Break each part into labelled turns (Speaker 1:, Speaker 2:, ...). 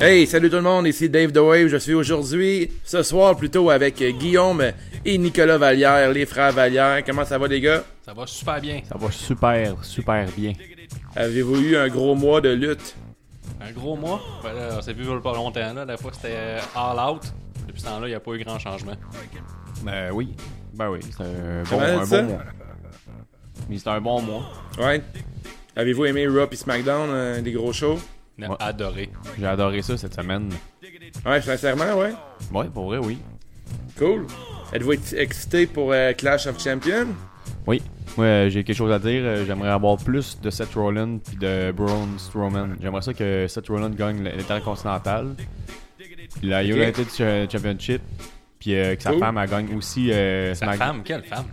Speaker 1: Hey, salut tout le monde, ici Dave The Wave. Je suis aujourd'hui, ce soir plutôt, avec euh, Guillaume et Nicolas Vallière, les frères Vallière. Comment ça va, les gars?
Speaker 2: Ça va super bien.
Speaker 3: Ça va super, super bien.
Speaker 1: Avez-vous eu un gros mois de lutte?
Speaker 2: Un gros mois. Ben là, on s'est vu pas longtemps. Là. La fois, c'était euh, all out. Depuis ce temps-là, il n'y a pas eu grand changement.
Speaker 3: Ben oui. Ben oui, c'est un
Speaker 1: Ça
Speaker 3: bon,
Speaker 1: va,
Speaker 3: un
Speaker 1: ça?
Speaker 3: bon mois. Mais c'est un bon mois.
Speaker 1: Ouais. Avez-vous aimé Raw et SmackDown, euh, des gros shows?
Speaker 2: On a
Speaker 3: Ouais.
Speaker 2: adoré.
Speaker 3: J'ai adoré ça cette semaine.
Speaker 1: Ouais, sincèrement, ouais.
Speaker 3: Ouais, pour vrai, oui.
Speaker 1: Cool. Êtes-vous ex- excité pour euh, Clash of Champions?
Speaker 3: Oui. Moi, euh, j'ai quelque chose à dire. Euh, J'aimerais avoir plus de Seth Rollins puis de Braun Strowman. J'aimerais ça que Seth Rollins gagne l'Intercontinental, la United Ch- Championship, puis euh, que sa
Speaker 1: Cool.
Speaker 3: femme elle gagne aussi euh,
Speaker 2: Sa
Speaker 3: Smack-
Speaker 2: femme, quelle femme?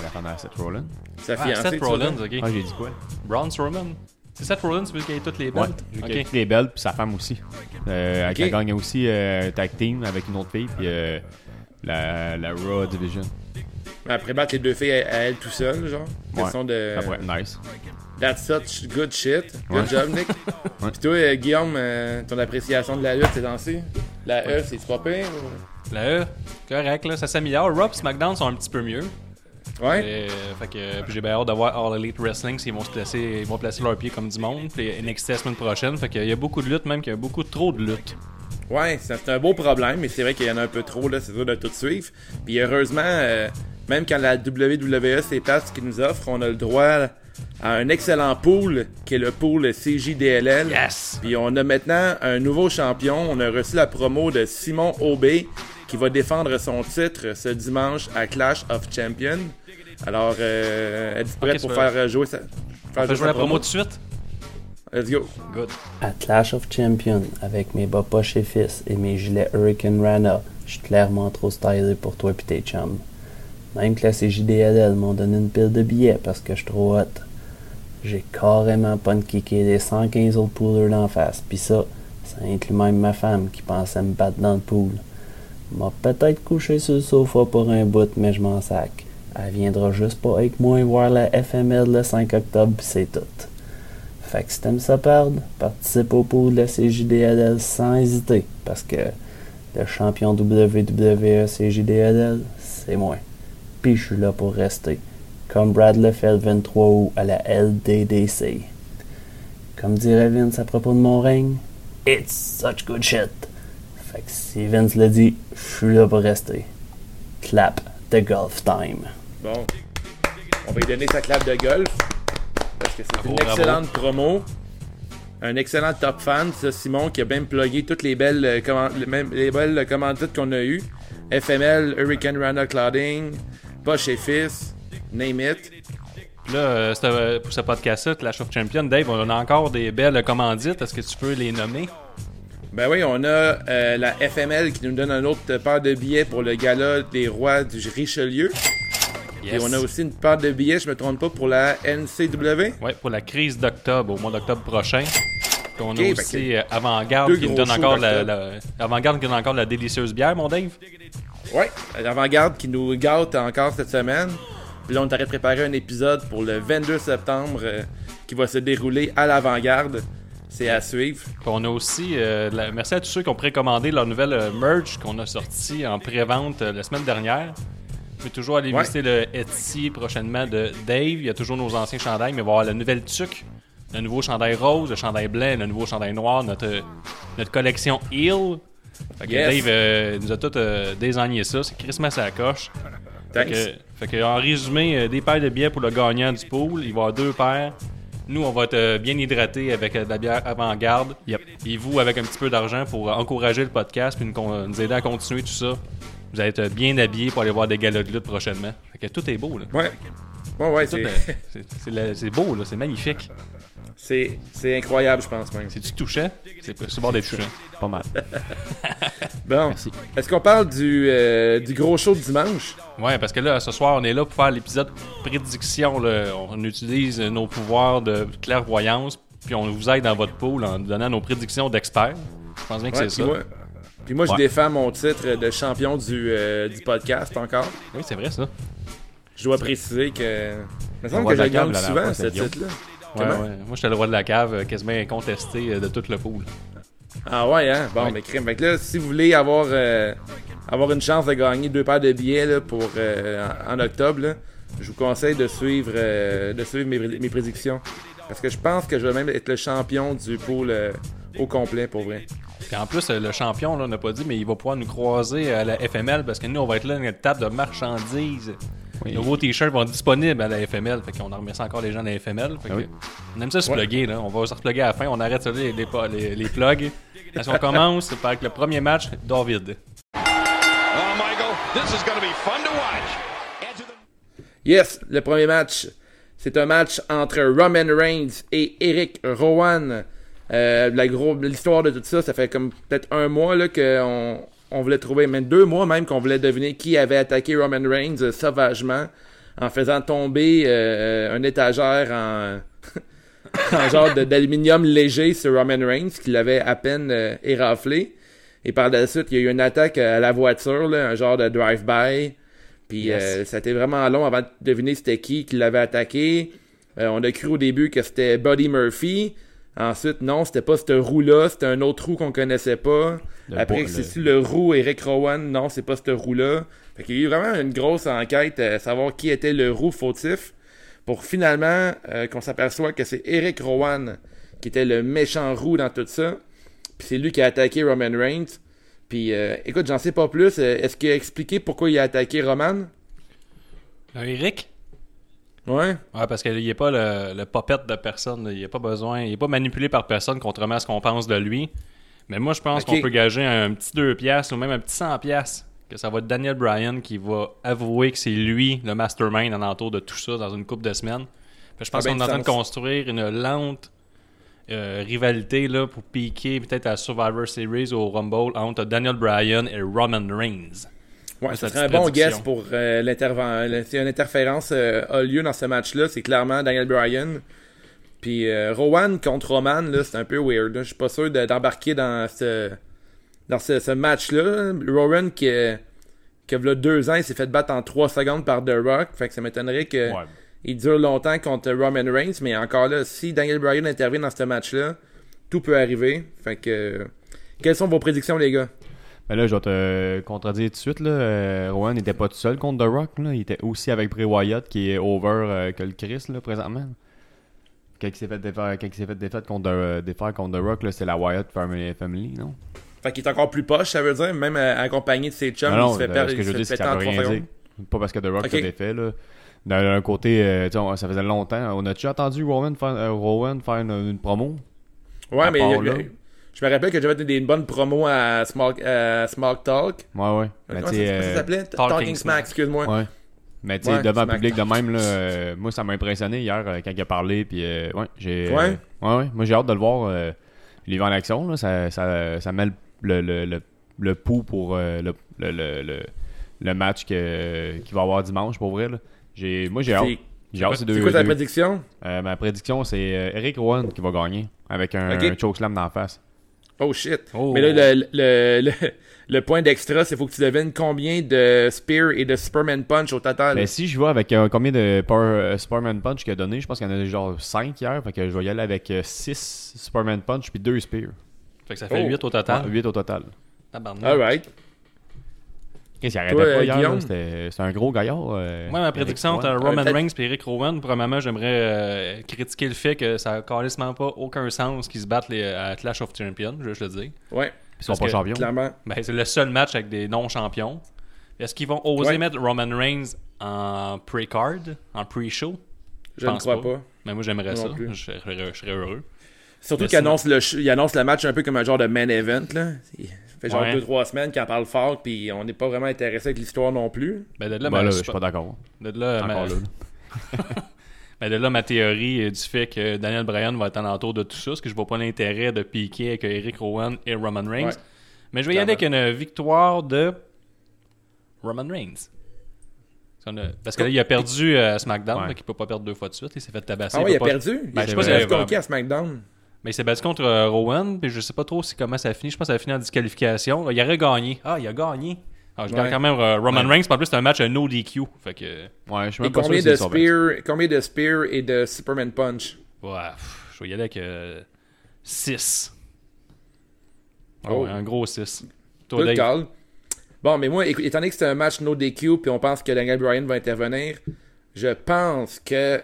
Speaker 3: La femme à Seth Rollins.
Speaker 1: Ça
Speaker 2: Ah, Seth Rollins,
Speaker 3: Ah,
Speaker 2: ok.
Speaker 3: j'ai dit quoi?
Speaker 2: Braun Strowman. C'est Seth Rollins, celui qui a toutes les
Speaker 3: Ouais,
Speaker 2: belts.
Speaker 3: je veux
Speaker 2: Ok.
Speaker 3: qu'elle quitte les belles, puis sa femme aussi. Euh,
Speaker 1: Ok.
Speaker 3: Elle gagne aussi euh, tag team avec une autre fille, puis euh, la, la Raw Division.
Speaker 1: Après battre les deux filles à, à elle tout seul, genre.
Speaker 3: Ouais.
Speaker 1: Question de.
Speaker 3: Ça pourrait être nice.
Speaker 1: That's such good shit. Good
Speaker 3: Ouais.
Speaker 1: job, Nick. Puis toi, euh, Guillaume, euh, ton appréciation de la lutte, c'est dansé? La E, c'est pas pire? ou-
Speaker 2: Là, E, correct, là, ça s'améliore. Rob SmackDown sont un petit peu mieux.
Speaker 1: Ouais?
Speaker 2: Euh, fait que puis j'ai bien hâte de voir All Elite Wrestling s'ils vont se placer, ils vont placer leurs pieds comme du monde. Puis NXT la semaine prochaine. Fait qu'il y a beaucoup de luttes, même qu'il y a beaucoup trop de luttes.
Speaker 1: Ouais, ça, c'est un beau problème, mais c'est vrai qu'il y en a un peu trop, là, c'est dur de tout suivre. Puis heureusement, euh, même quand la WWE s'épasse ce qu'ils nous offre, on a le droit à un excellent pool, qui est le pool CJDLL.
Speaker 2: Yes!
Speaker 1: Puis on a maintenant un nouveau champion. On a reçu la promo de Simon Aubé qui va défendre son titre ce dimanche à Clash of Champions. Alors, euh, êtes-vous prêt
Speaker 2: Ok,
Speaker 1: pour
Speaker 2: c'est vrai.
Speaker 1: faire euh, jouer sa, faire
Speaker 2: Fais jouer
Speaker 1: sa
Speaker 2: la promo tout de suite.
Speaker 1: Let's go.
Speaker 2: Good.
Speaker 4: À Clash of Champions, avec mes bas poches et fils et mes gilets Hurricane Rana, je suis clairement trop stylé pour toi pis tes chums. Même que la CJDLL m'ont donné une pile de billets parce que je suis trop hot. J'ai carrément punkické les 115 autres poolers d'en face, pis ça, ça inclut même ma femme qui pensait me battre dans le pool. M'a peut-être couché sur le sofa pour un bout, mais je m'en sac. Elle viendra juste pas avec moi voir la FML le 5 octobre, pis c'est tout. Fait que si t'aimes ça perdre, participe au pool de la CJDLL sans hésiter, parce que le champion E WWE CJDLL, c'est moi. Puis je suis là pour rester, comme Brad le fait le 23 août à la LDDC. Comme dirait Vince à propos de mon règne, It's such good shit! Fait que si Vince le dit, je suis là pour rester. Clap the golf time.
Speaker 1: Bon. On va lui donner sa clap de golf. Parce que c'est
Speaker 2: Bravo,
Speaker 1: une
Speaker 2: bravo.
Speaker 1: excellente promo. Un excellent top fan, ça, Simon, qui a même plugué toutes les belles, euh, comman- les mêmes- les belles euh, commandites qu'on a eues. FML, Hurricane Rana Clouding, Poche et Fils, Name It.
Speaker 2: Puis Là, euh, c'est, euh, pour ce podcast-là, Clash of Champions, Dave, on a encore des belles commandites. Est-ce que tu peux les nommer?
Speaker 1: Ben oui, on a euh, la FML qui nous donne un autre paire de billets pour le gala des rois du Richelieu. Et on a aussi une paire de billets, je me trompe pas, pour la NCW.
Speaker 2: Ouais, pour la crise d'octobre, au mois d'octobre prochain. Puis on
Speaker 1: Ok,
Speaker 2: a
Speaker 1: fait
Speaker 2: aussi
Speaker 1: que-
Speaker 2: euh, Avant-Garde
Speaker 1: Deux
Speaker 2: qui nous
Speaker 1: gros
Speaker 2: donne
Speaker 1: shows
Speaker 2: encore la,
Speaker 1: d'octobre.
Speaker 2: la- Avant-Garde qui nous donne encore la délicieuse bière, mon Dave.
Speaker 1: Ouais, l'avant-garde qui nous gâte encore cette semaine. Puis là, on t'aurait préparé un épisode pour le 22 septembre euh, qui va se dérouler à l'avant-garde. C'est à suivre.
Speaker 2: Puis on a aussi euh, la- merci à tous ceux qui ont précommandé leur nouvelle euh, merch qu'on a sorti en pré-vente euh, la semaine dernière. Vous pouvez toujours aller
Speaker 1: Ouais.
Speaker 2: visiter le Etsy prochainement de Dave. Il y a toujours nos anciens chandails, mais il va y avoir la nouvelle tuque, le nouveau chandail rose, le chandail blanc, le nouveau chandail noir, notre, euh, notre collection Hill. Fait que
Speaker 1: Yes.
Speaker 2: Dave euh, nous a tout euh, désigné ça. C'est Christmas à la coche. Fait
Speaker 1: Thanks.
Speaker 2: que, fait que, en résumé, euh, des paires de billets pour le gagnant du pool. Il va y avoir deux paires. Nous, on va être euh, bien hydratés avec euh, de la bière avant-garde.
Speaker 3: Yep.
Speaker 2: Et vous, avec un petit peu d'argent pour euh, encourager le podcast puis nous, con- euh, nous aider à continuer tout ça. Vous allez être euh, bien habillés pour aller voir des galas de lutte prochainement. Fait que tout est beau, là.
Speaker 1: Ouais. Ouais, ouais,
Speaker 2: Tout,
Speaker 1: c'est-
Speaker 2: euh,
Speaker 3: hein.
Speaker 2: c'est- c'est la- C'est beau, là. C'est magnifique.
Speaker 1: c'est c'est incroyable, je pense même.
Speaker 2: C'est-tu touchant? C'est c'est bord d'être touchant.
Speaker 3: Pas mal.
Speaker 1: Bon.
Speaker 3: Merci.
Speaker 1: Est-ce qu'on parle du, euh, du gros show de dimanche?
Speaker 2: Ouais, parce que là, ce soir, on est là pour faire l'épisode prédiction. là. On utilise nos pouvoirs de clairvoyance, puis on vous aide dans votre pool en donnant nos prédictions d'experts. Je pense bien que
Speaker 1: Ouais,
Speaker 2: c'est
Speaker 1: puis
Speaker 2: ça.
Speaker 1: Moi, puis moi, je
Speaker 3: Ouais.
Speaker 1: défends mon titre de champion du, euh, du podcast encore.
Speaker 2: Oui, c'est vrai, ça.
Speaker 1: Je dois préciser que. Il me
Speaker 3: Le
Speaker 1: semble
Speaker 3: roi
Speaker 1: que je
Speaker 3: de la
Speaker 1: le gagne
Speaker 3: cave, la dernière
Speaker 1: souvent,
Speaker 3: fois,
Speaker 1: ce
Speaker 3: c'est Guillaume.
Speaker 1: titre-là.
Speaker 2: Ouais,
Speaker 1: Comment?
Speaker 2: ouais. Moi, j'étais le roi de la cave, euh, quasiment incontesté euh, de tout le pool.
Speaker 1: Ah ouais, hein? Bon, mais crime. Fait que là, si vous voulez avoir, euh, avoir une chance de gagner deux paires de billets là, pour, euh, en en octobre, là, je vous conseille de suivre, euh, de suivre mes, pré- mes prédictions. Parce que je pense que je vais même être le champion du pôle euh, au complet, pour vrai.
Speaker 2: Puis en plus, euh, le champion, là, on n'a pas dit, mais il va pouvoir nous croiser à la FML parce que nous, on va être là dans notre table de marchandises.
Speaker 3: Oui.
Speaker 2: Nos nouveaux t-shirts vont être disponibles à la FML. Fait qu'on en remercie encore les gens de la FML. Fait que
Speaker 3: Ah oui.
Speaker 2: On aime ça se
Speaker 1: Ouais.
Speaker 2: plugger, là. On va se repluguer à la fin. On arrête ça, les, les, les, les plugs. Parce qu'on commence par le premier match, David.
Speaker 5: Oh, Michael, this is going to be fun to watch.
Speaker 1: Yes, le premier match, c'est un match entre Roman Reigns et Eric Rowan. Euh, la gros- l'histoire de tout ça, ça fait comme peut-être un mois là qu'on on voulait trouver, même deux mois même qu'on voulait deviner qui avait attaqué Roman Reigns euh, sauvagement en faisant tomber euh, un étagère en, en genre de- d'aluminium léger sur Roman Reigns qui l'avait à peine euh, éraflé. Et par la suite, il y a eu une attaque à la voiture, là, un genre de drive-by. Puis euh, ça a été vraiment long avant de deviner c'était qui qui l'avait attaqué. Euh, on a cru au début que c'était Buddy Murphy. Ensuite, non, c'était pas ce roue-là, c'était un autre roue qu'on connaissait pas.
Speaker 3: Le
Speaker 1: Après,
Speaker 3: bo-
Speaker 1: c'est
Speaker 3: le-
Speaker 1: tu le roux Eric Rowan, non, c'est pas ce roux-là. Fait qu'il y a eu vraiment une grosse enquête euh, à savoir qui était le roux fautif pour finalement euh, qu'on s'aperçoit que c'est Eric Rowan qui était le méchant roux dans tout ça. Puis c'est lui qui a attaqué Roman Reigns. Puis euh, écoute, j'en sais pas plus. Euh, Est-ce qu'il a expliqué pourquoi il a attaqué Roman?
Speaker 2: Eric?
Speaker 1: Ouais.
Speaker 2: Ouais, parce qu'il n'est pas le, le popette de personne. là. Il n'est pas besoin. Il n'est pas manipulé par personne, contrairement à ce qu'on pense de lui. Mais moi, je pense
Speaker 1: Ok.
Speaker 2: qu'on peut gager un petit 2$ piastres ou même un petit 100$ piastres que ça va être Daniel Bryan qui va avouer que c'est lui le mastermind en entour de tout ça dans une couple de semaines. Fait que je pense
Speaker 1: Ah ben,
Speaker 2: qu'on est en train de
Speaker 1: sens.
Speaker 2: construire une lente euh, rivalité là, pour piquer peut-être à Survivor Series ou au Rumble entre Daniel Bryan et Roman Reigns.
Speaker 1: Ouais,
Speaker 2: sa
Speaker 1: ce serait un
Speaker 2: petite
Speaker 1: bon
Speaker 2: prédiction.
Speaker 1: guess pour euh, l'interven- le- Si une interférence euh, a lieu dans ce match-là, c'est clairement Daniel Bryan. Puis euh, Rowan contre Roman, là, c'est un peu weird. là. Je suis pas sûr de- d'embarquer dans ce dans ce, ce match-là. Rowan qui, euh, que v'là deux ans, il s'est fait battre en trois secondes par The Rock. Fait que ça m'étonnerait que
Speaker 3: Ouais.
Speaker 1: il dure longtemps contre Roman Reigns, mais encore là, si Daniel Bryan intervient dans ce match-là, tout peut arriver. Fait que euh, quelles sont vos prédictions, les gars?
Speaker 3: Mais Ben là, je vais te euh, contredire tout de suite. Là. Euh, Rowan n'était pas tout seul contre The Rock. Là. Il était aussi avec Bray Wyatt, qui est over euh, que le Chris là, présentement. Quand il s'est fait défaire, quand il s'est fait défaite contre, euh, défaire contre The Rock, là, c'est la Wyatt Family, Family, non?
Speaker 1: Fait qu'il est encore plus poche, ça veut dire, même euh, accompagné de ses chums,
Speaker 3: non,
Speaker 1: il se fait
Speaker 3: non,
Speaker 1: perdre,
Speaker 3: ce que
Speaker 1: il
Speaker 3: je
Speaker 1: se
Speaker 3: veux
Speaker 1: fait
Speaker 3: dire,
Speaker 1: péter
Speaker 3: c'est que ça
Speaker 1: en
Speaker 3: veut
Speaker 1: trois
Speaker 3: rien
Speaker 1: secondes.
Speaker 3: dire. Pas parce que The Rock
Speaker 1: Ok.
Speaker 3: s'est défait, là. D'un d'un côté, euh, tu sais, on- ça faisait longtemps. On a-tu entendu Rowan faire, euh, Rowan faire une, une promo?
Speaker 1: Ouais,
Speaker 3: À
Speaker 1: mais il y a-
Speaker 3: part là.
Speaker 1: je me rappelle que j'avais des, des bonnes promos à Smog, à Smog Talk.
Speaker 3: Ouais, ouais. Mais
Speaker 1: Comment
Speaker 3: tu
Speaker 1: ça,
Speaker 3: sais,
Speaker 1: ça
Speaker 3: euh,
Speaker 1: s'appelait? T-
Speaker 2: Talking
Speaker 1: Talking
Speaker 2: Smack.
Speaker 1: Smack, excuse-moi.
Speaker 3: Ouais. Mais tu sais,
Speaker 1: Ouais,
Speaker 3: devant le
Speaker 1: Smack
Speaker 3: public de même, là, euh, moi, ça m'a impressionné hier euh, quand il a parlé. Puis, euh, ouais, j'ai. euh,
Speaker 1: Ouais?
Speaker 3: ouais, ouais. Moi, j'ai hâte de le voir. euh, je l'ai vu en action, là. Ça, ça, ça met le, le, le, le, le pouls pour euh, le, le, le, le, le match que, qu'il va avoir dimanche, pour vrai, là. J'ai, moi, j'ai hâte.
Speaker 1: C'est-
Speaker 3: J'ai hâte, ces deux.
Speaker 1: C'est quoi ta
Speaker 3: deux-
Speaker 1: prédiction?
Speaker 3: Euh, ma prédiction, c'est euh, Eric Rowan qui va gagner avec un,
Speaker 1: Ok.
Speaker 3: un chokeslam dans la face.
Speaker 1: Oh shit.
Speaker 2: Oh.
Speaker 1: Mais là, le, le, le, le point d'extra, c'est faut que tu devines combien de Spear et de Superman Punch au total.
Speaker 3: Mais si je vois avec euh, combien de power, euh, Superman Punch qu'il a donné, je pense qu'il y en a genre 5 hier. Fait que je vais y aller avec 6 Superman Punch puis 2 Spears.
Speaker 2: Fait que ça fait
Speaker 1: Oh. Ah, ben,
Speaker 2: 8 au total.
Speaker 3: 8 au total.
Speaker 2: Tabarnak.
Speaker 1: Alright.
Speaker 3: Qu'est-ce qu'il arrêtait
Speaker 1: Toi,
Speaker 3: pas
Speaker 1: euh,
Speaker 3: hier,
Speaker 1: Guillaume?
Speaker 3: là, C'était c'était un gros gaillard. euh,
Speaker 2: Moi, ma prédiction
Speaker 3: Eric
Speaker 2: entre
Speaker 3: Rowan.
Speaker 2: Roman
Speaker 1: Euh, peut-être-
Speaker 2: Reigns et Eric Rowan, premièrement, j'aimerais euh, critiquer le fait que ça n'a carrément pas aucun sens qu'ils se battent les, à Clash of Champions, je veux juste le dire.
Speaker 1: Ouais,
Speaker 3: Ils sont
Speaker 2: parce
Speaker 3: pas
Speaker 2: que-
Speaker 3: champions.
Speaker 1: clairement.
Speaker 2: Ben, c'est le seul match avec des non-champions. Est-ce qu'ils vont oser
Speaker 1: Ouais.
Speaker 2: mettre Roman Reigns en pre-card, en pre-show
Speaker 1: Je ne
Speaker 2: pense
Speaker 1: crois pas.
Speaker 2: Mais moi, j'aimerais
Speaker 1: Moi
Speaker 2: ça.
Speaker 1: non plus.
Speaker 2: Je serais, je serais heureux.
Speaker 1: Surtout
Speaker 2: Mais
Speaker 1: qu'il
Speaker 2: sinon-
Speaker 1: annonce le, ch- il annonce le match un peu comme un genre de main event. Là. Il fait genre
Speaker 2: Ouais.
Speaker 1: 2-3 semaines qu'il en parle fort, puis on n'est pas vraiment intéressé avec l'histoire non plus. Ah
Speaker 2: Ben, de là,
Speaker 3: Ben
Speaker 2: ma-
Speaker 3: là, je suis pas d'accord.
Speaker 2: de là, ma-
Speaker 3: Encore là. là.
Speaker 2: ben, de là, ma théorie euh, du fait que Daniel Bryan va être en entour de tout ça, parce que je vois pas l'intérêt de piquer avec Eric Rowan et Roman Reigns.
Speaker 1: Ouais.
Speaker 2: Mais je vais y aller avec une victoire de Roman Reigns. Parce qu'on a- Parce que là, il a perdu euh, à SmackDown,
Speaker 3: Ouais.
Speaker 2: donc il peut pas perdre deux fois de suite. Il s'est fait tabasser.
Speaker 1: Ah ouais,
Speaker 2: peut
Speaker 1: il a
Speaker 2: pas-
Speaker 1: perdu.
Speaker 2: Ben,
Speaker 1: il
Speaker 2: je sais
Speaker 1: s'est
Speaker 2: pas
Speaker 1: fait
Speaker 2: si-
Speaker 1: conquer à SmackDown.
Speaker 2: Mais il s'est battu contre euh, Rowan, puis je sais pas trop si comment ça a fini. Je pense que ça a fini en disqualification. Il aurait gagné. Ah, il a gagné. Ah, je
Speaker 1: Ouais.
Speaker 2: garde quand même euh, Roman Reigns, puis en plus, c'est un match euh, no DQ. Fait que.
Speaker 3: Ouais, je suis
Speaker 1: Et
Speaker 3: même pas sûr
Speaker 1: combien
Speaker 3: s'ils
Speaker 1: de,
Speaker 3: sont vaincus.
Speaker 1: spear, combien de Spear et de Superman Punch
Speaker 2: euh, Ouais, pff, je vais y aller avec 6. Ah
Speaker 1: Oh.
Speaker 2: ouais, un gros 6. Toi,
Speaker 1: Good
Speaker 2: Dave.
Speaker 1: call. Bon, mais moi, écou- étant donné que c'est un match no DQ, puis on pense que Daniel Bryan va intervenir, je pense que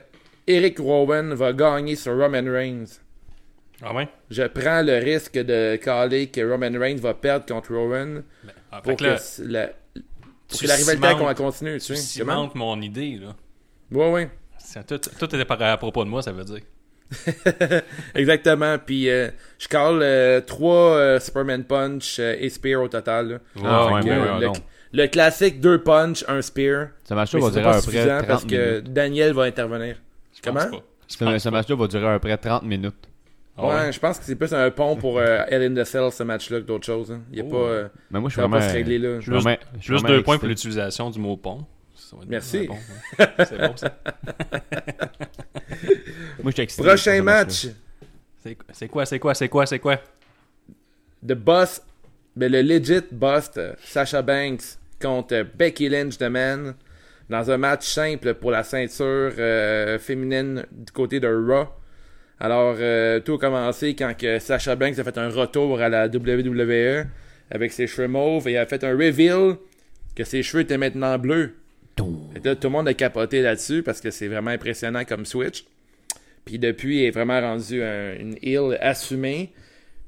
Speaker 1: Eric Rowan va gagner sur Roman Reigns.
Speaker 2: Ah ouais?
Speaker 1: Je prends le risque de caler que Roman Reigns va perdre contre Rowan
Speaker 2: Ah, fait
Speaker 1: pour
Speaker 2: que
Speaker 1: que,
Speaker 2: là,
Speaker 1: c- la, pour
Speaker 2: tu
Speaker 1: que la rivalité
Speaker 2: cimentes-
Speaker 1: qu'on continue. Tu
Speaker 2: tu
Speaker 1: sais. Comment?
Speaker 2: cimentes mon idée, là.
Speaker 1: Ouais, ouais.
Speaker 2: C'est- Tout, tout était par- à propos de moi, ça veut dire.
Speaker 1: Exactement. Puis euh, je cale euh, trois euh, Superman Punch euh, et Spear au total. là.
Speaker 3: Ah, ouais,
Speaker 1: Fait que,
Speaker 3: ben
Speaker 1: euh,
Speaker 3: ouais,
Speaker 1: le,
Speaker 3: non.
Speaker 1: le classique deux punch, un spear.
Speaker 3: Ce match-là
Speaker 1: Mais
Speaker 3: va
Speaker 1: c'est
Speaker 3: durer à
Speaker 1: pas
Speaker 3: peu près
Speaker 1: suffisant
Speaker 3: 30
Speaker 1: parce que
Speaker 3: minutes.
Speaker 1: Daniel va intervenir.
Speaker 2: Je
Speaker 1: Comment?
Speaker 2: pense pas. Je
Speaker 3: Ce,
Speaker 2: pense
Speaker 3: ce match-là va durer à peu près 30 minutes.
Speaker 2: pas. Ah
Speaker 1: Ouais,
Speaker 2: ouais.
Speaker 1: je pense que c'est plus un pont pour euh, Hell in the Cell ce match-là que d'autres choses. hein. Il y a
Speaker 2: Oh.
Speaker 1: pas, euh,
Speaker 3: Mais moi, je
Speaker 1: ça
Speaker 3: suis
Speaker 1: va
Speaker 3: vraiment.
Speaker 1: pas se régler là.
Speaker 3: je suis vraiment- je suis
Speaker 2: Juste
Speaker 3: vraiment
Speaker 2: deux points
Speaker 3: excité.
Speaker 2: pour l'utilisation du mot pont. Ça va être
Speaker 1: Merci.
Speaker 2: un pont, ouais. C'est bon, ça.
Speaker 3: Moi, je suis excité
Speaker 1: Prochain
Speaker 3: pour ce
Speaker 1: match,
Speaker 2: C'est- C'est quoi, c'est quoi, c'est quoi, c'est quoi?
Speaker 1: The Boss, mais le legit Boss, euh, Sasha Banks contre euh, Becky Lynch de Man dans un match simple pour la ceinture euh, féminine du côté de Raw. Alors, euh, tout a commencé quand que Sasha Banks a fait un retour à la WWE avec ses cheveux mauves et a fait un reveal que ses cheveux étaient maintenant bleus. Et là, tout le monde a capoté là-dessus parce que c'est vraiment impressionnant comme switch. Puis depuis, elle est vraiment rendue un- une heel assumée.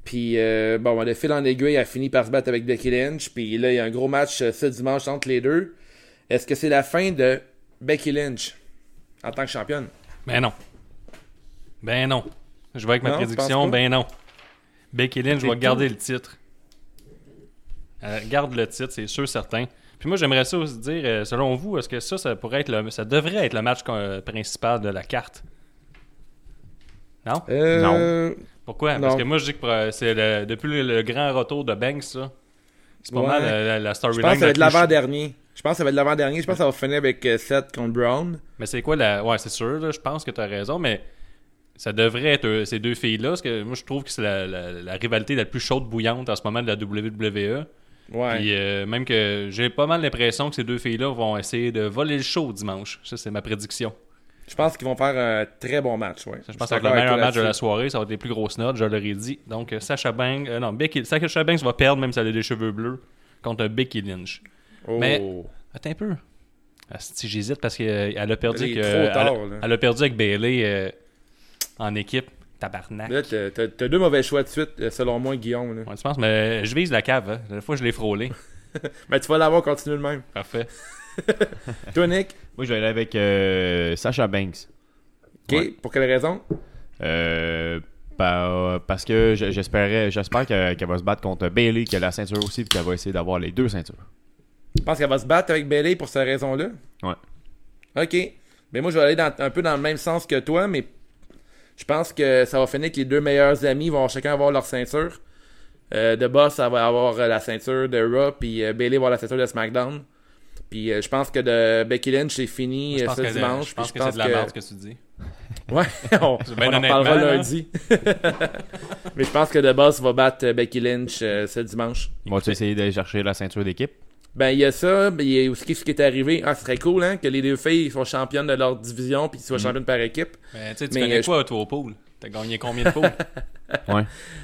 Speaker 1: Puis, euh, bon, le fil en aiguille a fini par se battre avec Becky Lynch. Puis là, il y a un gros match euh, ce dimanche entre les deux. Est-ce que c'est la fin de Becky Lynch en tant que championne?
Speaker 2: Ben non. Ben non. Je vais avec ma
Speaker 1: Non, tu
Speaker 2: prédiction,
Speaker 1: penses pas?
Speaker 2: ben non. Becky Lynch va
Speaker 1: qui?
Speaker 2: garder le titre. Euh, garde le titre, c'est sûr, certain. Puis moi, j'aimerais ça aussi dire, euh, selon vous, est-ce que ça, ça pourrait être le, ça devrait être le match euh, principal de la carte? Non?
Speaker 1: Euh,
Speaker 2: Pourquoi?
Speaker 1: non.
Speaker 2: Parce que moi, je dis que euh, c'est le- depuis le, le grand retour de Banks, ça, c'est pas
Speaker 1: Ouais.
Speaker 2: mal euh, la, la
Speaker 1: Je pense
Speaker 2: storyline.
Speaker 1: que ça va
Speaker 2: la
Speaker 1: être
Speaker 2: plus-
Speaker 1: l'avant-dernier. Je pense que ça va être l'avant-dernier. Je pense que ça va finir avec euh, Seth contre Brown.
Speaker 2: Mais c'est quoi la. Ouais, c'est sûr, là, je pense que tu as raison, mais ça devrait être euh, ces deux filles-là, parce que moi, je trouve que c'est la, la- la rivalité la plus chaude bouillante en ce moment de la WWE.
Speaker 1: Ouais.
Speaker 2: Puis euh, même que j'ai pas mal l'impression que ces deux filles-là vont essayer de voler le show dimanche. Ça, c'est ma prédiction.
Speaker 1: Je pense qu'ils vont faire un très bon match. Ouais.
Speaker 2: Ça, je pense
Speaker 1: suis
Speaker 2: que ça va être le
Speaker 1: d'accord
Speaker 2: meilleur
Speaker 1: avec toi
Speaker 2: match de la
Speaker 1: là-dessus.
Speaker 2: soirée. Ça va être les plus grosses notes, je l'aurais dit. Donc, euh, Sasha Banks. euh, non, Becky, Sasha Banks va perdre, même si elle a des cheveux bleus, contre Becky Lynch.
Speaker 1: Oh.
Speaker 2: Mais- Attends un peu. Asti, J'hésite parce qu'elle a perdu
Speaker 1: Il est
Speaker 2: que-
Speaker 1: trop
Speaker 2: elle,
Speaker 1: tard,
Speaker 2: a-
Speaker 1: là.
Speaker 2: elle a perdu avec Bailey euh, en équipe. Tabarnak.
Speaker 1: Là, t'as- t'as t'as deux mauvais choix de suite, euh, selon moi, Guillaume. là.
Speaker 2: Ouais, tu penses, mais je vise la cave. hein. La fois, je l'ai frôlé.
Speaker 1: Mais tu vas l'avoir continué le même.
Speaker 2: Parfait.
Speaker 1: Toi, Nick,
Speaker 3: Moi, je vais aller avec euh, Sasha Banks.
Speaker 1: OK, pour quelle raison?
Speaker 3: Euh, bah, parce que j- j'espérais, j'espère que- qu'elle va se battre contre Bailey, qu'elle a la ceinture aussi, puis qu'elle va essayer d'avoir les deux ceintures.
Speaker 1: Je pense qu'elle va se battre avec Bailey pour cette raison-là.
Speaker 3: Ouais.
Speaker 1: OK. Mais moi, je vais aller dans- un peu dans le même sens que toi, mais je pense que ça va finir que les deux meilleurs amis vont chacun avoir leur ceinture. Euh, de Boss, ça va avoir euh, la ceinture de Raw, puis euh, Bailey va avoir la ceinture de SmackDown. Puis euh, je pense que de Becky Lynch, c'est fini
Speaker 2: Je
Speaker 1: euh,
Speaker 2: pense
Speaker 1: ce
Speaker 2: que,
Speaker 1: dimanche.
Speaker 2: je pense
Speaker 1: puis
Speaker 2: que c'est de la merde ce que tu dis.
Speaker 1: Ouais, on,
Speaker 2: Ben,
Speaker 1: on en parlera
Speaker 2: honnêtement, là.
Speaker 1: lundi. mais je pense que de Boss va battre euh, Becky Lynch euh, ce dimanche.
Speaker 3: Vont-tu essayer d'aller chercher la ceinture d'équipe?
Speaker 1: Ben, il y a ça, ben, il y a aussi ce qui est arrivé. Ah, ce serait cool, hein, que les deux filles soient championnes de leur division puis qu'ils soient
Speaker 2: Mm.
Speaker 1: championnes par équipe.
Speaker 2: Mais, tu sais, tu
Speaker 1: Mais,
Speaker 2: connais
Speaker 1: euh,
Speaker 2: quoi, toi, au pool? T'as gagné combien de poules?
Speaker 3: Ouais.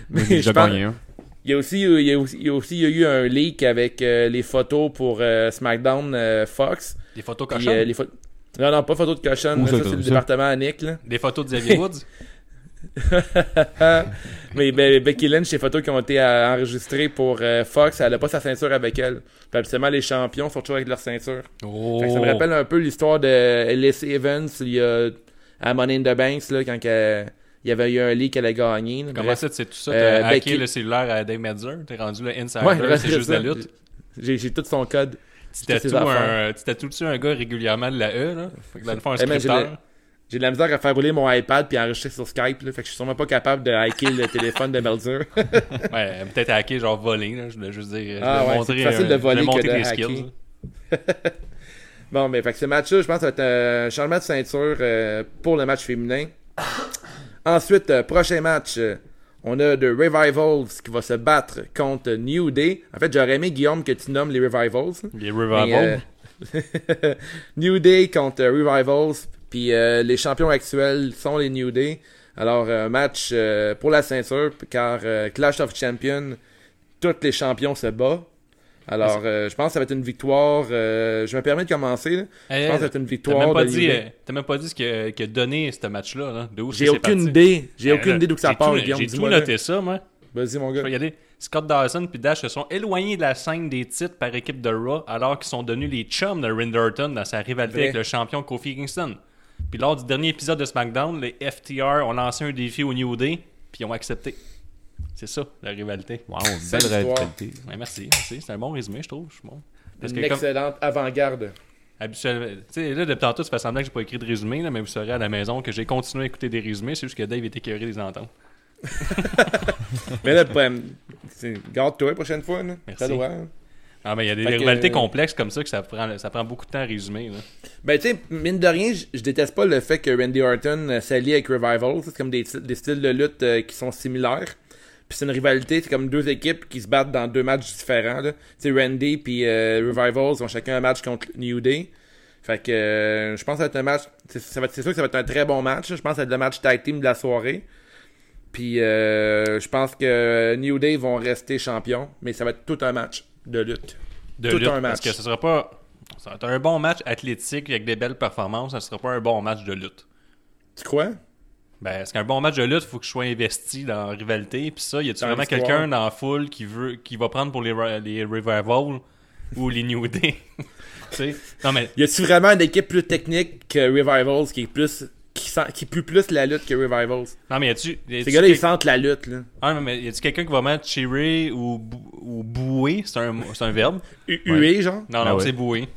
Speaker 1: Mais
Speaker 3: J'ai
Speaker 1: je
Speaker 3: déjà
Speaker 1: pense-
Speaker 3: gagné un.
Speaker 1: Il y a aussi, euh, il y a aussi, il y a aussi- il y a eu un leak avec euh, les photos pour euh, SmackDown euh, Fox.
Speaker 2: Des photos
Speaker 1: Puis,
Speaker 2: cochonnes?
Speaker 1: euh, les pho- non, non, pas photos de cochon.
Speaker 3: Où
Speaker 1: Ça,
Speaker 3: ça,
Speaker 1: c'est
Speaker 3: t'as
Speaker 1: le
Speaker 3: vu ça?
Speaker 1: département à Nick, là.
Speaker 2: Des photos de Xavier Woods?
Speaker 1: Mais ben, Becky Lynch, les photos qui ont été euh, enregistrées pour euh, Fox, elle a pas sa ceinture avec elle. Puis, habituellement, les champions sont toujours avec leur ceinture.
Speaker 2: Oh!
Speaker 1: Fait que ça me rappelle un peu l'histoire de Ellis Evans il y a, à Money in the Banks, là, quand qu'elle- il y avait eu un leak qu'elle a gagné. là.
Speaker 2: Comment
Speaker 1: Bref,
Speaker 2: ça, tu sais tout ça?
Speaker 1: Euh,
Speaker 2: T'as hacké
Speaker 1: Becky-
Speaker 2: le cellulaire à Dave Metzer? T'es rendu le insider,
Speaker 1: Ouais, bref,
Speaker 2: c'est juste de
Speaker 1: ça.
Speaker 2: la lutte?
Speaker 1: J'ai j'ai tout son code.
Speaker 2: Tu
Speaker 1: J'ai toutes ses
Speaker 2: tatoues
Speaker 1: affaires.
Speaker 2: un, tu tatoues dessus un gars régulièrement de la E, là? Fait que dans le fond, un
Speaker 1: Eh ben, j'ai
Speaker 2: scripteur.
Speaker 1: J'ai de la misère à faire rouler mon iPad puis enregistrer sur Skype. Là, fait que je suis sûrement pas capable de hacker le téléphone de Melzer.
Speaker 2: Ouais, peut-être hacker, genre voler, là. Je voulais juste dire.
Speaker 1: Ah
Speaker 2: je voulais
Speaker 1: ouais,
Speaker 2: montrer,
Speaker 1: c'est facile
Speaker 2: euh,
Speaker 1: de
Speaker 2: je voulais
Speaker 1: voler que
Speaker 2: montrer
Speaker 1: de
Speaker 2: tes
Speaker 1: hacker.
Speaker 2: skills.
Speaker 1: Bon, mais fait que ce match-là, je pense, que ça va être un changement de ceinture euh, pour le match féminin. Ensuite, euh, prochain match, euh, on a The Revivals qui va se battre contre New Day. En fait, j'aurais aimé, Guillaume, que tu nommes les Revivals. Mais,
Speaker 2: Les Revivals.
Speaker 1: euh, New Day contre euh, Revivals. Puis euh, les champions actuels sont les New Day. Alors, euh, match euh, pour la ceinture, car euh, Clash of Champions tous les champions se battent. Alors, euh, je pense que ça va être une victoire. euh, je me permets de commencer. là.
Speaker 2: Hey,
Speaker 1: je pense que ça va être une
Speaker 2: T'as
Speaker 1: victoire.
Speaker 2: même, pas
Speaker 1: de
Speaker 2: dit,
Speaker 1: New
Speaker 2: euh,
Speaker 1: Day.
Speaker 2: t'as même pas dit ce que, que donné ce match-là. Là, de où
Speaker 1: J'ai
Speaker 2: c'est
Speaker 1: aucune
Speaker 2: parti.
Speaker 1: idée. J'ai
Speaker 2: Ben
Speaker 1: aucune
Speaker 2: là,
Speaker 1: idée d'où que ça
Speaker 2: j'ai
Speaker 1: part,
Speaker 2: tout-
Speaker 1: Guillaume.
Speaker 2: J'ai tout
Speaker 1: Dis-moi.
Speaker 2: noté ça, moi.
Speaker 1: Vas-y, mon
Speaker 2: Je
Speaker 1: gars.
Speaker 2: vais y aller. Scott Dawson puis Dash se sont éloignés de la scène des titres par équipe de Raw alors qu'ils sont devenus les chums de Rinderton dans sa rivalité
Speaker 1: Vrai.
Speaker 2: avec le champion Kofi Kingston. Puis lors du dernier épisode de SmackDown, les FTR ont lancé un défi au New Day puis ils ont accepté. C'est ça, la rivalité.
Speaker 3: Wow,
Speaker 1: Belle
Speaker 3: Ah, belle
Speaker 1: histoire.
Speaker 3: rivalité.
Speaker 2: Ouais, merci, merci. C'est un bon résumé, je trouve. Je suis bon. Parce
Speaker 1: Une
Speaker 2: que comme
Speaker 1: excellente avant-garde.
Speaker 2: habituellement, tu sais, là, depuis tantôt, ça fait semblant que j'ai pas écrit de résumé, là, mais vous saurez à la maison que j'ai continué à écouter des résumés, c'est juste que Dave est écœuré des ententes.
Speaker 1: Mais là, ben, c'est- garde-toi la prochaine fois. là.
Speaker 2: Merci.
Speaker 1: T'as le droit, hein.
Speaker 2: Ah, mais il y a des
Speaker 1: Fait que-
Speaker 2: rivalités complexes comme ça que ça prend, ça prend beaucoup de temps à résumer. là.
Speaker 1: Ben, tu sais, mine de rien, je je déteste pas le fait que Randy Orton euh, s'allie avec Revival. C'est comme des, ti- des styles de lutte euh, qui sont similaires. Puis c'est une rivalité, c'est comme deux équipes qui se battent dans deux matchs différents. là. Tu sais, Randy puis euh, Revival ils ont chacun un match contre New Day. Fait que euh, je pense que ça va être un match. C'est ça va être- c'est sûr que ça va être un très bon match. Je pense que ça va être le match tag team de la soirée. Puis euh, je pense que New Day vont rester champions, mais ça va être tout un match de lutte.
Speaker 2: de
Speaker 1: Tout
Speaker 2: lutte,
Speaker 1: un
Speaker 2: Parce
Speaker 1: match.
Speaker 2: que ce sera pas. Ça va être un bon match athlétique avec des belles performances, ce ne sera pas un bon match de lutte.
Speaker 1: Tu crois?
Speaker 2: Ben, parce qu'un bon match de lutte, il faut que je sois investi dans la rivalité. Puis ça, y a-tu
Speaker 1: Dans
Speaker 2: vraiment
Speaker 1: l'histoire.
Speaker 2: quelqu'un dans la foule qui, veut, qui va prendre pour les, Ri- les Revival ou les New Day? tu sais? Non, mais
Speaker 1: Y a-tu vraiment une équipe plus technique que Revivals qui est plus qui sent qui pue plus la lutte que Revivals
Speaker 2: non, mais y a-tu. y a-tu
Speaker 1: Ces gars-là ils
Speaker 2: quel-
Speaker 1: sentent la lutte là.
Speaker 2: Ah, non, mais y a-tu quelqu'un qui va vraiment cheerer ou, bou- ou bouer? C'est un, c'est un verbe?
Speaker 1: U- Hué genre.
Speaker 2: Non,
Speaker 3: Ah
Speaker 2: non,
Speaker 3: ouais.
Speaker 2: c'est bouer.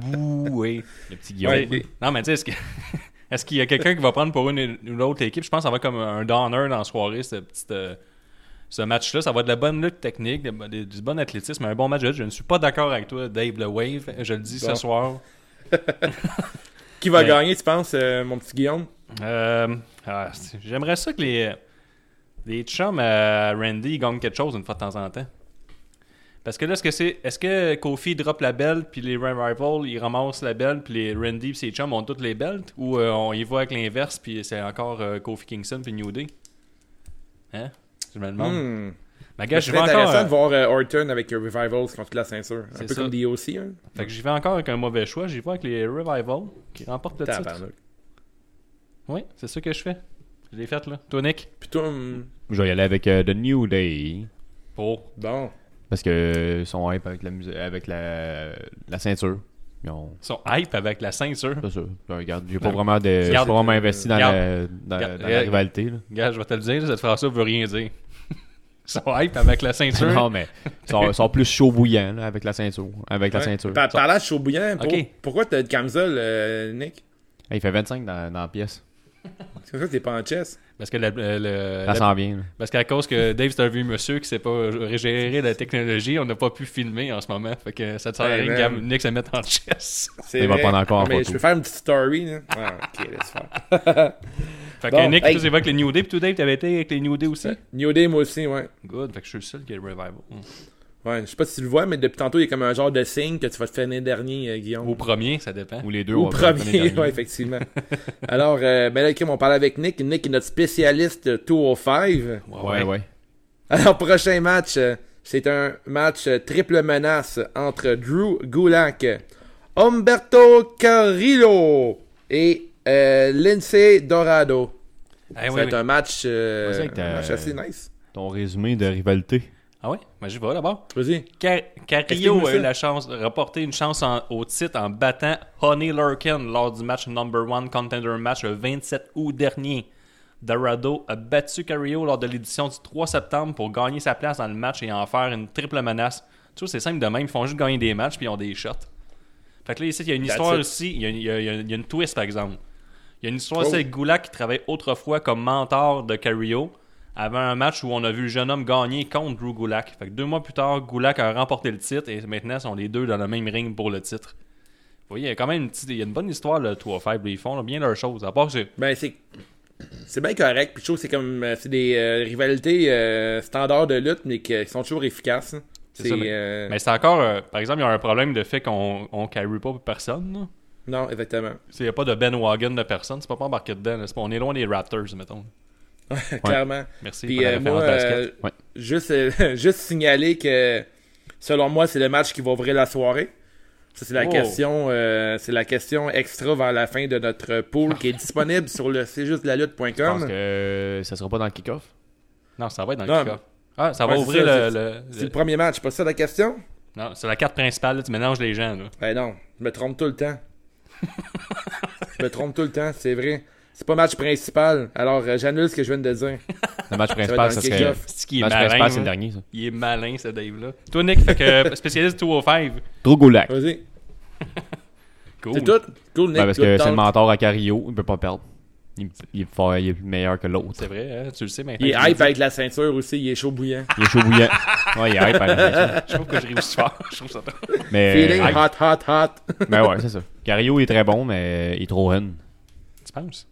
Speaker 2: bouer.
Speaker 3: Le petit Guillaume.
Speaker 1: Ouais.
Speaker 2: Oui. Non, mais tu sais, est-ce que- est-ce qu'il y a quelqu'un qui va prendre pour une ou l'autre équipe? Je pense que ça va être comme un downer dans la soirée, ce petit, euh, ce match-là. Ça va être de la bonne lutte technique, de- de- du bon athlétisme, un bon match de lutte. Je ne suis pas d'accord avec toi, Dave Le Wave. Je le dis ce
Speaker 1: Bon.
Speaker 2: soir.
Speaker 1: Qui va
Speaker 2: Mais-
Speaker 1: gagner tu penses euh, mon petit Guillaume
Speaker 2: Euh, ah, c'est- J'aimerais ça que les, les chums à Randy gagnent quelque chose une fois de temps en temps. Parce que là, est-ce que c'est. Est-ce que Kofi drop la belle, puis les Revival, ils ramassent la belle, puis les Randy et ses chums ont toutes les belts Ou euh, on y va avec l'inverse, puis c'est encore euh, Kofi Kingston puis New Day Hein Je me demande.
Speaker 1: Hmm.
Speaker 2: Ma gars,
Speaker 1: C'est
Speaker 2: je vais
Speaker 1: intéressant
Speaker 2: encore. euh,
Speaker 1: de voir euh, Orton avec euh, Revivals contre la ceinture, un
Speaker 2: C'est
Speaker 1: peu
Speaker 2: ça.
Speaker 1: comme DOC hein.
Speaker 2: Fait que j'y vais encore avec un mauvais choix. J'y vais avec les Revival qui remportent le titre.
Speaker 1: Tabarnak.
Speaker 2: Oui, c'est ça que je fais. Je l'ai fait, là. Toi, Nick
Speaker 1: Puis toi hum,
Speaker 3: Je vais y aller avec euh, The New Day.
Speaker 2: Pour.
Speaker 1: bon,
Speaker 3: Parce que euh, ils sont hype avec la, mus- avec la, la ceinture. Ils ont-
Speaker 2: Ils sont hype avec la ceinture.
Speaker 3: C'est ça. Ben, regarde, j'ai pas vraiment de. Je suis pas
Speaker 2: Regarde.
Speaker 3: vraiment
Speaker 1: euh,
Speaker 3: investi dans,
Speaker 2: Regarde.
Speaker 3: la, dans-
Speaker 2: Regarde.
Speaker 3: dans la
Speaker 2: Regarde.
Speaker 3: rivalité. là.
Speaker 2: Gars, je vais te le dire, cette phrase-là veut rien dire. Ils sont hype avec la ceinture.
Speaker 3: Non, mais ils sont, ils sont plus chauds bouillants là, avec la ceinture. Avec la
Speaker 1: Ouais.
Speaker 3: ceinture.
Speaker 1: Par- Parlant de Chaubouillant, pour-
Speaker 2: Ok.
Speaker 1: pourquoi t'as de camisole euh, Nick
Speaker 3: Hey, il fait 25 dans, dans la pièce.
Speaker 1: C'est ça t'es pas en chess.
Speaker 2: Parce que la- euh, le-
Speaker 3: Ça
Speaker 2: la-
Speaker 3: s'en vient. là.
Speaker 2: parce qu'à cause que Dave c'est un vieux monsieur qui sait pas gérer la technologie, on n'a pas pu filmer en ce moment. Fait que ça te sert à
Speaker 1: Hey,
Speaker 2: rien que
Speaker 1: man.
Speaker 2: Gab- Nick se mette en chess.
Speaker 1: C'est
Speaker 3: Il va
Speaker 1: vrai.
Speaker 3: prendre encore en
Speaker 1: Non, mais
Speaker 3: photo.
Speaker 1: je peux faire une petite story là. Ah, OK, laisse faire.
Speaker 2: Fait que
Speaker 1: Bon,
Speaker 2: Nick,
Speaker 1: hey.
Speaker 2: tu évoques les New Day, puis toi Dave, t'avais été avec les New Day aussi.
Speaker 1: New Day moi aussi, ouais.
Speaker 2: Good, fait que je suis le seul qui a le revival.
Speaker 1: Ouais, je sais pas si tu le vois, mais depuis tantôt, il y a comme un genre de signe que tu vas te faire l'année dernière, euh, Guillaume.
Speaker 2: Au premier, ça dépend.
Speaker 3: Ou les deux.
Speaker 1: Ou
Speaker 3: on va faire les
Speaker 1: premier,
Speaker 3: derniers.
Speaker 1: ouais, effectivement. Alors, euh, ben là, Kim, on parlait avec Nick. Nick est notre spécialiste euh, Tour 5.
Speaker 3: Ouais, ouais.
Speaker 1: Alors, prochain match, euh, c'est un match euh, triple menace entre Drew Gulak, Humberto Carrillo et euh, Lindsay Dorado.
Speaker 3: Eh
Speaker 2: Ah
Speaker 1: c'est
Speaker 2: ouais, ouais.
Speaker 1: un match, euh,
Speaker 3: Ouais, c'est vrai que
Speaker 1: un match
Speaker 3: t'as-
Speaker 1: assez nice.
Speaker 3: Ton résumé de rivalité.
Speaker 2: Ah ouais? Ben, j'y vais d'abord.
Speaker 1: Vas-y.
Speaker 2: Car-
Speaker 1: Explique-nous
Speaker 2: Carrillo a
Speaker 1: ça.
Speaker 2: eu la chance de remporter une chance en- au titre en battant Honey Lurkin lors du match number one contender match le 27 août dernier. Dorado a battu Carrillo lors de l'édition du 3 septembre pour gagner sa place dans le match et en faire une triple menace. Tu vois, c'est simple de même, ils font juste gagner des matchs puis ils ont des shots. Fait que là, ici, il y a une
Speaker 1: That's
Speaker 2: histoire
Speaker 1: it.
Speaker 2: aussi, il y a, il y a- il y a- il y a une twist par exemple. Il y a une histoire
Speaker 1: Oh.
Speaker 2: aussi avec Goulak qui travaillait autrefois comme mentor de Carrillo avant un match où on a vu le jeune homme gagner contre Drew Goulak. Fait que deux mois plus tard, Goulak a remporté le titre et maintenant sont les deux dans le même ring pour le titre. Vous voyez, il y a quand même une, petite- il y a une bonne histoire, le 3 5 Ils font là, bien leurs choses. À part que c'est-
Speaker 1: Ben, c'est. C'est bien correct. Puis je trouve que c'est comme. euh, C'est des euh, rivalités euh, standards de lutte, mais qui, qui sont toujours efficaces. hein.
Speaker 2: C'est
Speaker 1: C'est.
Speaker 2: ça, mais-
Speaker 1: euh,
Speaker 2: Mais c'est encore. euh, par exemple, il y a un problème de fait qu'on on carry pas pour personne. là.
Speaker 1: Non, exactement.
Speaker 2: S'il n'y a pas de Ben Wagon de personne, c'est pas pas embarqué dedans. là. C'est pas- on est loin des Raptors, mettons.
Speaker 1: clairement.
Speaker 2: Merci
Speaker 1: Puis
Speaker 2: pour la
Speaker 1: euh,
Speaker 2: référence
Speaker 1: moi,
Speaker 2: basket.
Speaker 1: euh,
Speaker 3: Ouais.
Speaker 1: juste, euh, juste signaler que selon moi, c'est le match qui va ouvrir la soirée. Ça, c'est la
Speaker 2: Oh.
Speaker 1: question euh, c'est la question extra vers la fin de notre
Speaker 2: Ah.
Speaker 1: pool qui est disponible sur le c'est juste la
Speaker 3: Je pense
Speaker 1: lutte.com.
Speaker 3: que euh, ça sera pas dans le kick-off.
Speaker 2: Non, ça va être dans
Speaker 1: Non,
Speaker 2: le kick-off. Ah, ça
Speaker 1: Ouais,
Speaker 2: va
Speaker 1: c'est ça,
Speaker 2: ouvrir le- le.
Speaker 1: C'est
Speaker 2: le-
Speaker 1: le premier match, pas ça la question?
Speaker 2: Non, c'est la carte principale, là, tu mélanges les gens. Là.
Speaker 1: Ben non, je me trompe tout le temps. je me trompe tout le temps, c'est vrai. C'est pas match principal. Alors, euh, j'annule ce que je viens de dire.
Speaker 3: Le match
Speaker 1: Ça va
Speaker 3: principal,
Speaker 1: être dans
Speaker 3: ça
Speaker 1: le
Speaker 3: serait.
Speaker 1: kick-off.
Speaker 2: C'est qui
Speaker 3: Le
Speaker 2: est
Speaker 3: match
Speaker 2: malin.
Speaker 3: principal, Ben, c'est le
Speaker 2: hein.
Speaker 3: dernier, ça.
Speaker 2: Il est malin, ce Dave-là. Toi, Nick, fait que euh, spécialiste 205.
Speaker 3: Drogulak.
Speaker 1: Vas-y.
Speaker 2: Cool.
Speaker 1: C'est tout? Cool, Nick.
Speaker 3: Ben, parce
Speaker 1: good
Speaker 3: que c'est
Speaker 1: talk.
Speaker 3: le mentor à Cario, il peut pas perdre. Il, il est fort, il est meilleur que l'autre.
Speaker 2: C'est vrai, hein, tu le sais maintenant.
Speaker 1: Il est
Speaker 2: Tu le
Speaker 1: hype
Speaker 2: dis.
Speaker 1: avec la ceinture aussi, il est chaud bouillant.
Speaker 3: Il est chaud bouillant. ouais, il est hype à la fin, ça.
Speaker 2: Je trouve que je réussis fort. Je trouve ça drôle.
Speaker 3: Mais,
Speaker 1: Feeling
Speaker 3: hype.
Speaker 1: hot, hot, hot.
Speaker 3: mais ouais, c'est ça. Cario est très bon, mais il est trop run.
Speaker 2: Tu penses?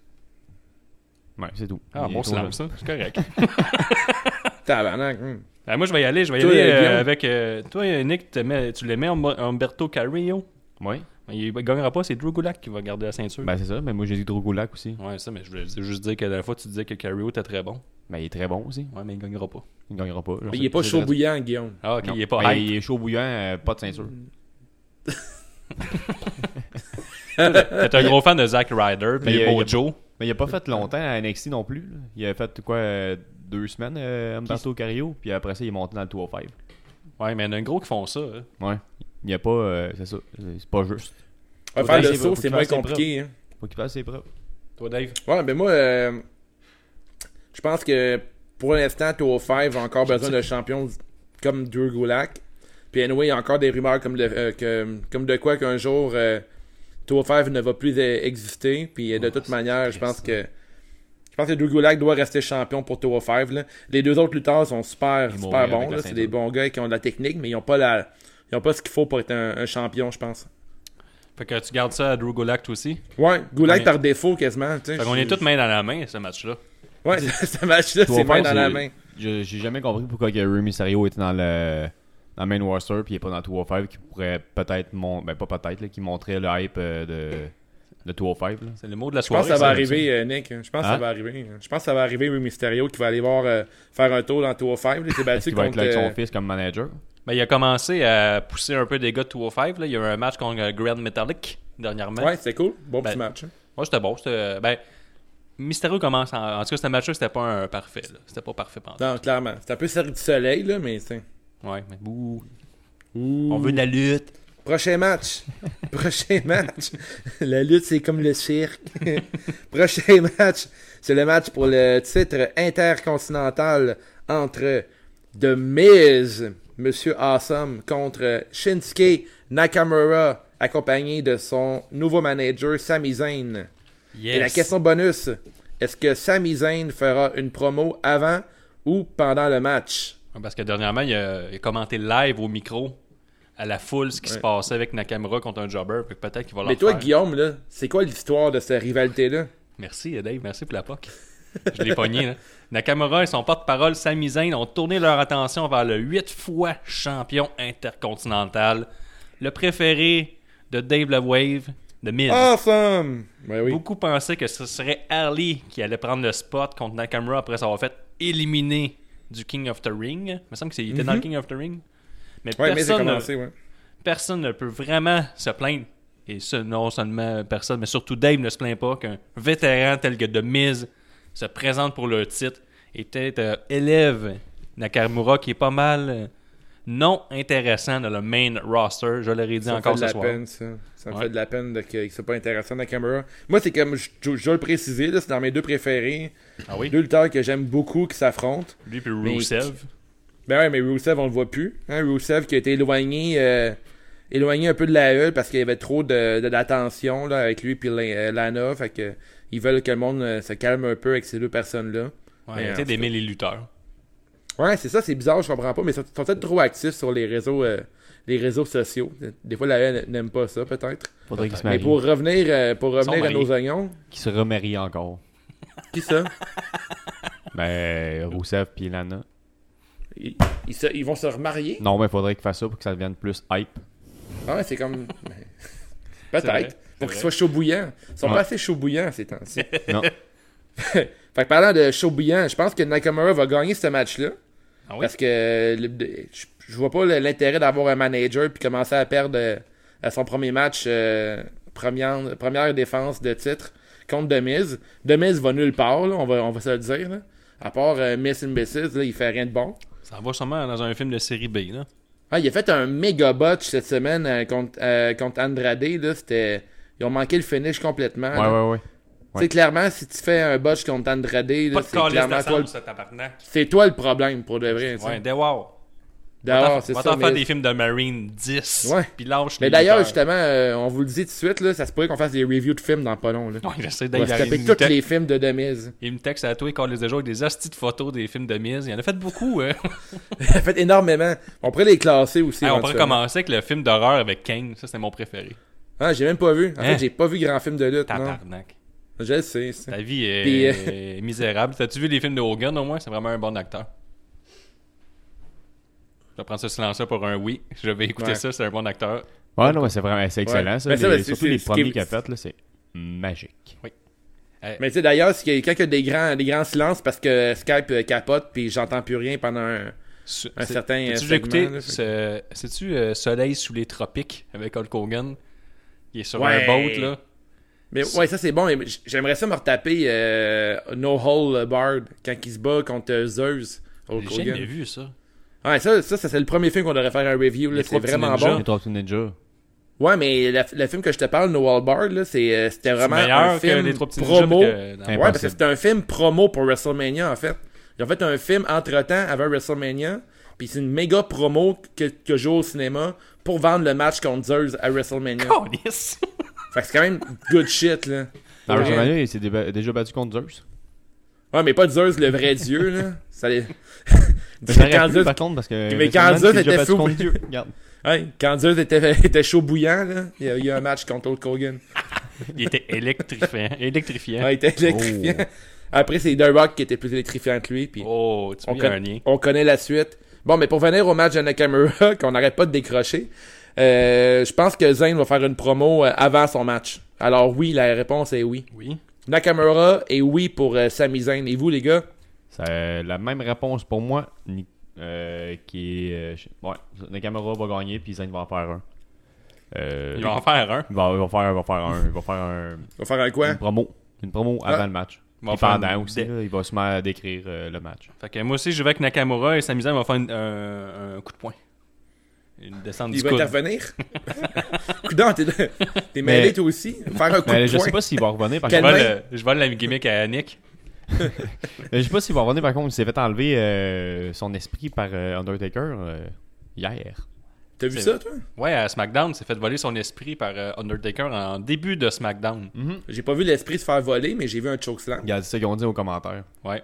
Speaker 3: Ouais, c'est tout.
Speaker 2: Ah,
Speaker 3: Il est
Speaker 2: bon
Speaker 3: trop
Speaker 2: silence, ça. C'est correct.
Speaker 1: Tabarnak. hmm.
Speaker 2: Ben, moi, je vais y aller. Je vais y
Speaker 1: Toi,
Speaker 2: aller
Speaker 1: Guillaume.
Speaker 2: euh, avec. euh, toi, euh, Nick, tu mets- tu l'aimais, Humber- Humberto Carrillo.
Speaker 3: run. Ouais.
Speaker 2: Il gagnera pas, c'est Drew Gulak qui va garder la ceinture.
Speaker 3: Ben, c'est ça. Mais moi, j'ai dit Drogulak aussi.
Speaker 2: Ouais, ça, mais je voulais juste dire que la fois, tu disais que Carrillo était très bon.
Speaker 3: Ben, il est très bon aussi.
Speaker 2: Ouais, mais il gagnera pas.
Speaker 3: Ben, Il gagnera pas. genre,
Speaker 1: Mais il
Speaker 3: c'est-
Speaker 1: est pas
Speaker 3: c'est
Speaker 1: chaud
Speaker 3: vrai.
Speaker 1: bouillant, Guillaume.
Speaker 2: Ah, ok,
Speaker 3: Non.
Speaker 2: il est pas
Speaker 3: Ben,
Speaker 2: hype.
Speaker 3: il est chaud bouillant, euh, pas de ceinture.
Speaker 2: T'es un gros fan de Zack Ryder,
Speaker 3: Mais il
Speaker 1: euh,
Speaker 2: puis
Speaker 3: y a-
Speaker 2: Mojo.
Speaker 3: Mais il a pas fait longtemps à NXT non plus. là. Il a fait quoi euh, deux semaines, euh, Humberto Cario, puis après ça, il est monté dans le 205.
Speaker 2: Ouais, mais il y en a un gros qui font ça. hein.
Speaker 3: Ouais. Il n'y a pas. euh, c'est ça. C'est c'est pas juste.
Speaker 1: Ouais,
Speaker 3: Faut
Speaker 1: faire le
Speaker 3: qu'il-
Speaker 1: saut,
Speaker 3: faut
Speaker 1: c'est
Speaker 3: qu'il
Speaker 1: moins
Speaker 3: fasse ses
Speaker 1: compliqué. hein.
Speaker 3: Faut qu'il fasse ses preuves.
Speaker 2: Toi, Dave.
Speaker 1: Ouais, ben moi, euh, je pense que pour l'instant, Tour 5 a encore besoin de champions comme Drew Gulak. Puis anyway, il y a encore des rumeurs comme de, euh, que- comme de quoi qu'un jour, euh, Tour 5 ne va plus euh, exister. Puis euh, de toute manière, je pense que... Je pense que Drew Gulak doit rester champion pour Tour 5. là. Les deux autres lutteurs sont super,
Speaker 3: Ils
Speaker 1: super
Speaker 3: mourraient
Speaker 1: bons.
Speaker 3: avec la
Speaker 1: là. C'est
Speaker 3: ceinture.
Speaker 1: des bons gars qui ont de la technique, mais ils n'ont pas la... Ils ont pas ce qu'il faut pour être un, un champion, je pense.
Speaker 2: Fait que tu gardes ça à Drew Gulak, toi aussi.
Speaker 1: Ouais, Gulak
Speaker 2: On est-
Speaker 1: par défaut quasiment. tu sais,
Speaker 2: Fait qu'on
Speaker 1: je-
Speaker 2: est toutes main dans la main, ce match-là.
Speaker 1: Ouais, ce match-là, c'est main dans la main.
Speaker 3: Je- J'ai jamais compris pourquoi que Rey Mysterio était dans le dans le main roster puis il est pas dans le 205 qui pourrait peut-être mon ben pas peut-être là, qui montrait le hype euh, de de 205 là.
Speaker 2: C'est le mot de la
Speaker 1: Je pense que
Speaker 2: soirée.
Speaker 1: ça va
Speaker 2: ça.
Speaker 1: arriver, euh, Nick. Je pense que ça
Speaker 3: Hein?
Speaker 1: va arriver. Je pense que ça va arriver, oui, Mysterio, qui va aller voir euh, faire un tour dans Tour 5. Il s'est
Speaker 3: Est-ce
Speaker 1: battu
Speaker 3: qu'il va
Speaker 1: contre.
Speaker 3: être là avec
Speaker 1: euh,
Speaker 3: son fils comme manager
Speaker 2: Ben, il a commencé à pousser un peu des gars de 205. Là. Il y a eu un match contre euh, Grand Metallic dernièrement.
Speaker 1: Ouais, c'était cool. Bon
Speaker 2: Ben,
Speaker 1: petit match. hein.
Speaker 2: Ouais, c'était bon. C'était, euh, ben, Mysterio commence. En, en tout cas, ce match-là, c'était pas un parfait. là. C'était pas parfait pendant.
Speaker 1: Non, clairement. C'était un peu Série du Soleil, là, mais c'est.
Speaker 2: Ouais, mais bouh. On veut de la lutte.
Speaker 1: Prochain match. Prochain match. La lutte, c'est comme le cirque. Prochain match. C'est le match pour le titre intercontinental entre The Miz, Monsieur Awesome, contre Shinsuke Nakamura, accompagné de son nouveau manager, Sami Zayn.
Speaker 2: Yes.
Speaker 1: Et la question bonus, est-ce que Sami Zayn fera une promo avant ou pendant le match?
Speaker 2: Ouais, Parce que dernièrement, il a, il a commenté live au micro à la foule ce qui se
Speaker 1: Ouais.
Speaker 2: passait avec Nakamura contre un jobber. Fait que peut-être qu'il va leur
Speaker 1: Mais toi,
Speaker 2: faire.
Speaker 1: Guillaume, là, c'est quoi l'histoire de cette rivalité-là?
Speaker 2: Merci, euh, Dave. Merci pour la POC. Je l'ai pogné, là. Nakamura et son porte-parole, Sami Zayn, ont tourné leur attention vers le 8 fois champion intercontinental, le préféré de Dave La Wave, de Miz.
Speaker 1: Ah! Awesome! Ben oui.
Speaker 2: Beaucoup pensaient que ce serait Ali qui allait prendre le spot contre Nakamura après s'avoir fait éliminer du King of the Ring. Il me semble qu'il était dans le King of the Ring. Mais
Speaker 1: Mhm. Ouais, mais c'est
Speaker 2: personne, ne-
Speaker 1: commencé, ouais.
Speaker 2: personne ne peut vraiment se plaindre. Et ce, non seulement personne, mais surtout Dave ne se plaint pas qu'un vétéran tel que The Miz se présente pour le titre et peut-être euh, élève Nakamura qui est pas mal euh, non intéressant dans le main roster. Je l'aurais dit
Speaker 1: Ça me
Speaker 2: encore
Speaker 1: fait de
Speaker 2: ce
Speaker 1: la
Speaker 2: soir.
Speaker 1: peine, ça. Ça me
Speaker 2: Ouais.
Speaker 1: fait de la peine de que, que c'est pas intéressant la caméra. Moi, c'est comme, je, je- je dois le préciser, là, c'est dans mes deux préférés.
Speaker 2: Ah oui,
Speaker 1: Deux lutteurs que j'aime beaucoup qui s'affrontent.
Speaker 2: lui puis
Speaker 1: Mais-
Speaker 2: Rusev.
Speaker 1: Ben ouais, mais Rusev, on le voit plus. Hein, Rusev qui a été éloigné, euh, éloigné un peu de la E parce qu'il y avait trop de, de, d'attention, là, avec lui puis Lin- euh, Lana. Fait que, ils veulent que le monde euh, se calme un peu avec ces deux personnes-là.
Speaker 2: Ouais,
Speaker 1: Mais,
Speaker 2: arrêtez
Speaker 1: en
Speaker 2: d'aimer les lutteurs.
Speaker 1: Ouais, c'est ça, c'est bizarre, je comprends pas, mais ils sont, ils sont peut-être trop actifs sur les réseaux, euh, les réseaux sociaux. Des fois, la E n'aime pas ça, peut-être.
Speaker 3: Faudrait qu'il se
Speaker 1: Mais
Speaker 3: marie.
Speaker 1: pour revenir, euh, pour revenir à
Speaker 2: mariés.
Speaker 1: nos oignons,
Speaker 3: Qu'il se remarie encore.
Speaker 1: qui ça?
Speaker 3: Ben Rousseff puis Lana.
Speaker 1: ils, ils se- ils vont se remarier?
Speaker 3: Non, mais faudrait qu'il fasse ça pour que ça devienne plus hype.
Speaker 1: Ah ouais, c'est comme... mais-
Speaker 2: C'est vrai,
Speaker 1: Peut-être.
Speaker 2: c'est
Speaker 1: Pour qu'ils
Speaker 2: vrai.
Speaker 1: soient chaud bouillants. Ils sont
Speaker 3: Ouais.
Speaker 1: pas assez chaud bouillants ces temps-ci.
Speaker 3: Non.
Speaker 1: fait Fait que parlant de show bouillant, je pense que Nakamura va gagner ce match-là.
Speaker 2: Ah oui?
Speaker 1: Parce que le- de- je, je vois pas le- l'intérêt d'avoir un manager puis commencer à perdre euh, à son premier match, euh, première, première défense de titre contre Demise. Demise va nulle part, là, on, va, on va se le dire. là. À part euh, Miss Imbeciles, là, il fait rien de bon.
Speaker 2: Ça va sûrement dans un film de série B, là.
Speaker 1: Ah, il a fait un méga botch cette semaine euh, contre, euh, contre Andrade. Là, c'était... Ils ont manqué le finish complètement.
Speaker 3: Ouais,
Speaker 1: là.
Speaker 3: ouais, ouais.
Speaker 1: Tu sais, clairement, si tu fais un botch contre Andrade, là,
Speaker 2: Pas de
Speaker 1: c'est
Speaker 2: calice
Speaker 1: clairement
Speaker 2: de
Speaker 1: toi, le-
Speaker 2: sang, ça, tabarnak.
Speaker 1: c'est toi le problème pour de vrai. tu sais.
Speaker 2: Ouais, des wow.
Speaker 1: Dehors, Ah, c'est
Speaker 2: va
Speaker 1: ça.
Speaker 2: t'en faire
Speaker 1: mais-
Speaker 2: des films de Marine 10.
Speaker 1: Ouais.
Speaker 2: Puis lâche
Speaker 1: Mais
Speaker 2: les
Speaker 1: d'ailleurs,
Speaker 2: lutteurs.
Speaker 1: justement, euh, on vous le dit tout de suite, là, ça se pourrait qu'on fasse des reviews de films dans pas long. Là.
Speaker 2: Ouais, j'essaie
Speaker 1: on va se
Speaker 2: d'ailleurs.
Speaker 1: taper
Speaker 2: Il, me
Speaker 1: tous
Speaker 2: te-
Speaker 1: les films de Demise.
Speaker 2: il me texte à toi et colle les déjà avec des hosties de photos des films de mise. Il en a fait beaucoup, hein.
Speaker 1: Il a fait énormément. On pourrait les classer aussi.
Speaker 2: Hey, on pourrait
Speaker 1: éventuellement.
Speaker 2: commencer avec le film d'horreur avec Kane. Ça, c'était mon préféré.
Speaker 1: Ah, j'ai même pas vu. En
Speaker 2: Hein?
Speaker 1: fait, j'ai pas vu grand film de lutte. Non.
Speaker 2: Tabarnak.
Speaker 1: Je le sais. ça.
Speaker 2: Ta vie est,
Speaker 1: Puis, euh,
Speaker 2: est misérable. T'as-tu vu les films de Hogan au moins C'est vraiment un bon acteur. Je vais prendre ce silence-là pour un oui. Je vais écouter
Speaker 1: Ouais.
Speaker 2: ça, c'est un bon acteur.
Speaker 3: Ouais, non, mais c'est vraiment c'est excellent,
Speaker 1: Ouais.
Speaker 3: ça.
Speaker 1: Mais ça,
Speaker 3: les-
Speaker 1: mais c'est-
Speaker 3: surtout les
Speaker 1: c'est-
Speaker 3: premiers
Speaker 1: c'est-
Speaker 3: qu'elle fait, là, c'est magique.
Speaker 1: Mais tu sais, d'ailleurs, c'est que quand il y a des grands, des grands silences parce que Skype euh, capote puis j'entends plus rien pendant un.
Speaker 2: C'est-
Speaker 1: Un certain, euh,
Speaker 2: t'as-tu déjà
Speaker 1: segment,
Speaker 2: écouté
Speaker 1: là, fait
Speaker 2: ce- C'est-tu euh, Soleil sous les tropiques avec Hulk Hogan Il est sur
Speaker 1: Ouais.
Speaker 2: un boat, là.
Speaker 1: Mais ouais, ça c'est bon. mais j- J'aimerais ça me retaper euh, No Hole Bard quand il se bat contre euh, Zeus. Hulk
Speaker 2: J'ai jamais
Speaker 1: Hogan.
Speaker 2: vu ça.
Speaker 1: Ouais, ça, ça, ça, c'est le premier film qu'on devrait faire un review. là,
Speaker 2: Les
Speaker 1: C'est
Speaker 2: trois petits
Speaker 1: vraiment
Speaker 2: ninjas.
Speaker 1: bon.
Speaker 3: Les trois petits ninjas.
Speaker 1: Ouais, mais la- le film que je te parle, No Wall Bar, là, c'est, euh, c'était vraiment
Speaker 2: C'est
Speaker 1: un
Speaker 2: meilleur que
Speaker 1: film
Speaker 2: les trois petits ninjas,
Speaker 1: promo.
Speaker 2: parce que dans-
Speaker 1: Ouais,
Speaker 3: Impossible.
Speaker 1: parce que c'était un film promo pour WrestleMania, en fait. Ils ont fait un film entre-temps avant WrestleMania, puis c'est une méga promo que, que joue au cinéma pour vendre le match contre Zeus à WrestleMania.
Speaker 2: Calice!
Speaker 1: Fait que c'est quand même good shit, là.
Speaker 3: Dans
Speaker 1: Ouais.
Speaker 3: WrestleMania, il s'est déba- déjà battu contre Zeus.
Speaker 1: Ouais, mais pas Zeus, le vrai dieu, là. Ça les...
Speaker 3: Mais ça aurait
Speaker 1: quand
Speaker 3: pu,
Speaker 1: Zeus,
Speaker 3: par contre, parce que.
Speaker 1: Mais quand
Speaker 3: WrestleMania,
Speaker 1: Zeus
Speaker 3: il s'est déjà
Speaker 1: était
Speaker 3: battu
Speaker 1: fou.
Speaker 3: contre Dieu. Regarde.
Speaker 1: ouais, quand Zeus était, était chaud bouillant, là, il y a il y a un match contre Hulk Hogan.
Speaker 2: Il était électrifiant. électrifiant.
Speaker 1: Ouais, il était électrifiant. Après, c'est The Rock qui était plus électrifiant que lui, puis...
Speaker 2: Oh, tu
Speaker 1: on,
Speaker 2: vois, il y a
Speaker 1: conna-
Speaker 2: un lien.
Speaker 1: on connaît la suite. Bon, mais pour venir au match de Nakamura, qu'on n'arrête pas de décrocher, euh, je pense que Zayn va faire une promo euh, avant son match. Alors oui, la réponse est oui.
Speaker 2: Oui.
Speaker 1: Nakamura est oui pour euh, Sami Zayn. Et vous, les gars?
Speaker 3: C'est la même réponse pour moi, Ni- euh, qui est. euh, je- ouais, Nakamura va gagner, puis Zayn va en faire un. Euh,
Speaker 2: Il va en faire un.
Speaker 3: il va, il va faire, il va faire un, il va faire un,
Speaker 1: On va faire un quoi?
Speaker 3: une promo, une promo
Speaker 1: Ah.
Speaker 3: avant le match.
Speaker 2: Il va
Speaker 3: Et
Speaker 2: faire
Speaker 3: pendant
Speaker 2: une
Speaker 3: aussi,
Speaker 2: dé-
Speaker 3: là, il va se mettre à décrire euh, le match.
Speaker 2: Fait que moi aussi, je vais avec Nakamura et Sami Zayn va faire une- un, un coup de poing. Une descente
Speaker 1: Il
Speaker 2: du
Speaker 1: va
Speaker 2: coude.
Speaker 1: intervenir? Coudon, t'es, t'es mêlé
Speaker 3: Mais-
Speaker 1: toi aussi? Faire un coup
Speaker 3: Mais
Speaker 1: de
Speaker 3: je sais
Speaker 1: poing?
Speaker 3: pas s'il va revenir. Par
Speaker 1: Quel
Speaker 2: Je
Speaker 3: contre, euh,
Speaker 1: main?
Speaker 2: vole, le- je vole la gimmick à Nick.
Speaker 3: je sais pas s'il va revenir. Par contre, il s'est fait enlever euh, son esprit par euh, Undertaker euh, hier.
Speaker 1: T'as vu
Speaker 2: C'est-
Speaker 1: ça, toi?
Speaker 2: Ouais, à SmackDown, s'est fait voler son esprit par euh, Undertaker en début de SmackDown.
Speaker 1: J'ai pas vu l'esprit se faire voler, mais j'ai vu un chokeslam.
Speaker 3: Regardez ce qu'ils ont dit aux commentaires.
Speaker 2: Ouais.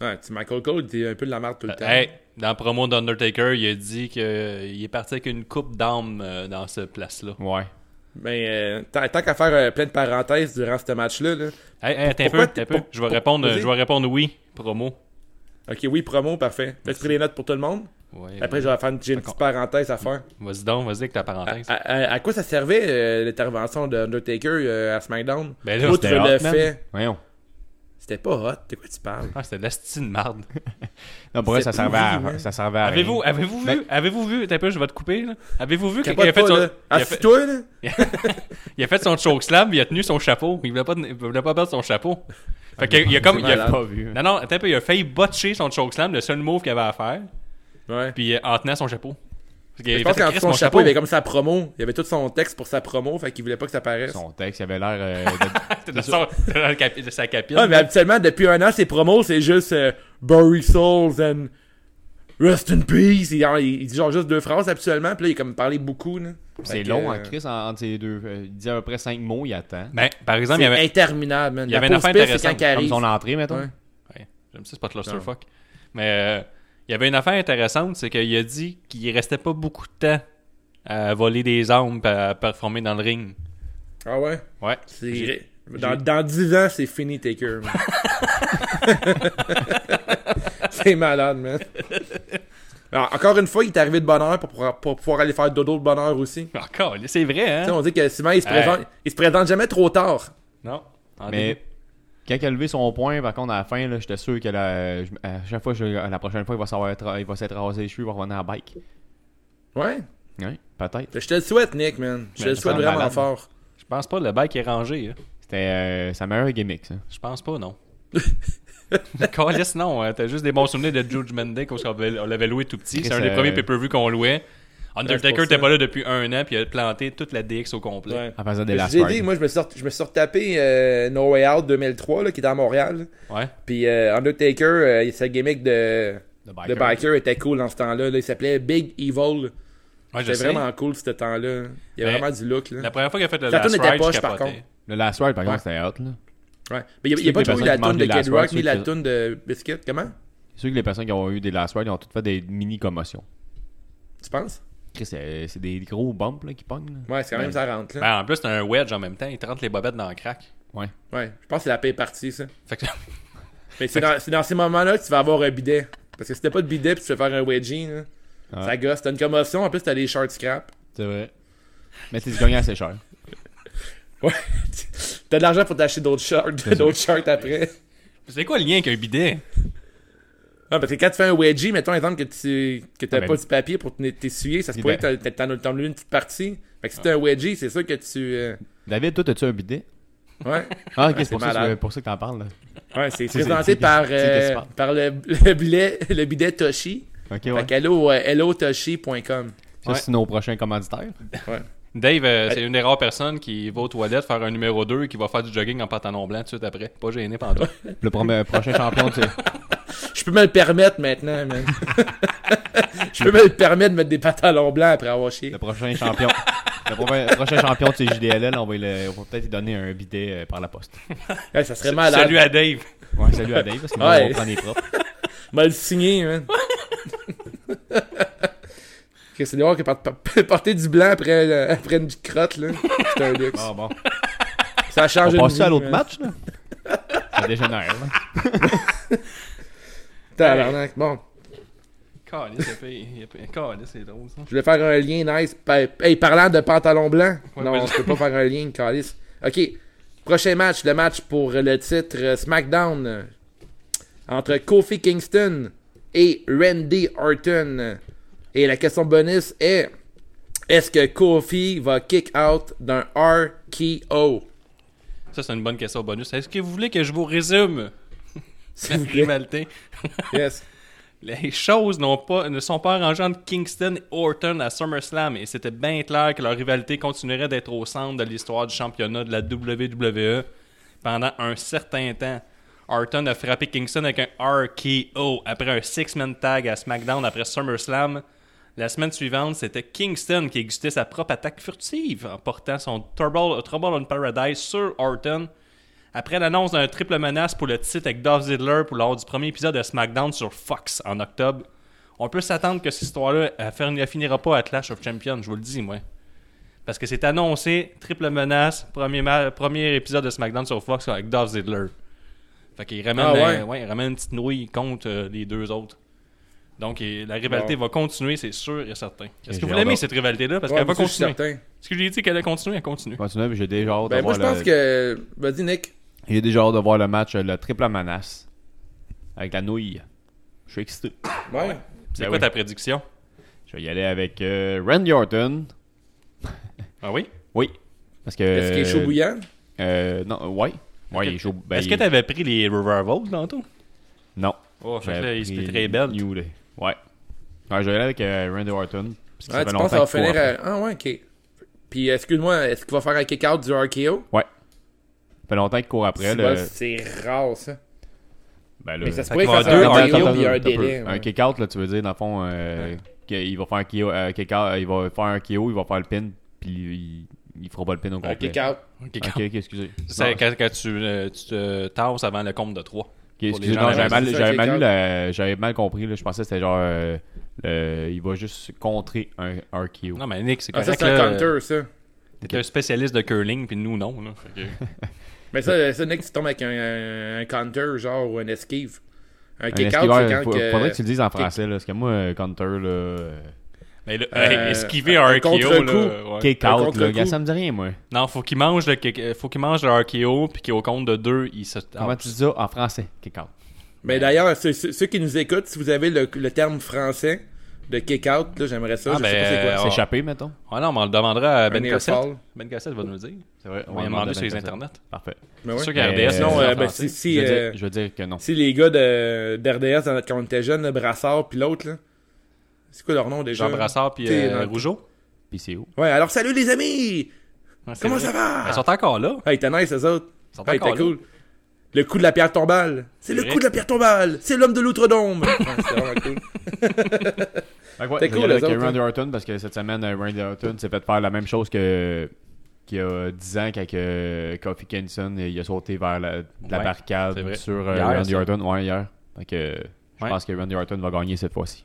Speaker 1: Ah, tu Michael Cole, t'es un peu de la merde tout le temps.
Speaker 2: Euh, Hey, dans le promo d'Undertaker, il a dit qu'il est parti avec une coupe d'âme euh, dans ce place-là.
Speaker 3: Ouais.
Speaker 1: Mais euh, tant, tant qu'à faire euh, plein de parenthèses durant ce match-là, là,
Speaker 2: Hey, hey, attends un peu,
Speaker 1: Pourquoi
Speaker 2: attends un
Speaker 1: t'es-
Speaker 2: peu. Je vais
Speaker 1: pour-
Speaker 2: répondre,
Speaker 1: vas-y.
Speaker 2: je vais répondre oui, promo.
Speaker 1: Ok, oui, promo, parfait. T'as pris les notes pour tout le monde?
Speaker 2: Ouais,
Speaker 1: Après, je vais faire une, j'ai une petite parenthèse à faire.
Speaker 2: Vas-y donc, vas-y avec ta
Speaker 1: À,
Speaker 2: parenthèse.
Speaker 1: à- à quoi ça servait euh, l'intervention de Undertaker euh, à SmackDown?
Speaker 2: Ben là,
Speaker 1: Outre
Speaker 3: C'était
Speaker 1: le
Speaker 3: hot, man.
Speaker 1: fait.
Speaker 3: Voyons.
Speaker 1: C'était pas hot, de quoi tu parles?
Speaker 2: Ah, c'était de la stie de marde.
Speaker 3: Non, pour vrai, ça
Speaker 1: C'est hein.
Speaker 3: servait
Speaker 1: pourri, man.
Speaker 3: à, ça servait à rien.
Speaker 2: Avez-vous avez-vous vu,
Speaker 3: Ben-
Speaker 2: avez-vous vu, attends un peu, je vais te couper, là. Avez-vous vu qu'il
Speaker 1: Capote
Speaker 2: a fait
Speaker 1: pas,
Speaker 2: son,
Speaker 1: là.
Speaker 2: il a fait-
Speaker 1: Assis-toi, là.
Speaker 2: Il a fait son chokeslam, il a tenu son chapeau. Il voulait pas, il voulait pas perdre son chapeau. Fait que, il a comme. il a-
Speaker 1: Ah, malade.
Speaker 3: pas vu.
Speaker 2: non, non, attends un peu, il a failli botcher son chokeslam, le seul move qu'il avait à faire,
Speaker 1: Ouais.
Speaker 2: puis euh, en tenant son chapeau. Parce qu'il
Speaker 1: Je
Speaker 2: a
Speaker 1: pense
Speaker 2: fait,
Speaker 1: qu'en
Speaker 2: Chris,
Speaker 1: son
Speaker 2: mon
Speaker 1: chapeau, il avait comme sa promo. Il avait tout son texte pour sa promo, fait qu'il voulait pas que ça paraisse.
Speaker 3: Son texte, il avait l'air. euh, de-
Speaker 2: de, son- de la capi- de sa capine.
Speaker 1: Ah, mais habituellement, depuis un an, ses promos, c'est juste euh, Bury Souls and Rest in Peace. Il, il- il dit genre juste deux phrases habituellement, puis là, il a comme parlé beaucoup, là. Fait
Speaker 3: C'est
Speaker 1: que,
Speaker 3: long en
Speaker 2: hein,
Speaker 1: euh,
Speaker 3: crise en- entre ces deux. euh, Il dit à peu près 5 mots, il attend.
Speaker 2: Ben, par exemple, il
Speaker 1: C'est
Speaker 2: y avait.
Speaker 1: interminable, man.
Speaker 2: il y
Speaker 1: La
Speaker 2: avait une
Speaker 1: pause
Speaker 2: affaire
Speaker 1: pire, c'est quand
Speaker 2: intéressante,
Speaker 1: il
Speaker 3: Comme
Speaker 1: arrive.
Speaker 3: son entrée, mettons.
Speaker 1: Ouais.
Speaker 2: Ouais, J'aime ça, c'est pas clusterfuck. Mais euh, il y avait une affaire intéressante, c'est qu'il a dit qu'il restait pas beaucoup de temps à voler des armes pis à performer dans le ring.
Speaker 1: Ah ouais?
Speaker 2: Ouais.
Speaker 1: C'est... Dans, dans 10 ans, c'est fini, Taker. man. c'est malade, man. Alors, encore une fois, il est arrivé de bonne heure pour, pouvoir- pour pouvoir aller faire dodo de bonne heure aussi. Tu
Speaker 2: Encore, Ah, c'est vrai,
Speaker 1: sais,
Speaker 2: hein?
Speaker 1: on dit que souvent, il se,
Speaker 2: Hey.
Speaker 1: présente, il se présente jamais trop tard.
Speaker 2: Non. En
Speaker 3: Mais
Speaker 2: début.
Speaker 3: Quand il a levé son point, par contre, à la fin, là, j'étais sûr que la, je- à chaque fois, je- la prochaine fois, il va s'avoir tra- il va s'être rasé les cheveux, il va revenir à la bike.
Speaker 1: Ouais.
Speaker 3: Ouais, peut-être.
Speaker 1: Je te le souhaite, Nick, man. Je te
Speaker 2: Mais
Speaker 1: le
Speaker 2: ça
Speaker 1: souhaite
Speaker 2: semble
Speaker 1: vraiment
Speaker 2: malade.
Speaker 1: fort.
Speaker 2: Je pense pas que le bike est rangé. hein.
Speaker 3: C'était euh, sa meilleure gimmick, ça.
Speaker 2: Je pense pas, non. Calice, non. hein. T'as juste des bons souvenirs de Judgment Day qu'on s'avait- on l'avait loué tout petit.
Speaker 3: Chris,
Speaker 2: C'est un des
Speaker 3: euh,
Speaker 2: premiers pay-per-view qu'on louait. Undertaker
Speaker 1: 13%.
Speaker 2: était pas là depuis un an, puis il a planté toute la DX au complet.
Speaker 1: Ouais.
Speaker 3: En faisant des last
Speaker 1: J'ai dit,
Speaker 3: rides.
Speaker 1: moi, je me suis, ret- je me suis retapé euh, No Way Out 2003, là, qui est à Montréal.
Speaker 2: Ouais.
Speaker 1: Puis euh, Undertaker, euh, sa gimmick de,
Speaker 3: De
Speaker 1: de biker était cool dans ce temps-là. là. Il s'appelait Big Evil.
Speaker 2: Ouais, je
Speaker 1: C'était
Speaker 2: sais.
Speaker 1: vraiment cool, ce temps-là. Il y a
Speaker 2: Mais-
Speaker 1: vraiment du look. Là.
Speaker 2: La première fois qu'il a fait le
Speaker 1: La
Speaker 2: Last
Speaker 1: toune était
Speaker 2: Ride,
Speaker 1: poche,
Speaker 2: je
Speaker 1: par
Speaker 2: capotais.
Speaker 3: Le last ride, par contre, c'était hot, là.
Speaker 1: Ouais. Mais il n'y a, pas
Speaker 3: les
Speaker 1: trop eu
Speaker 3: personnes
Speaker 1: la
Speaker 3: qui mangent
Speaker 1: toune de
Speaker 3: des
Speaker 1: Kid
Speaker 3: Last
Speaker 1: Rock
Speaker 3: Rocks,
Speaker 1: ni
Speaker 3: ceux
Speaker 1: la
Speaker 3: qui-
Speaker 1: toune de Biscuit. Comment
Speaker 3: C'est sûr que les personnes qui ont eu des last rides, ils ont toutes fait des mini commotions.
Speaker 1: Tu penses
Speaker 3: Chris, euh, c'est c'est des gros bumps, là, qui pognent, là.
Speaker 1: Ouais, c'est quand même ça rentre. Là.
Speaker 2: Ben, en plus, t'as un wedge en même temps. Il te rentre les bobettes dans le crack.
Speaker 3: Ouais.
Speaker 1: Ouais, je pense que c'est la paix partie, ça.
Speaker 2: Fait que...
Speaker 1: Mais c'est dans, c'est dans ces moments-là que tu vas avoir un bidet. Parce que si t'as pas de bidet puis tu veux faire un wedgie, là,
Speaker 3: Ouais.
Speaker 1: ça gosse. T'as une commotion, en plus t'as des shorts scrap.
Speaker 3: C'est vrai. Mais c'est du gagnant assez cher.
Speaker 1: Ouais. t'as de l'argent pour t'acheter d'autres shorts, d'autres shorts après.
Speaker 2: C'est quoi le lien avec un bidet?
Speaker 1: Ouais, parce que quand tu fais un wedgie, mettons exemple que tu que t'as
Speaker 3: Ah, ben-
Speaker 1: pas du papier pour t'en- t'essuyer, ça se
Speaker 3: Eh
Speaker 1: pourrait
Speaker 3: ben.
Speaker 1: que t'en- t'en t'en aies une petite partie. Fait que si t'as un wedgie, c'est sûr que tu. euh,
Speaker 3: David, toi, t'as-tu un bidet?
Speaker 1: Ouais.
Speaker 3: Ah, ok,
Speaker 1: Ouais,
Speaker 3: c'est pour,
Speaker 1: c'est
Speaker 3: ça que-
Speaker 1: malade.
Speaker 3: pour ça que t'en parles, là.
Speaker 1: Ouais, c'est
Speaker 3: C'est-
Speaker 1: présenté
Speaker 3: c'est-
Speaker 1: par,
Speaker 3: c'est qu'est-ce
Speaker 1: euh,
Speaker 3: que tu
Speaker 1: par le, le, bidet, le bidet Toshi.
Speaker 3: Ok,
Speaker 1: Fait
Speaker 3: ouais.
Speaker 1: qu'allo, euh, hellotoshi.com.
Speaker 3: Ça, c'est nos prochains commanditaires.
Speaker 2: Dave, euh, c'est une des rares personnes qui va aux toilettes faire un numéro 2 et qui va faire du jogging en pantalon blanc tout de suite après. Pas gêné pendant toi.
Speaker 3: Le premier- prochain champion, tu sais.
Speaker 1: Je peux me le permettre maintenant, man. Je peux me le permettre de mettre des pantalons blancs après avoir chié.
Speaker 3: Le prochain champion. Le premier- prochain champion de ces JDLL, on va, le- on va peut-être lui donner un bidet euh, par la poste.
Speaker 1: Ouais, ça serait malade.
Speaker 2: Salut à Dave.
Speaker 3: Ouais, salut à Dave, parce que nous,
Speaker 1: Ouais.
Speaker 3: on prend les propres.
Speaker 1: Mal signé, man. Ok, C'est noir que par- par- porter du blanc après, euh, après une crotte, là. C'est un luxe.
Speaker 3: Ah bon.
Speaker 1: Ça change Ah,
Speaker 3: On
Speaker 1: une
Speaker 3: passe
Speaker 1: vie,
Speaker 3: ça à l'autre
Speaker 1: man.
Speaker 3: match, là? Ça dégénère, là.
Speaker 1: Tabarnak. Bon,
Speaker 2: Caliste, il a fait- il a fait- Caliste, c'est drôle ça.
Speaker 1: je voulais faire un lien nice. Pa- Hey, parlant de pantalon blanc.
Speaker 2: Ouais,
Speaker 1: non,
Speaker 2: vas-y.
Speaker 1: je peux pas faire un lien, Calis. Ok, prochain match, le match pour le titre euh, SmackDown euh, entre Kofi Kingston et Randy Orton. Et la question bonus est est-ce que Kofi va kick out d'un RKO
Speaker 2: Ça, c'est une bonne question bonus. Est-ce que vous voulez que je vous résume
Speaker 1: S'il
Speaker 2: la
Speaker 1: vous plaît.
Speaker 2: rivalité?
Speaker 1: Yes.
Speaker 2: Les choses n'ont pas, ne sont pas arrangées entre Kingston et Orton à SummerSlam et c'était bien clair que leur rivalité continuerait d'être au centre de l'histoire du championnat de la WWE pendant un certain temps. Orton a frappé Kingston avec un RKO après un six-man tag à SmackDown après SummerSlam. La semaine suivante, c'était Kingston qui exécutait sa propre attaque furtive en portant son Trouble, Trouble on Paradise sur Orton. Après l'annonce d'un triple menace pour le titre avec Dolph Ziggler pour lors du premier épisode de SmackDown sur Fox en octobre, on peut s'attendre que cette histoire-là elle fin- elle finira pas à Clash of Champions, je vous le dis, moi. Parce que c'est annoncé, triple menace, premier, ma- premier épisode de SmackDown sur Fox avec Dolph Ziggler. Fait qu'il ramène,
Speaker 1: Ah ouais?
Speaker 2: euh, ouais, il ramène une petite nouille contre euh, les deux autres. Donc et la rivalité va continuer, c'est sûr et certain. Est-ce que
Speaker 3: j'ai
Speaker 2: vous
Speaker 3: hâte
Speaker 2: l'aimez
Speaker 3: d'en-
Speaker 2: cette rivalité-là? Parce
Speaker 1: Ouais,
Speaker 2: qu'elle va
Speaker 1: moi aussi, je suis
Speaker 2: continuer.
Speaker 1: certain.
Speaker 2: Ce que j'ai dit qu'elle allait continuer, elle continue.
Speaker 3: Continuez, mais j'ai déjà hâte de
Speaker 1: Ben, moi,
Speaker 3: voir
Speaker 1: je pense
Speaker 3: le...
Speaker 1: que. Vas-y, Nick.
Speaker 3: J'ai déjà hâte de voir le match, euh, le triple menace. Avec la nouille. Je suis excité.
Speaker 1: Ouais.
Speaker 2: C'est
Speaker 3: Ben
Speaker 2: quoi
Speaker 3: oui.
Speaker 2: ta prédiction?
Speaker 3: Je vais y aller avec euh, Randy Orton.
Speaker 2: Ah oui?
Speaker 3: Oui. Parce que...
Speaker 1: Est-ce qu'il est chaud bouillant
Speaker 3: Euh, non, euh, ouais. Ouais, il est chaud. ben,
Speaker 2: Est-ce que
Speaker 3: il-
Speaker 2: t'avais pris les Revival tantôt?
Speaker 3: Non.
Speaker 2: Oh, je
Speaker 3: J'avais
Speaker 2: là, il se
Speaker 3: pris
Speaker 2: fait très belle.
Speaker 3: New Day. Ouais. Ouais, je vais aller avec euh, Randy Orton. parce que ça
Speaker 1: Ouais, Ah, tu penses
Speaker 3: fait
Speaker 1: que ça
Speaker 3: longtemps
Speaker 1: va
Speaker 3: qu'il court
Speaker 1: finir
Speaker 3: après.
Speaker 1: à... Ah ouais, ok. Puis excuse-moi, est-ce qu'il va faire un kick-out du RKO?
Speaker 3: Ouais. Ça fait longtemps qu'il court après.
Speaker 1: C'est
Speaker 3: le-
Speaker 1: bon, C'est rare ça.
Speaker 3: Ben, là,
Speaker 1: Mais ça se
Speaker 3: fait
Speaker 1: pourrait
Speaker 2: qu'il va
Speaker 1: faire
Speaker 3: que-
Speaker 2: avoir
Speaker 1: un
Speaker 3: Attends,
Speaker 1: RKO
Speaker 3: attends,
Speaker 1: puis il y a un
Speaker 3: attends, peu.
Speaker 1: délai.
Speaker 3: Un
Speaker 1: ouais.
Speaker 3: kick-out, là, tu veux dire, dans le fond, euh, qu'il va faire un kick-out, euh, kick-out, euh, il va faire un KO, il va faire le pin, puis il, il fera pas le pin au
Speaker 1: Un
Speaker 3: complet.
Speaker 1: kick-out.
Speaker 2: Ok,
Speaker 3: Ok,
Speaker 2: quand-
Speaker 3: ok, excusez.
Speaker 2: C'est
Speaker 3: Non,
Speaker 2: quand, quand tu, euh, tu te tasses avant le compte de 3.
Speaker 3: ok, excusez,
Speaker 2: gens,
Speaker 3: non,
Speaker 2: ouais,
Speaker 3: j'avais mal,
Speaker 1: c'est ça,
Speaker 3: j'avais mal
Speaker 1: kick-out.
Speaker 3: lu la- j'avais mal compris, là, je pensais que c'était genre, euh, le- il va juste contrer un, un KO.
Speaker 2: Non, mais Nick, c'est
Speaker 1: Ah,
Speaker 2: correct.
Speaker 1: ça, c'est un
Speaker 2: là.
Speaker 1: counter, ça.
Speaker 2: T'es un spécialiste de curling, puis nous, non. là. Fait que-
Speaker 1: Mais ça, ça, Nick, tu tombes avec un, un counter, genre, ou un esquive. Un
Speaker 3: Un
Speaker 1: kick-out,
Speaker 3: esquiveur,
Speaker 1: c'est quand
Speaker 3: faut-
Speaker 1: que...
Speaker 3: faudrait que tu le dises en français, là, parce que moi, euh, counter, là, euh,
Speaker 2: Mais le,
Speaker 1: Euh,
Speaker 2: hey, esquiver
Speaker 1: un
Speaker 2: un RKO, là,
Speaker 1: contre-coup.
Speaker 2: ouais.
Speaker 3: Kick
Speaker 1: Un
Speaker 3: out,
Speaker 1: contre
Speaker 3: là.
Speaker 1: le
Speaker 3: Gars,
Speaker 1: coup.
Speaker 3: ça me dit rien, moi.
Speaker 2: Non, faut qu'il mange le kick- faut qu'il mange le RKO puis qu'au compte de deux, il se
Speaker 3: Comment tu dis ça en français? Kick out.
Speaker 1: Mais d'ailleurs, ceux, ceux- ceux qui nous écoutent, si vous avez le, le terme français de kick-out, là, j'aimerais ça.
Speaker 2: Ah,
Speaker 1: je
Speaker 2: ben,
Speaker 1: sais pas c'est quoi.
Speaker 2: Ah.
Speaker 3: S'échapper, mettons.
Speaker 2: Ah non, mais on le demandera à Ben
Speaker 1: Un
Speaker 2: Cossette.
Speaker 1: airfall.
Speaker 2: Ben Cossette va nous le dire.
Speaker 3: C'est vrai.
Speaker 2: On va lui
Speaker 3: demande à
Speaker 2: demander sur les
Speaker 3: Ben Cossette.
Speaker 2: internets.
Speaker 3: Parfait.
Speaker 1: Mais ouais.
Speaker 2: C'est sûr qu'RDS,
Speaker 3: Mais,
Speaker 2: c'est
Speaker 1: Sinon,
Speaker 2: en
Speaker 1: euh, ben,
Speaker 2: français.
Speaker 1: si, si,
Speaker 3: je, veux
Speaker 1: euh,
Speaker 3: dire, je veux dire que non.
Speaker 1: si les gars de, d'RDS, dans- quand on était jeunes, le Brassard puis l'autre, là, c'est quoi leur nom déjà?
Speaker 2: Jean Brassard puis
Speaker 1: T'es
Speaker 2: euh,
Speaker 1: dans-
Speaker 2: Rougeau.
Speaker 3: Puis c'est où?
Speaker 1: Ouais, alors salut les amis!
Speaker 2: Ouais, c'est
Speaker 1: Comment
Speaker 2: vrai.
Speaker 1: ça va?
Speaker 2: Ils sont encore là.
Speaker 1: Hey, t'es nice, eux autres.
Speaker 2: Ils sont
Speaker 1: Hey,
Speaker 2: encore
Speaker 1: t'es
Speaker 2: là.
Speaker 1: cool. Le coup de la pierre tombale. C'est le
Speaker 2: vrai.
Speaker 1: coup de la pierre tombale. C'est l'homme de l'outre-dombe. Ouais, c'était vraiment cool.
Speaker 3: Fait que ouais,
Speaker 1: T'es cool,
Speaker 3: je vais y aller
Speaker 1: les
Speaker 3: avec
Speaker 1: autres, hein?
Speaker 3: Randy Orton parce que cette semaine, euh, Randy Orton s'est fait faire la même chose que qu'il y a 10 ans quand que euh, Kofi Kingston il a sauté vers la, de la
Speaker 2: Ouais, c'est vrai.
Speaker 3: barricade sur euh,
Speaker 2: Hier,
Speaker 3: Randy
Speaker 2: ça.
Speaker 3: Orton. Ouais, hier. Fait que euh, je
Speaker 2: Ouais.
Speaker 3: pense que Randy Orton va gagner cette fois-ci.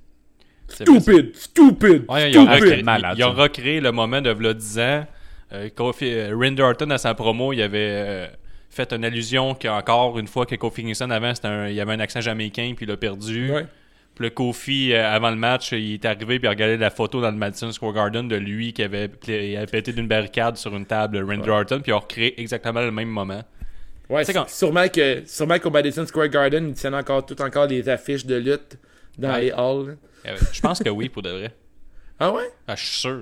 Speaker 2: C'est vrai, c'est-
Speaker 1: Stupide, stupide,
Speaker 2: Ouais, ils ont,
Speaker 1: stupide.
Speaker 3: Stupide.
Speaker 2: recréé,
Speaker 3: Malade,
Speaker 2: ils ont
Speaker 3: ça.
Speaker 2: recréé le moment de v'là 10 ans. Euh, Kofi, euh, Randy Orton, à sa promo, il avait euh, fait une allusion qu'encore une fois que Kofi Kingston, avant, c'était un- il avait un accent jamaïcain, puis il l'a perdu.
Speaker 1: Ouais.
Speaker 2: Puis le Kofi, euh, avant le match, il est arrivé, puis il a regardé la photo dans le Madison Square Garden de lui qui avait, qui avait pété d'une barricade sur une table Randy Orton, puis ils ont recréé exactement le même moment.
Speaker 1: Ouais,
Speaker 2: C'est quand-
Speaker 1: sûrement que sûrement qu'au Madison Square Garden, ils tiennent encore tout encore les affiches de lutte dans
Speaker 2: Ouais.
Speaker 1: les halls.
Speaker 2: Euh, Je pense que oui, pour de vrai.
Speaker 1: Ah ouais?
Speaker 2: Ah, je suis sûr.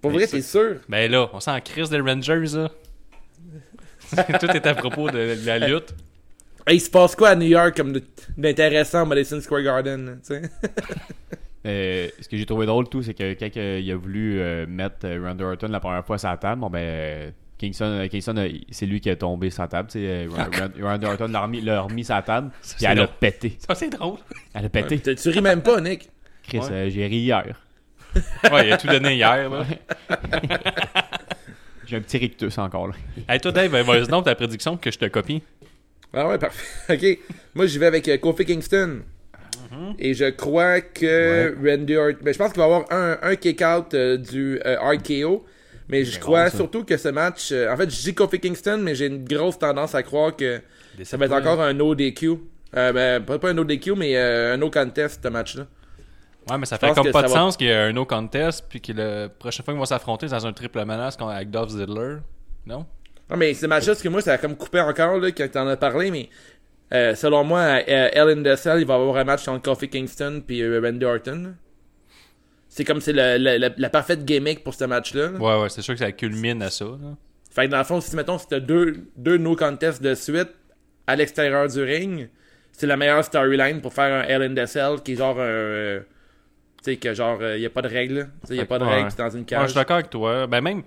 Speaker 1: Pour vrai, t'es sûr?
Speaker 2: Ben là, on sent la crise des Rangers, là. Tout est à propos de la lutte.
Speaker 1: Hey, il se passe quoi à New York comme de- d'intéressant au Madison Square Garden? là, tu sais?
Speaker 3: Euh, ce que j'ai trouvé drôle, tout, c'est que quand euh, il a voulu euh, mettre euh, Randy Orton la première fois sur la table, bon, ben, euh, Kingston, euh, Kingston, euh, c'est lui qui est tombé sur la table. tu sais, euh, Ra- Ra- Randy Orton l'a remis, l'a remis sur la table, puis
Speaker 2: Ah. c'est
Speaker 3: elle a
Speaker 2: drôle.
Speaker 3: pété.
Speaker 2: Ça, c'est drôle.
Speaker 3: Elle a pété.
Speaker 1: T'as- tu ris même pas, Nick.
Speaker 3: Chris,
Speaker 2: Ouais.
Speaker 3: euh, j'ai ri hier.
Speaker 2: Ouais, il a tout donné hier, là.
Speaker 3: J'ai un petit rictus encore. Là.
Speaker 2: Hey, toi, Dave, vas-y donc ta prédiction que je te copie.
Speaker 1: Ah ouais, parfait. OK. Moi, j'y vais avec euh, Kofi Kingston. Et je crois que Randy Orton... ben, je pense qu'il va y avoir un, un kick-out euh, du euh, RKO. Mais je crois surtout que ce match... euh, en fait, je dis Kofi Kingston, mais j'ai une grosse tendance à croire que ça va être encore un ODQ. Euh, ben, pas, pas un ODQ, mais euh, un no contest, ce match-là.
Speaker 2: Ouais, mais ça
Speaker 1: Je
Speaker 2: fait
Speaker 1: pense
Speaker 2: comme
Speaker 1: que
Speaker 2: pas de
Speaker 1: ça va-
Speaker 2: sens qu'il y ait un no contest, puis que la prochaine fois qu'ils vont s'affronter c'est dans un triple menace contre- avec Dolph Ziggler. Non?
Speaker 1: Non, Ah, mais ce match-là, parce que moi, ça a comme coupé encore, là, quand t'en as parlé, mais euh, selon moi, à- à Ellen Dessel, il va avoir un match entre Kofi Kingston puis euh, Randy Orton. C'est comme c'est le- le- la, la parfaite gimmick pour ce match-là. là.
Speaker 2: Ouais, ouais, c'est sûr que ça culmine à ça. là.
Speaker 1: Fait que dans le fond, si mettons, c'était deux, deux no contests de suite à l'extérieur du ring, c'est la meilleure storyline pour faire un Ellen Dessel qui est genre un. euh, tu sais, que genre, il n'y a pas de règles. là. Tu sais, il n'y a
Speaker 2: Fait
Speaker 1: pas de
Speaker 2: que, ouais.
Speaker 1: règles, c'est dans une
Speaker 2: Ouais, je suis
Speaker 1: cage.
Speaker 2: d'accord avec toi. Ben, même,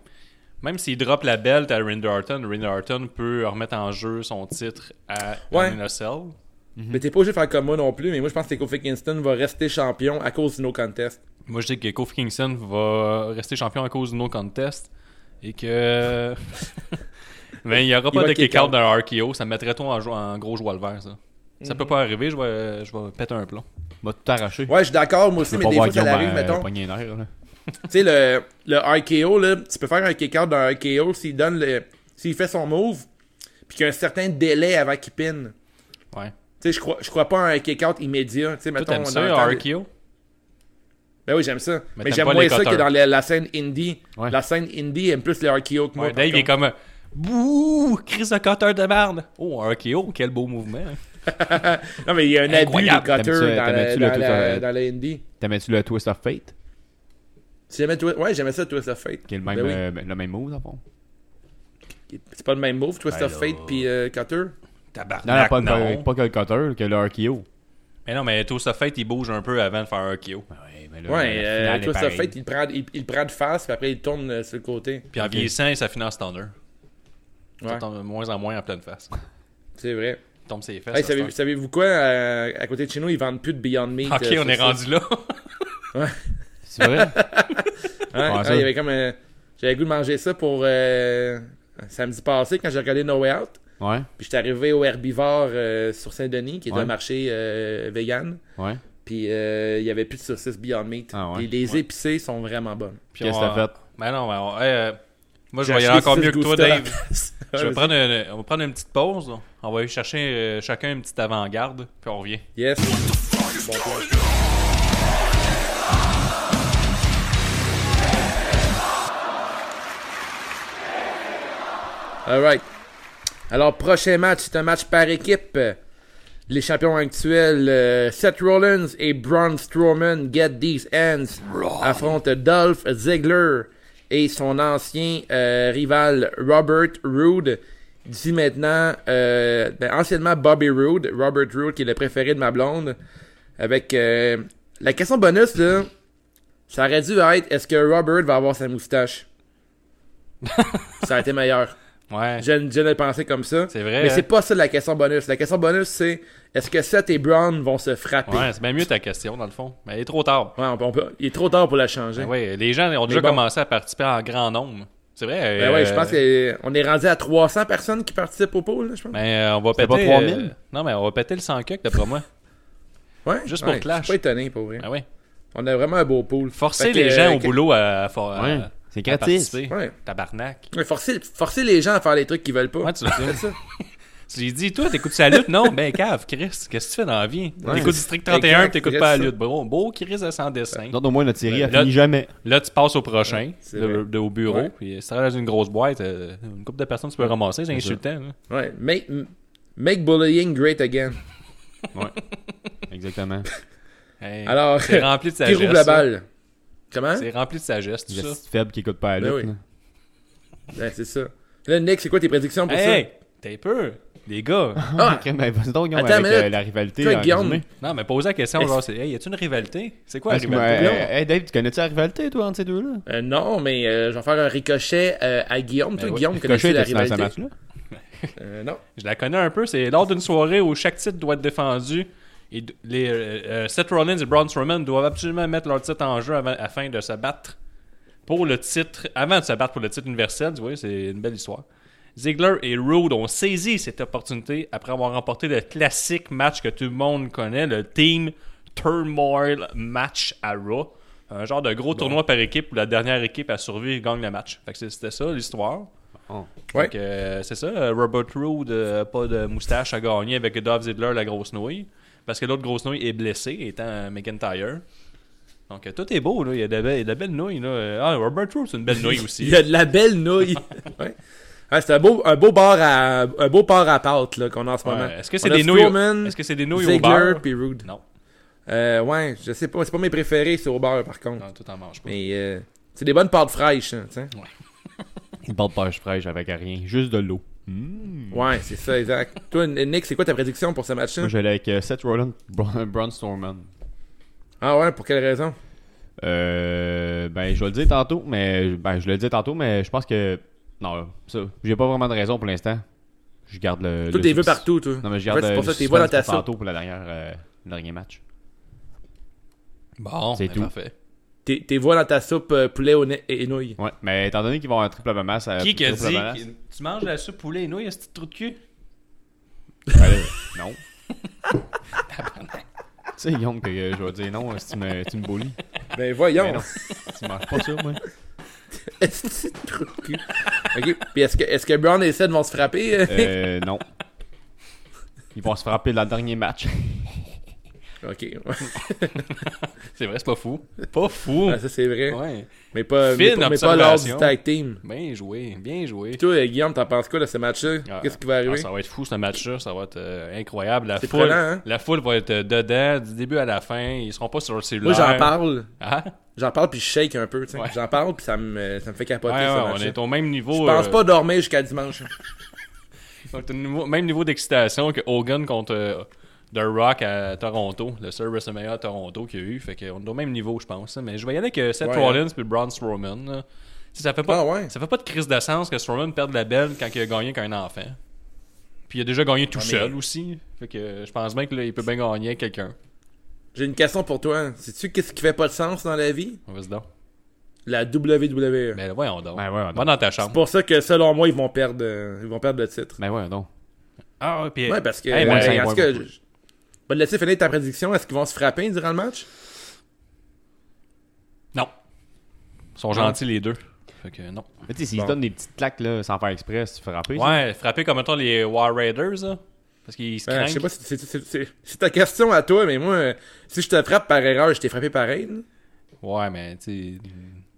Speaker 2: même s'il drop la belt à Randy Orton, Randy Orton peut remettre en jeu son titre à
Speaker 1: Ouais.
Speaker 2: Hell in a Cell.
Speaker 1: mais t'es pas obligé de faire comme moi non plus, mais moi, je pense que Kofi Kingston va rester champion à cause du no contest.
Speaker 2: Moi, je dis que Kofi Kingston va rester champion à cause du no contest et que. Mais il n'y aura pas
Speaker 1: va
Speaker 2: de
Speaker 1: kick
Speaker 2: kick-out
Speaker 1: out.
Speaker 2: dans un RKO. Ça me mettrait trop en, jo- en gros joie le vert, ça. Ça
Speaker 1: Mhm.
Speaker 2: peut pas arriver, je vais, je vais péter un plomb.
Speaker 3: Va tout arracher.
Speaker 1: Ouais, je suis d'accord, moi aussi, mais des fois, ça arrive, mettons.
Speaker 3: euh, pogner un air, là.
Speaker 1: Tu sais, le, le RKO, là, tu peux faire un kick-out dans un RKO s'il donne le. S'il fait son move, puis qu'il y a un certain délai avant qu'il pin.
Speaker 2: Ouais.
Speaker 1: Tu sais, je crois, je crois pas à un kick-out immédiat. Tu sais,
Speaker 2: Toi,
Speaker 1: mettons.
Speaker 2: t'aimes
Speaker 1: dans
Speaker 2: ça,
Speaker 1: le temps-
Speaker 2: RKO?
Speaker 1: Ben oui, j'aime ça. Mais,
Speaker 2: Mais t'aimes
Speaker 1: j'aime
Speaker 2: pas
Speaker 1: moins
Speaker 2: les
Speaker 1: ça que
Speaker 2: cutters.
Speaker 1: dans la, la scène indie.
Speaker 3: Ouais.
Speaker 1: La scène indie aime plus le RKO que moi.
Speaker 2: Ouais,
Speaker 1: par
Speaker 2: Dave, il est
Speaker 1: contre.
Speaker 2: comme... un Bouh! Chris de cutter de merde! Oh, un RKO, quel beau mouvement. hein.
Speaker 1: Non, mais il y a un abus de
Speaker 2: Incroyable.
Speaker 1: cutter
Speaker 3: T'aimes ça,
Speaker 1: dans, la,
Speaker 3: t'aimais-tu
Speaker 1: dans,
Speaker 3: le tout
Speaker 1: la-
Speaker 2: euh,
Speaker 3: en-
Speaker 1: dans la indie.
Speaker 3: T'aimais-tu le Twist of Fate
Speaker 1: Si jamais Twi- ouais, j'aimais ça, Twist of Fate.
Speaker 3: Qui est le même,
Speaker 1: Ben oui.
Speaker 3: euh, le même move, dans le fond
Speaker 2: euh,
Speaker 1: C'est pas le même move,
Speaker 2: Ben
Speaker 1: Twist of Fate puis euh, cutter.
Speaker 3: Non, non,
Speaker 2: Tabarnak,
Speaker 3: pas,
Speaker 2: non.
Speaker 3: que- pas que le cutter, que le RKO.
Speaker 2: Mais non, mais tout ça fait, il bouge un peu avant de faire un RKO.
Speaker 3: Ah Ouais, mais
Speaker 1: Ouais, euh, Twist of Fate, il prend, il, il prend de face, puis après il tourne euh, sur le côté.
Speaker 2: Puis en vieillissant, ça finit en standard. Ça
Speaker 1: Ouais.
Speaker 2: tombe de moins en moins en pleine face.
Speaker 1: C'est vrai.
Speaker 2: Il tombe ses fesses.
Speaker 1: Hey,
Speaker 2: à
Speaker 1: savez-
Speaker 2: cette
Speaker 1: Savez-vous quoi? euh, à côté de chez nous, ils vendent plus de Beyond Meat.
Speaker 2: heure. Ok,
Speaker 1: euh,
Speaker 2: on
Speaker 1: sur
Speaker 2: est
Speaker 1: ça.
Speaker 2: rendu là.
Speaker 3: C'est vrai
Speaker 1: Hein?
Speaker 3: Ah,
Speaker 1: Ah,
Speaker 3: ça.
Speaker 1: il y avait comme. euh, J'avais le goût de manger ça pour euh, samedi passé quand j'ai regardé No Way Out.
Speaker 3: Ouais,
Speaker 1: Puis j'étais arrivé au herbivore euh, sur Saint-Denis, qui est
Speaker 3: Ouais.
Speaker 1: un marché euh, vegan.
Speaker 3: ouais.
Speaker 1: Puis euh, il y avait plus de saucisses Beyond Meat.
Speaker 3: Ah ouais?
Speaker 1: Et les épicées sont vraiment bonnes.
Speaker 2: Puis
Speaker 3: Qu'est-ce
Speaker 2: on-
Speaker 3: que t'as fait?
Speaker 2: Ben non, ben on- hey, euh, moi je
Speaker 1: J'ai
Speaker 2: vais y aller
Speaker 1: acheté
Speaker 2: encore
Speaker 1: six
Speaker 2: mieux que toi,
Speaker 1: Gusta.
Speaker 2: Dave.
Speaker 1: Ouais,
Speaker 2: Je vais
Speaker 1: vas-y.
Speaker 2: prendre une- on va prendre une petite pause. là. On va aller chercher euh, chacun une petite avant-garde, puis on revient.
Speaker 1: Yes. Alright. Alors, prochain match, c'est un match par équipe. Les champions actuels, euh, Seth Rollins et Braun Strowman, Get These Hands, affrontent Dolph Ziggler et son ancien euh, rival Robert Roode, dit maintenant, euh, ben, anciennement Bobby Roode, Robert Roode qui est le préféré de ma blonde, avec euh, la question bonus, là, ça aurait dû être, est-ce que Robert va avoir sa moustache? ça aurait été meilleur.
Speaker 2: Ouais.
Speaker 1: Je, je l'ai pensé comme ça.
Speaker 2: C'est vrai,
Speaker 1: Mais
Speaker 2: hein?
Speaker 1: c'est pas ça la question bonus. La question bonus, c'est est-ce que Seth et Brown vont se frapper
Speaker 2: Ouais, c'est bien mieux ta question, dans le fond. Mais il est trop tard.
Speaker 1: Ouais, on peut- on peut- il est trop tard pour la changer.
Speaker 2: Ben ouais, les gens ont déjà
Speaker 1: bon.
Speaker 2: commencé à participer en grand nombre. C'est vrai. euh,
Speaker 1: Ben ouais, je pense qu'on est rendu à 300 personnes qui participent au pôle, là, je pense.
Speaker 2: Mais ben, on va péter.
Speaker 3: C'était pas 3000?
Speaker 2: euh, non, mais on va péter le 100 cuck d'après moi.
Speaker 1: ouais,
Speaker 2: juste pour
Speaker 1: ouais,
Speaker 2: le clash.
Speaker 1: Je suis pas étonné pour vrai.
Speaker 2: Ben ouais.
Speaker 1: On a vraiment un beau pôle. Fait
Speaker 2: Forcer
Speaker 1: que,
Speaker 2: les gens
Speaker 1: euh,
Speaker 2: au
Speaker 1: que-
Speaker 2: boulot à, à for- à-
Speaker 1: euh,
Speaker 3: Ouais, c'est
Speaker 2: à
Speaker 3: gratis.
Speaker 2: participer.
Speaker 1: Ouais.
Speaker 2: Tabarnak.
Speaker 1: Ouais, Forcer, forcer les gens à faire les trucs qu'ils veulent pas.
Speaker 2: Ouais, tu l'as fait. Tu lui dis, toi, t'écoutes sa lutte? Non, ben cave, Chris, qu'est-ce que tu fais dans la vie?
Speaker 1: Ouais.
Speaker 2: T'écoutes District 31 pis
Speaker 1: Exact,
Speaker 2: t'écoutes
Speaker 1: Chris,
Speaker 2: pas la
Speaker 1: ça.
Speaker 2: lutte. Bro, beau Chris à sans dessin.
Speaker 3: Nous autres, au moins, notre série, elle
Speaker 2: Là-
Speaker 3: finit jamais.
Speaker 2: Là, tu passes au prochain,
Speaker 1: c'est
Speaker 2: de,
Speaker 1: vrai.
Speaker 2: de- au bureau,
Speaker 1: Ouais.
Speaker 2: puis si tu travailles dans une grosse boîte, euh, une couple de personnes, tu peux ramasser, c'est insultant. hein.
Speaker 1: Ouais, Make, make bullying great again.
Speaker 3: Exactement.
Speaker 2: Hey,
Speaker 1: Alors,
Speaker 2: c'est rempli de
Speaker 1: Qui
Speaker 2: sagesse.
Speaker 1: roule la
Speaker 2: ça.
Speaker 1: balle Comment
Speaker 2: C'est rempli de sagesse, tout
Speaker 3: Le
Speaker 2: ça.
Speaker 3: petit faible qui écoute pas la
Speaker 1: Ben
Speaker 3: lutte.
Speaker 1: oui.
Speaker 3: là.
Speaker 1: Ouais, Ben, C'est ça. Là, Nick, c'est quoi tes prédictions pour
Speaker 2: Hey, t'es peu, les gars.
Speaker 1: Ah!
Speaker 3: Ok, ben, vas-y donc, Guillaume,
Speaker 1: Attends,
Speaker 3: avec
Speaker 1: mais là,
Speaker 3: euh, la rivalité.
Speaker 1: toi,
Speaker 3: en
Speaker 1: Guillaume,
Speaker 3: résumé.
Speaker 2: non, mais poser la question,
Speaker 1: Est-ce-
Speaker 2: genre, c'est, hey, y a-tu une rivalité? C'est quoi la
Speaker 3: Parce que,
Speaker 2: rivalité?
Speaker 3: euh, hey, Dave, tu connais-tu la rivalité, toi, entre ces deux-là?
Speaker 1: ça? Euh, non, mais euh, je vais faire un ricochet euh, à Guillaume. Toi,
Speaker 2: ouais,
Speaker 1: Guillaume, connais-tu
Speaker 3: Cochet
Speaker 1: la
Speaker 3: était dans ce
Speaker 1: rivalité?
Speaker 3: match-là.
Speaker 1: Euh, non.
Speaker 2: Je la connais un peu, c'est lors d'une soirée où chaque titre doit être défendu. Et d- les, euh, euh, Seth Rollins et Braun Strowman doivent absolument mettre leur titre en jeu avant- afin de se battre pour le titre, avant de se battre pour le titre universel. Tu vois, c'est une belle histoire. Ziggler et Roode ont saisi cette opportunité après avoir remporté le classique match que tout le monde connaît, le Team Turmoil Match à Raw. Un genre de gros tournoi par équipe où la dernière équipe à survivre gagne le match. Fait que c'est- c'était ça l'histoire.
Speaker 1: Ouais.
Speaker 2: Donc, euh, c'est ça, euh, Robert Roode, euh, pas de moustache, a gagné avec Dolph Ziggler, la grosse nouille. Parce que l'autre grosse nouille est blessée, étant euh, McIntyre. Donc, euh, tout est beau, là. Il y a de la belle, il y a de la belle nouille, là. Euh, Ah, Robert Roode, c'est une belle nouille aussi.
Speaker 1: Il y a de la belle nouille. ouais. Ah, c'est un beau, un beau bar à, un beau bar à pâte, là, qu'on a en ce
Speaker 2: Ouais.
Speaker 1: moment.
Speaker 2: Est-ce que c'est
Speaker 1: On a
Speaker 2: des nouilles
Speaker 1: Strowman,
Speaker 2: au- Est-ce que c'est des nouilles au
Speaker 1: Ziggler,
Speaker 2: beurre?
Speaker 1: puis Rude.
Speaker 2: Non,
Speaker 1: Euh, ouais, je sais pas, c'est pas mes préférés, c'est au beurre, par contre.
Speaker 2: non, tout en mange pas.
Speaker 1: Mais, euh, c'est des bonnes pâtes fraîches, hein, tu sais.
Speaker 3: Une barre de pêche fraîche avec rien, juste de l'eau.
Speaker 1: Ouais, c'est ça, exact. Toi, Nick, c'est quoi ta prédiction pour ce match-là?
Speaker 3: Moi, j'allais avec euh, Seth Rollins, Bra- Braun Strowman.
Speaker 1: Ah ouais, pour quelle raison?
Speaker 3: Euh, ben, je vais le dire tantôt, mais ben, je le dis tantôt, mais je pense que non, ça, j'ai pas vraiment de raison pour l'instant. Je garde le.
Speaker 1: Toi,
Speaker 3: le
Speaker 1: t'es vu
Speaker 3: suspense.
Speaker 1: partout, toi.
Speaker 3: Non, mais je
Speaker 1: En
Speaker 3: garde
Speaker 1: fait, c'est
Speaker 3: euh,
Speaker 1: pour
Speaker 3: le
Speaker 1: ça que t'es pas dans
Speaker 3: suspense
Speaker 1: ta
Speaker 3: pour
Speaker 1: soupe.
Speaker 3: tantôt pour la dernière, euh, le dernier match.
Speaker 2: Bon,
Speaker 3: C'est
Speaker 2: ben,
Speaker 3: tout.
Speaker 2: Parfait.
Speaker 1: T'es t'es voix dans ta soupe euh, poulet au nez et et nouilles.
Speaker 3: Ouais, mais étant donné qu'ils vont avoir un triple menace, à-
Speaker 2: Qui qui a
Speaker 3: triple
Speaker 2: dit
Speaker 3: menace,
Speaker 2: que- Tu manges de la soupe poulet et nouilles, ce petit trou de cul?
Speaker 3: ben, non. tu sais, Guillaume, que euh, je vais dire non euh, si tu me, tu me bullies.
Speaker 1: Ben
Speaker 3: Mais
Speaker 2: Ah
Speaker 1: voyons.
Speaker 3: non, tu manges pas ça, moi.
Speaker 1: C'est trop de cul. Ok, puis est-ce que, est que Brown et Seth vont se frapper? euh, Nick?
Speaker 3: Euh, non. Ils vont se frapper dans le dernier match.
Speaker 1: Ok,
Speaker 2: C'est vrai, c'est pas fou. Pas fou.
Speaker 1: Ah, ça c'est vrai.
Speaker 2: ouais.
Speaker 1: Mais pas, mais
Speaker 2: Fine
Speaker 1: pas, mais pas lors du
Speaker 2: observation.
Speaker 1: tag team.
Speaker 2: Bien joué, bien joué.
Speaker 1: Et toi, euh, Guillaume, t'en penses quoi de ce match-là? Qu'est-ce qui va
Speaker 2: Ah,
Speaker 1: arriver?
Speaker 2: ça va être fou ce match-là, ça va être euh, incroyable. La
Speaker 1: C'est
Speaker 2: foule,
Speaker 1: prenant, hein?
Speaker 2: la foule va être euh, dedans du début à la fin. Ils seront pas sur leur
Speaker 1: Moi,
Speaker 2: cellulaire.
Speaker 1: j'en parle.
Speaker 2: Ah?
Speaker 1: J'en parle puis je shake un peu. tu sais.
Speaker 2: Ouais.
Speaker 1: J'en parle puis ça me, ça me fait
Speaker 2: Ouais,
Speaker 1: capoter.
Speaker 2: ouais,
Speaker 1: ce
Speaker 2: on
Speaker 1: match-là.
Speaker 2: est au même niveau.
Speaker 1: Je pense
Speaker 2: euh,
Speaker 1: pas dormir jusqu'à dimanche.
Speaker 2: donc, t'as le niveau- même niveau d'excitation que Hogan contre euh, The Rock à Toronto, le seul WrestleMania à Toronto qu'il y a eu. Fait qu'on est au même niveau, je pense. hein. Mais je vais y aller avec euh, Seth
Speaker 1: Ouais,
Speaker 2: Rollins puis Braun Strowman. là. Si Ça fait, pas,
Speaker 1: Ah ouais.
Speaker 2: ça fait pas de crise de sens que Strowman perde la belle quand il a gagné qu'un enfant. Puis il a déjà gagné tout
Speaker 1: Ouais, mais-
Speaker 2: seul aussi. Fait que euh, je pense bien qu'il peut bien gagner avec quelqu'un.
Speaker 1: J'ai une question pour toi. Sais-tu qu'est-ce qui fait pas de sens dans la vie?
Speaker 2: On va se donc.
Speaker 1: La WWE.
Speaker 2: Mais voyons donc.
Speaker 3: Ben, voyons donc.
Speaker 2: Va dans ta
Speaker 1: C'est
Speaker 2: chambre.
Speaker 1: pour ça que selon moi, ils vont perdre, euh, ils vont perdre le titre.
Speaker 3: Ben ouais, non.
Speaker 2: Ah, ouais, puis.
Speaker 1: Ouais, parce que.
Speaker 2: Hey,
Speaker 1: euh,
Speaker 2: moi,
Speaker 3: ça y
Speaker 1: en
Speaker 3: va
Speaker 1: tout cas,
Speaker 3: beaucoup.
Speaker 1: je- je vais te laisser finir ta prédiction. Est-ce qu'ils vont se frapper durant le match?
Speaker 2: Non. Ils sont gentils les deux. Fait que non.
Speaker 3: Mais tu sais, s'ils
Speaker 1: Bon.
Speaker 3: se donnent des petites claques là, sans faire exprès, c'est frappé. ça.
Speaker 2: Ouais, frapper comme mettons les War Raiders, là. Parce qu'ils se
Speaker 1: Ouais,
Speaker 2: craignent.
Speaker 1: Ben, je sais pas si c'est- c'est- c'est c'est ta question à toi, mais moi, euh, si je te frappe par erreur, je t'ai frappé pareil. là.
Speaker 2: Ouais, mais tu sais,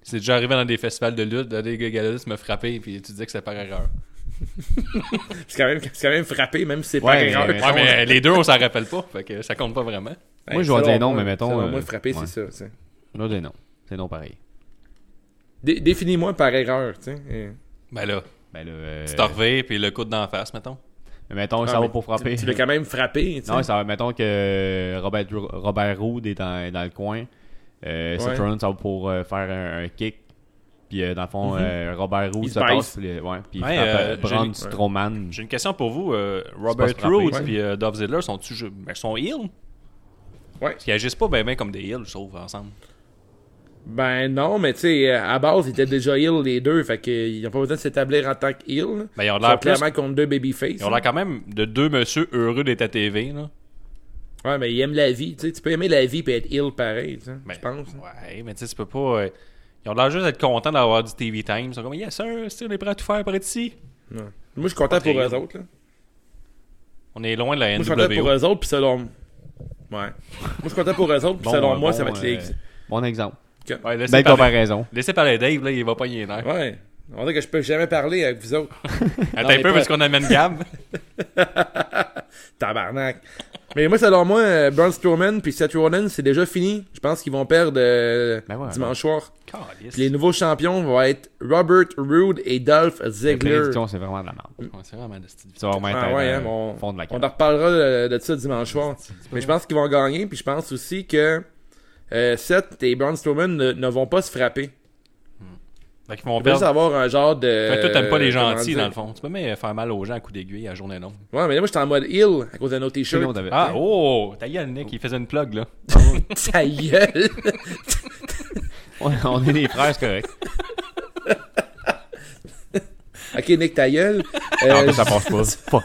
Speaker 2: C'est déjà arrivé dans des festivals de lutte, dans des gars de lutte, me frapper, puis tu dis que c'est par erreur.
Speaker 1: C'est quand, même- c'est quand même frappé, même si c'est
Speaker 3: Ouais,
Speaker 1: pas
Speaker 3: mais-
Speaker 1: grave.
Speaker 2: Ouais, mais les deux, on s'en rappelle pas. Fait que ça compte pas vraiment.
Speaker 3: Moi, je vais
Speaker 1: Ben, selon
Speaker 3: dire non,
Speaker 1: moi,
Speaker 3: mais mettons,
Speaker 1: selon
Speaker 3: euh,
Speaker 1: moi, frappé,
Speaker 3: ouais.
Speaker 1: c'est ça. tu sais.
Speaker 3: Là, c'est non. C'est non pareil.
Speaker 1: Dé- Définis-moi par erreur. tu sais. Euh,
Speaker 2: Ben là,
Speaker 3: Ben là, euh,
Speaker 2: tu t'en reviens, puis le coude d'en face, mettons.
Speaker 3: mais mettons,
Speaker 1: ah,
Speaker 3: ça va
Speaker 1: mais
Speaker 3: pour frapper.
Speaker 1: Tu, tu l'as quand même frappé. tu sais.
Speaker 3: Non, ça va, mettons que euh, Robert, Robert Roode est dans, dans le coin. Euh, Seth
Speaker 1: Ouais.
Speaker 3: Rollins, ça va pour euh, faire un, un kick. Puis euh, dans le fond, euh, Robert Roode
Speaker 1: Mm-hmm. Il
Speaker 3: se
Speaker 1: se baisse.
Speaker 3: passe. Puis, euh, ouais, puis il
Speaker 2: Ouais,
Speaker 3: frappe
Speaker 2: euh,
Speaker 3: euh, Braun
Speaker 2: j'ai-
Speaker 3: Strowman.
Speaker 2: J'ai une question pour vous. euh,
Speaker 3: C'est
Speaker 2: Robert
Speaker 3: pas frappé,
Speaker 2: Roode
Speaker 1: ouais.
Speaker 2: puis euh, Dolph Ziggler sont-tu ju- ben, sont heels?
Speaker 1: Ouais.
Speaker 2: Parce qu'ils agissent pas bien ben comme des heels, je trouve, ensemble.
Speaker 1: Ben non, mais tu sais, euh, à base, ils étaient déjà heal les deux. Fait qu'ils n'ont pas besoin de s'établir en tant que heal.
Speaker 2: Ben, ils ont
Speaker 1: Ils sont
Speaker 2: l'air plus-
Speaker 1: clairement contre deux babyface.
Speaker 2: Ils ont l'air quand même de deux messieurs heureux d'être à TV, là.
Speaker 1: Ouais, mais ils aiment la vie. Tu sais, tu peux aimer la vie et être heal pareil. tu hein? sais,
Speaker 2: Ben,
Speaker 1: Je pense.
Speaker 2: Ouais, mais tu sais, tu peux pas. euh, ils ont l'air juste d'être contents d'avoir du TV time. Ils sont comme, yes, sir, si on est prêt à tout faire pour être ici.
Speaker 1: Ouais. Moi, je suis content
Speaker 2: Pas
Speaker 1: pour
Speaker 2: très
Speaker 1: eux
Speaker 2: heel.
Speaker 1: autres. là.
Speaker 2: On est loin de la
Speaker 1: Moi, je suis content pour euh,
Speaker 2: NWO.
Speaker 1: eux autres, puis selon. Ouais. Moi, je suis content pour eux autres, puis
Speaker 3: Bon,
Speaker 1: selon
Speaker 3: euh,
Speaker 1: moi,
Speaker 3: bon,
Speaker 1: ça va être les.
Speaker 3: euh, Bon exemple. Ben,
Speaker 2: Ouais, laissez,
Speaker 3: Belle
Speaker 2: parler,
Speaker 3: comparaison.
Speaker 2: laissez parler Dave, là, il va pas y aller.
Speaker 1: Ouais. On dirait que je peux jamais parler avec vous autres. mais
Speaker 2: Attends un peu,
Speaker 1: pas-
Speaker 2: parce qu'on a même gamme.
Speaker 1: Tabarnak. Mais moi, selon moi, euh, Braun Strowman puis Seth Rollins, c'est déjà fini. Je pense qu'ils vont perdre euh,
Speaker 3: Ben ouais,
Speaker 1: dimanche soir.
Speaker 2: Calisse.
Speaker 1: Puis les nouveaux champions vont être Robert Roode et Dolph
Speaker 3: Les
Speaker 1: Ziggler.
Speaker 3: prédictions, c'est vraiment de la merde.
Speaker 2: Ouais, C'est vraiment de style.
Speaker 3: Ça va remettre
Speaker 1: Mm. Ah ouais, hein,
Speaker 3: euh,
Speaker 1: on,
Speaker 3: fond de la
Speaker 1: on
Speaker 3: carte.
Speaker 1: en reparlera euh, de, ça dimanche soir. Mais je pense qu'ils vont gagner, puis je pense aussi que euh, Seth et Braun Strowman ne, ne vont pas se frapper.
Speaker 2: Fait qu'ils vont
Speaker 1: Ils vont juste
Speaker 2: perdre.
Speaker 1: avoir un genre de...
Speaker 2: Fait que toi, t'aimes pas les
Speaker 1: euh, comment
Speaker 2: gentils,
Speaker 1: dire?
Speaker 2: dans le fond. Tu peux même faire mal aux gens à coups d'aiguille à journée longue.
Speaker 1: Ouais, mais là, moi, j'étais en mode heal à cause de nos
Speaker 3: Sinon,
Speaker 1: t-shirts.
Speaker 3: David.
Speaker 2: Ah, oh! T'as gueule, Nick, il faisait une plug, là.
Speaker 1: Ta gueule!
Speaker 3: On on est des frères, c'est correct.
Speaker 1: ok, Nick, ta gueule.
Speaker 3: En
Speaker 1: Euh,
Speaker 3: plus, ça passe pas. Fuck.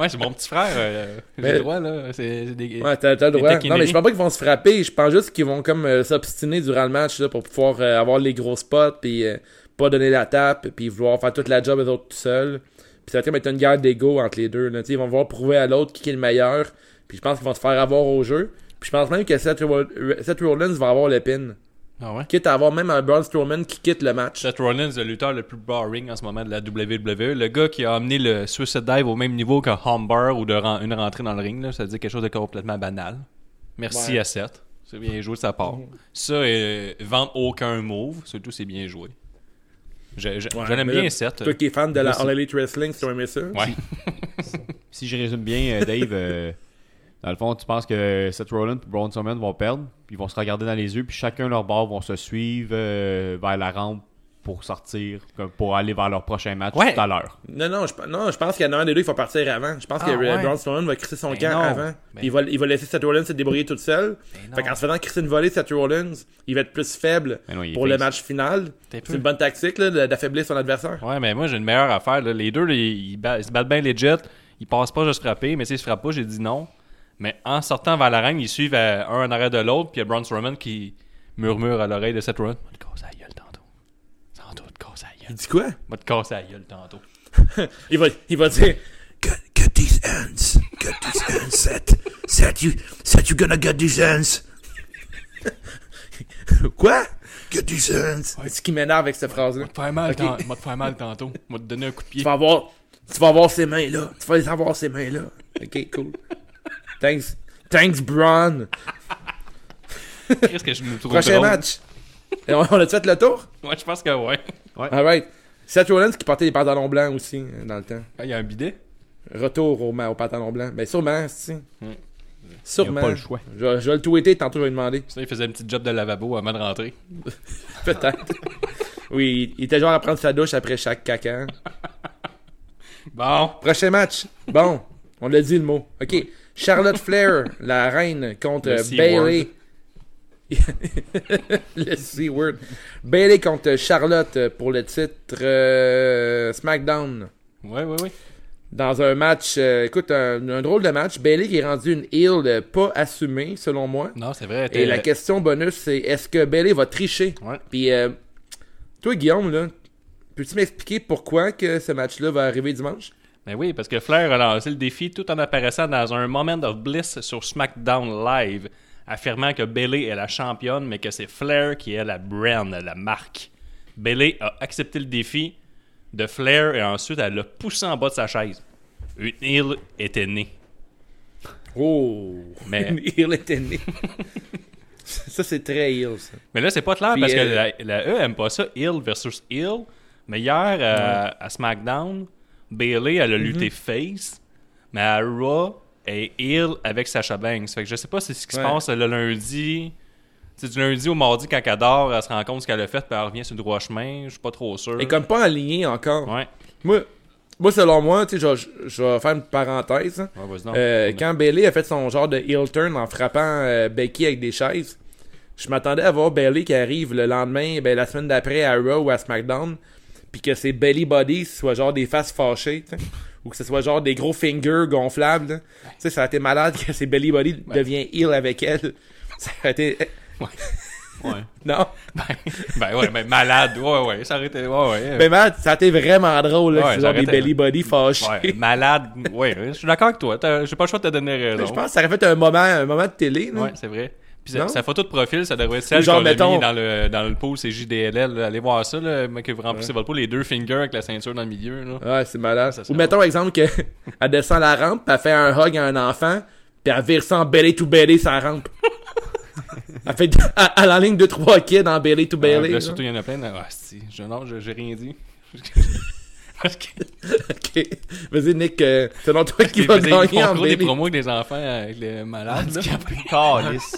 Speaker 2: Ouais, c'est mon petit frère. euh, J'ai
Speaker 1: Mais-
Speaker 2: le droit, là. C'est c'est des...
Speaker 1: Ouais, t'as, t'as le
Speaker 2: Des
Speaker 1: droit.
Speaker 2: taquineries.
Speaker 1: Non, mais je pense pas qu'ils vont se frapper. Je pense juste qu'ils vont comme euh, s'obstiner durant le match là, pour pouvoir euh, avoir les gros spots, puis euh, pas donner la tape, puis vouloir faire toute la job eux autres tout seuls. Puis ça va quand même être une guerre d'ego entre les deux. Là. Tu sais, Ils vont vouloir prouver à l'autre qui est le meilleur. Puis je pense qu'ils vont se faire avoir au jeu. Puis je pense même que Seth, Roll- Seth Rollins va avoir le pin.
Speaker 2: Ah ouais?
Speaker 1: Quitte à avoir même un Braun Strowman qui quitte le match.
Speaker 2: Seth Rollins, le lutteur le plus boring en ce moment de la WWE, le gars qui a amené le Suicide Dive au même niveau qu'un Humber ou de ren- une rentrée dans le ring, là, ça veut dire quelque chose de complètement banal. Merci
Speaker 1: Ouais.
Speaker 2: à Seth. C'est bien joué de sa part. Ça, euh, vendre aucun move, surtout c'est bien joué. Je- je-
Speaker 1: Ouais,
Speaker 2: J'aime
Speaker 1: mais
Speaker 2: bien
Speaker 1: là,
Speaker 2: Seth.
Speaker 1: Toi qui es fan de la
Speaker 2: Merci.
Speaker 1: All Elite Wrestling, si tu as aimé ça.
Speaker 2: Ouais.
Speaker 3: Si je résume bien, euh, Dave, euh, dans le fond, tu penses que Seth Rollins et Braun Strowman vont perdre, puis ils vont se regarder dans les yeux, puis chacun leur bord vont se suivre euh, vers la rampe pour sortir, comme pour aller vers leur prochain match
Speaker 2: Ouais.
Speaker 3: tout à l'heure.
Speaker 1: Non, non, je, non, je pense qu'il y en a un des deux qui va partir avant. Je pense que
Speaker 2: Ah,
Speaker 1: euh,
Speaker 2: ouais.
Speaker 1: Braun Strowman va crisser son
Speaker 2: Ben
Speaker 1: camp
Speaker 2: non.
Speaker 1: avant.
Speaker 2: Ben-
Speaker 1: Puis il va, il va laisser Seth Rollins se débrouiller toute seule.
Speaker 2: Ben non.
Speaker 1: fait qu'en se faisant crisser une volée, Seth Rollins, il va être plus faible
Speaker 3: Ben non, il est
Speaker 1: pour le
Speaker 3: face.
Speaker 1: match final.
Speaker 2: T'es peu.
Speaker 1: C'est une bonne tactique là, de- d'affaiblir son adversaire.
Speaker 2: Ouais, mais moi j'ai une meilleure affaire. là. Les deux, là, ils, ils ba- ils se battent bien legit. Ils passent pas, je se frapper, mais s'ils se frappent pas, j'ai dit non. Mais en sortant vers la ring, ils suivent euh, un en arrêt de l'autre, puis il y a Braun Strowman qui murmure à l'oreille de Seth Rollins. Va te casser la gueule tantôt. Tantôt, te casser la gueule.
Speaker 1: Il dit quoi?
Speaker 2: Va te casser la gueule tantôt.
Speaker 1: Il va, il va dire
Speaker 6: Get, get these hands. Get these hands, Seth. Seth, you, Seth, you gonna get these hands.
Speaker 1: Quoi?
Speaker 6: Get these hands.
Speaker 1: C'est ce qui m'énerve avec cette phrase-là.
Speaker 2: Va te faire mal,
Speaker 1: Ok.
Speaker 2: tant- va te faire mal tantôt. Va te donner un coup de pied.
Speaker 1: Tu vas avoir, tu vas avoir ces mains-là. Tu vas les avoir ces mains-là. Ok, cool. Thanks. Thanks, Braun.
Speaker 2: Qu'est-ce que je me trouve
Speaker 1: Prochain
Speaker 2: drôle.
Speaker 1: match. Et on on a-tu fait le tour?
Speaker 2: Ouais, je pense que ouais.
Speaker 1: Alright. Seth Rollins qui portait des pantalons blancs aussi euh, dans le temps.
Speaker 2: Ah, Il y a un bidet.
Speaker 1: Retour au, ma- au pantalon blanc. Ben sûrement, si. Sûrement.
Speaker 3: Ils ont pas le choix.
Speaker 1: Je, je vais le tweeter, tantôt je vais lui demander.
Speaker 2: Ça, il faisait un petit job de lavabo avant de rentrer.
Speaker 1: Peut-être. oui, il était genre à prendre sa douche après chaque caca.
Speaker 2: Bon.
Speaker 1: Prochain match. Bon, on l'a dit le mot. Ok. Charlotte Flair, la reine, contre
Speaker 2: Le
Speaker 1: euh,
Speaker 2: C-word.
Speaker 1: Bailey. le C-word. Bailey contre Charlotte euh, pour le titre euh, SmackDown.
Speaker 2: Ouais, ouais, ouais.
Speaker 1: dans un match, euh, écoute, un, un drôle de match. Bailey qui est rendu une heel euh, pas assumée, selon moi.
Speaker 2: Non, c'est vrai.
Speaker 1: Et
Speaker 2: t'es-
Speaker 1: la question bonus, c'est est-ce que Bailey va tricher?
Speaker 2: Ouais.
Speaker 1: Puis, euh, toi, Guillaume, là, peux-tu m'expliquer pourquoi que ce match-là va arriver dimanche?
Speaker 2: Ben oui, parce que Flair a lancé le défi tout en apparaissant dans un Moment of Bliss sur SmackDown Live, affirmant que Bailey est la championne, mais que c'est Flair qui est la brand, la marque. Bailey a accepté le défi de Flair et ensuite elle l'a poussé en bas de sa chaise. Une île était née.
Speaker 1: Oh!
Speaker 2: Mais-
Speaker 1: Une heel était née. ça, c'est très heel, ça.
Speaker 2: Mais là, c'est pas clair
Speaker 1: Puis,
Speaker 2: parce
Speaker 1: euh,
Speaker 2: que la, la E aime pas ça, Hill versus Hill. Mais hier, euh, à SmackDown, Bailey, elle a
Speaker 1: Mm-hmm.
Speaker 2: lutté face, mais à Raw, elle est Hill avec Sasha Banks. Fait que je sais pas si c'est ce qui se
Speaker 1: Ouais.
Speaker 2: passe le lundi. Tu sais, du lundi au mardi, quand elle dort, elle se rend compte de ce qu'elle a fait, puis elle revient sur le droit chemin. Je suis pas trop sûr.
Speaker 1: Et comme pas aligné encore.
Speaker 2: Ouais,
Speaker 1: Moi, moi, selon moi, tu sais, je vais- je vais faire une parenthèse. hein.
Speaker 2: ouais vas-y donc.
Speaker 1: Euh,
Speaker 2: On a-
Speaker 1: quand Bailey a fait son genre de heel turn en frappant euh, Becky avec des chaises, je m'attendais à voir Bailey qui arrive le lendemain, ben, la semaine d'après à Raw ou à SmackDown, puis que ses belly bodies soient genre des faces fâchées, tu sais, ou que ce soit genre des gros fingers gonflables. là. Tu sais, ça a été malade que ses belly bodies deviennent heel avec elle. Ça a été.
Speaker 3: Ouais.
Speaker 1: Non?
Speaker 2: Ben, ben ouais, ben malade. Ouais, ouais, ça aurait été. Ouais, ouais.
Speaker 1: Ben, man, ça a été vraiment drôle, là,
Speaker 2: Ouais,
Speaker 1: qu'ils ont des
Speaker 2: j'arrête,
Speaker 1: belly
Speaker 2: hein.
Speaker 1: bodies fâchés.
Speaker 2: Ouais, malade. Ouais, je suis d'accord avec toi. T'as- J'ai pas le choix de te donner raison.
Speaker 1: Ben, Je pense que ça aurait fait un moment, un moment de télé. là.
Speaker 2: Ouais, c'est vrai. Puis sa,
Speaker 1: Non?
Speaker 2: sa photo de profil, ça devrait être celle
Speaker 1: Genre,
Speaker 2: qu'on a
Speaker 1: mettons-
Speaker 2: mis dans le, dans le pool, c'est JDLL. là. Allez voir ça, là, mais que vous remplissez votre pool, les deux fingers avec la ceinture dans le milieu. Là.
Speaker 1: Ouais, c'est malade.
Speaker 2: Ça serait
Speaker 1: Ou mettons exemple que elle descend la rampe, elle fait un hug à un enfant, puis elle vire ça en belly to belly sa rampe. elle fait elle, elle enligne deux trois kids en belly to
Speaker 2: Ah,
Speaker 1: belly.
Speaker 2: là,
Speaker 1: là.
Speaker 2: surtout, il y en a plein. là. Ah, si, je, non, je- j'ai rien dit. Parce que-
Speaker 1: Ok. Vas-y Nick, euh, selon toi qui
Speaker 2: ils
Speaker 1: va
Speaker 2: faisaient- ils
Speaker 1: gagner
Speaker 2: font
Speaker 1: en Ah,
Speaker 2: gros des
Speaker 1: belly.
Speaker 2: promos avec des enfants, avec les malades. là.
Speaker 3: Calice.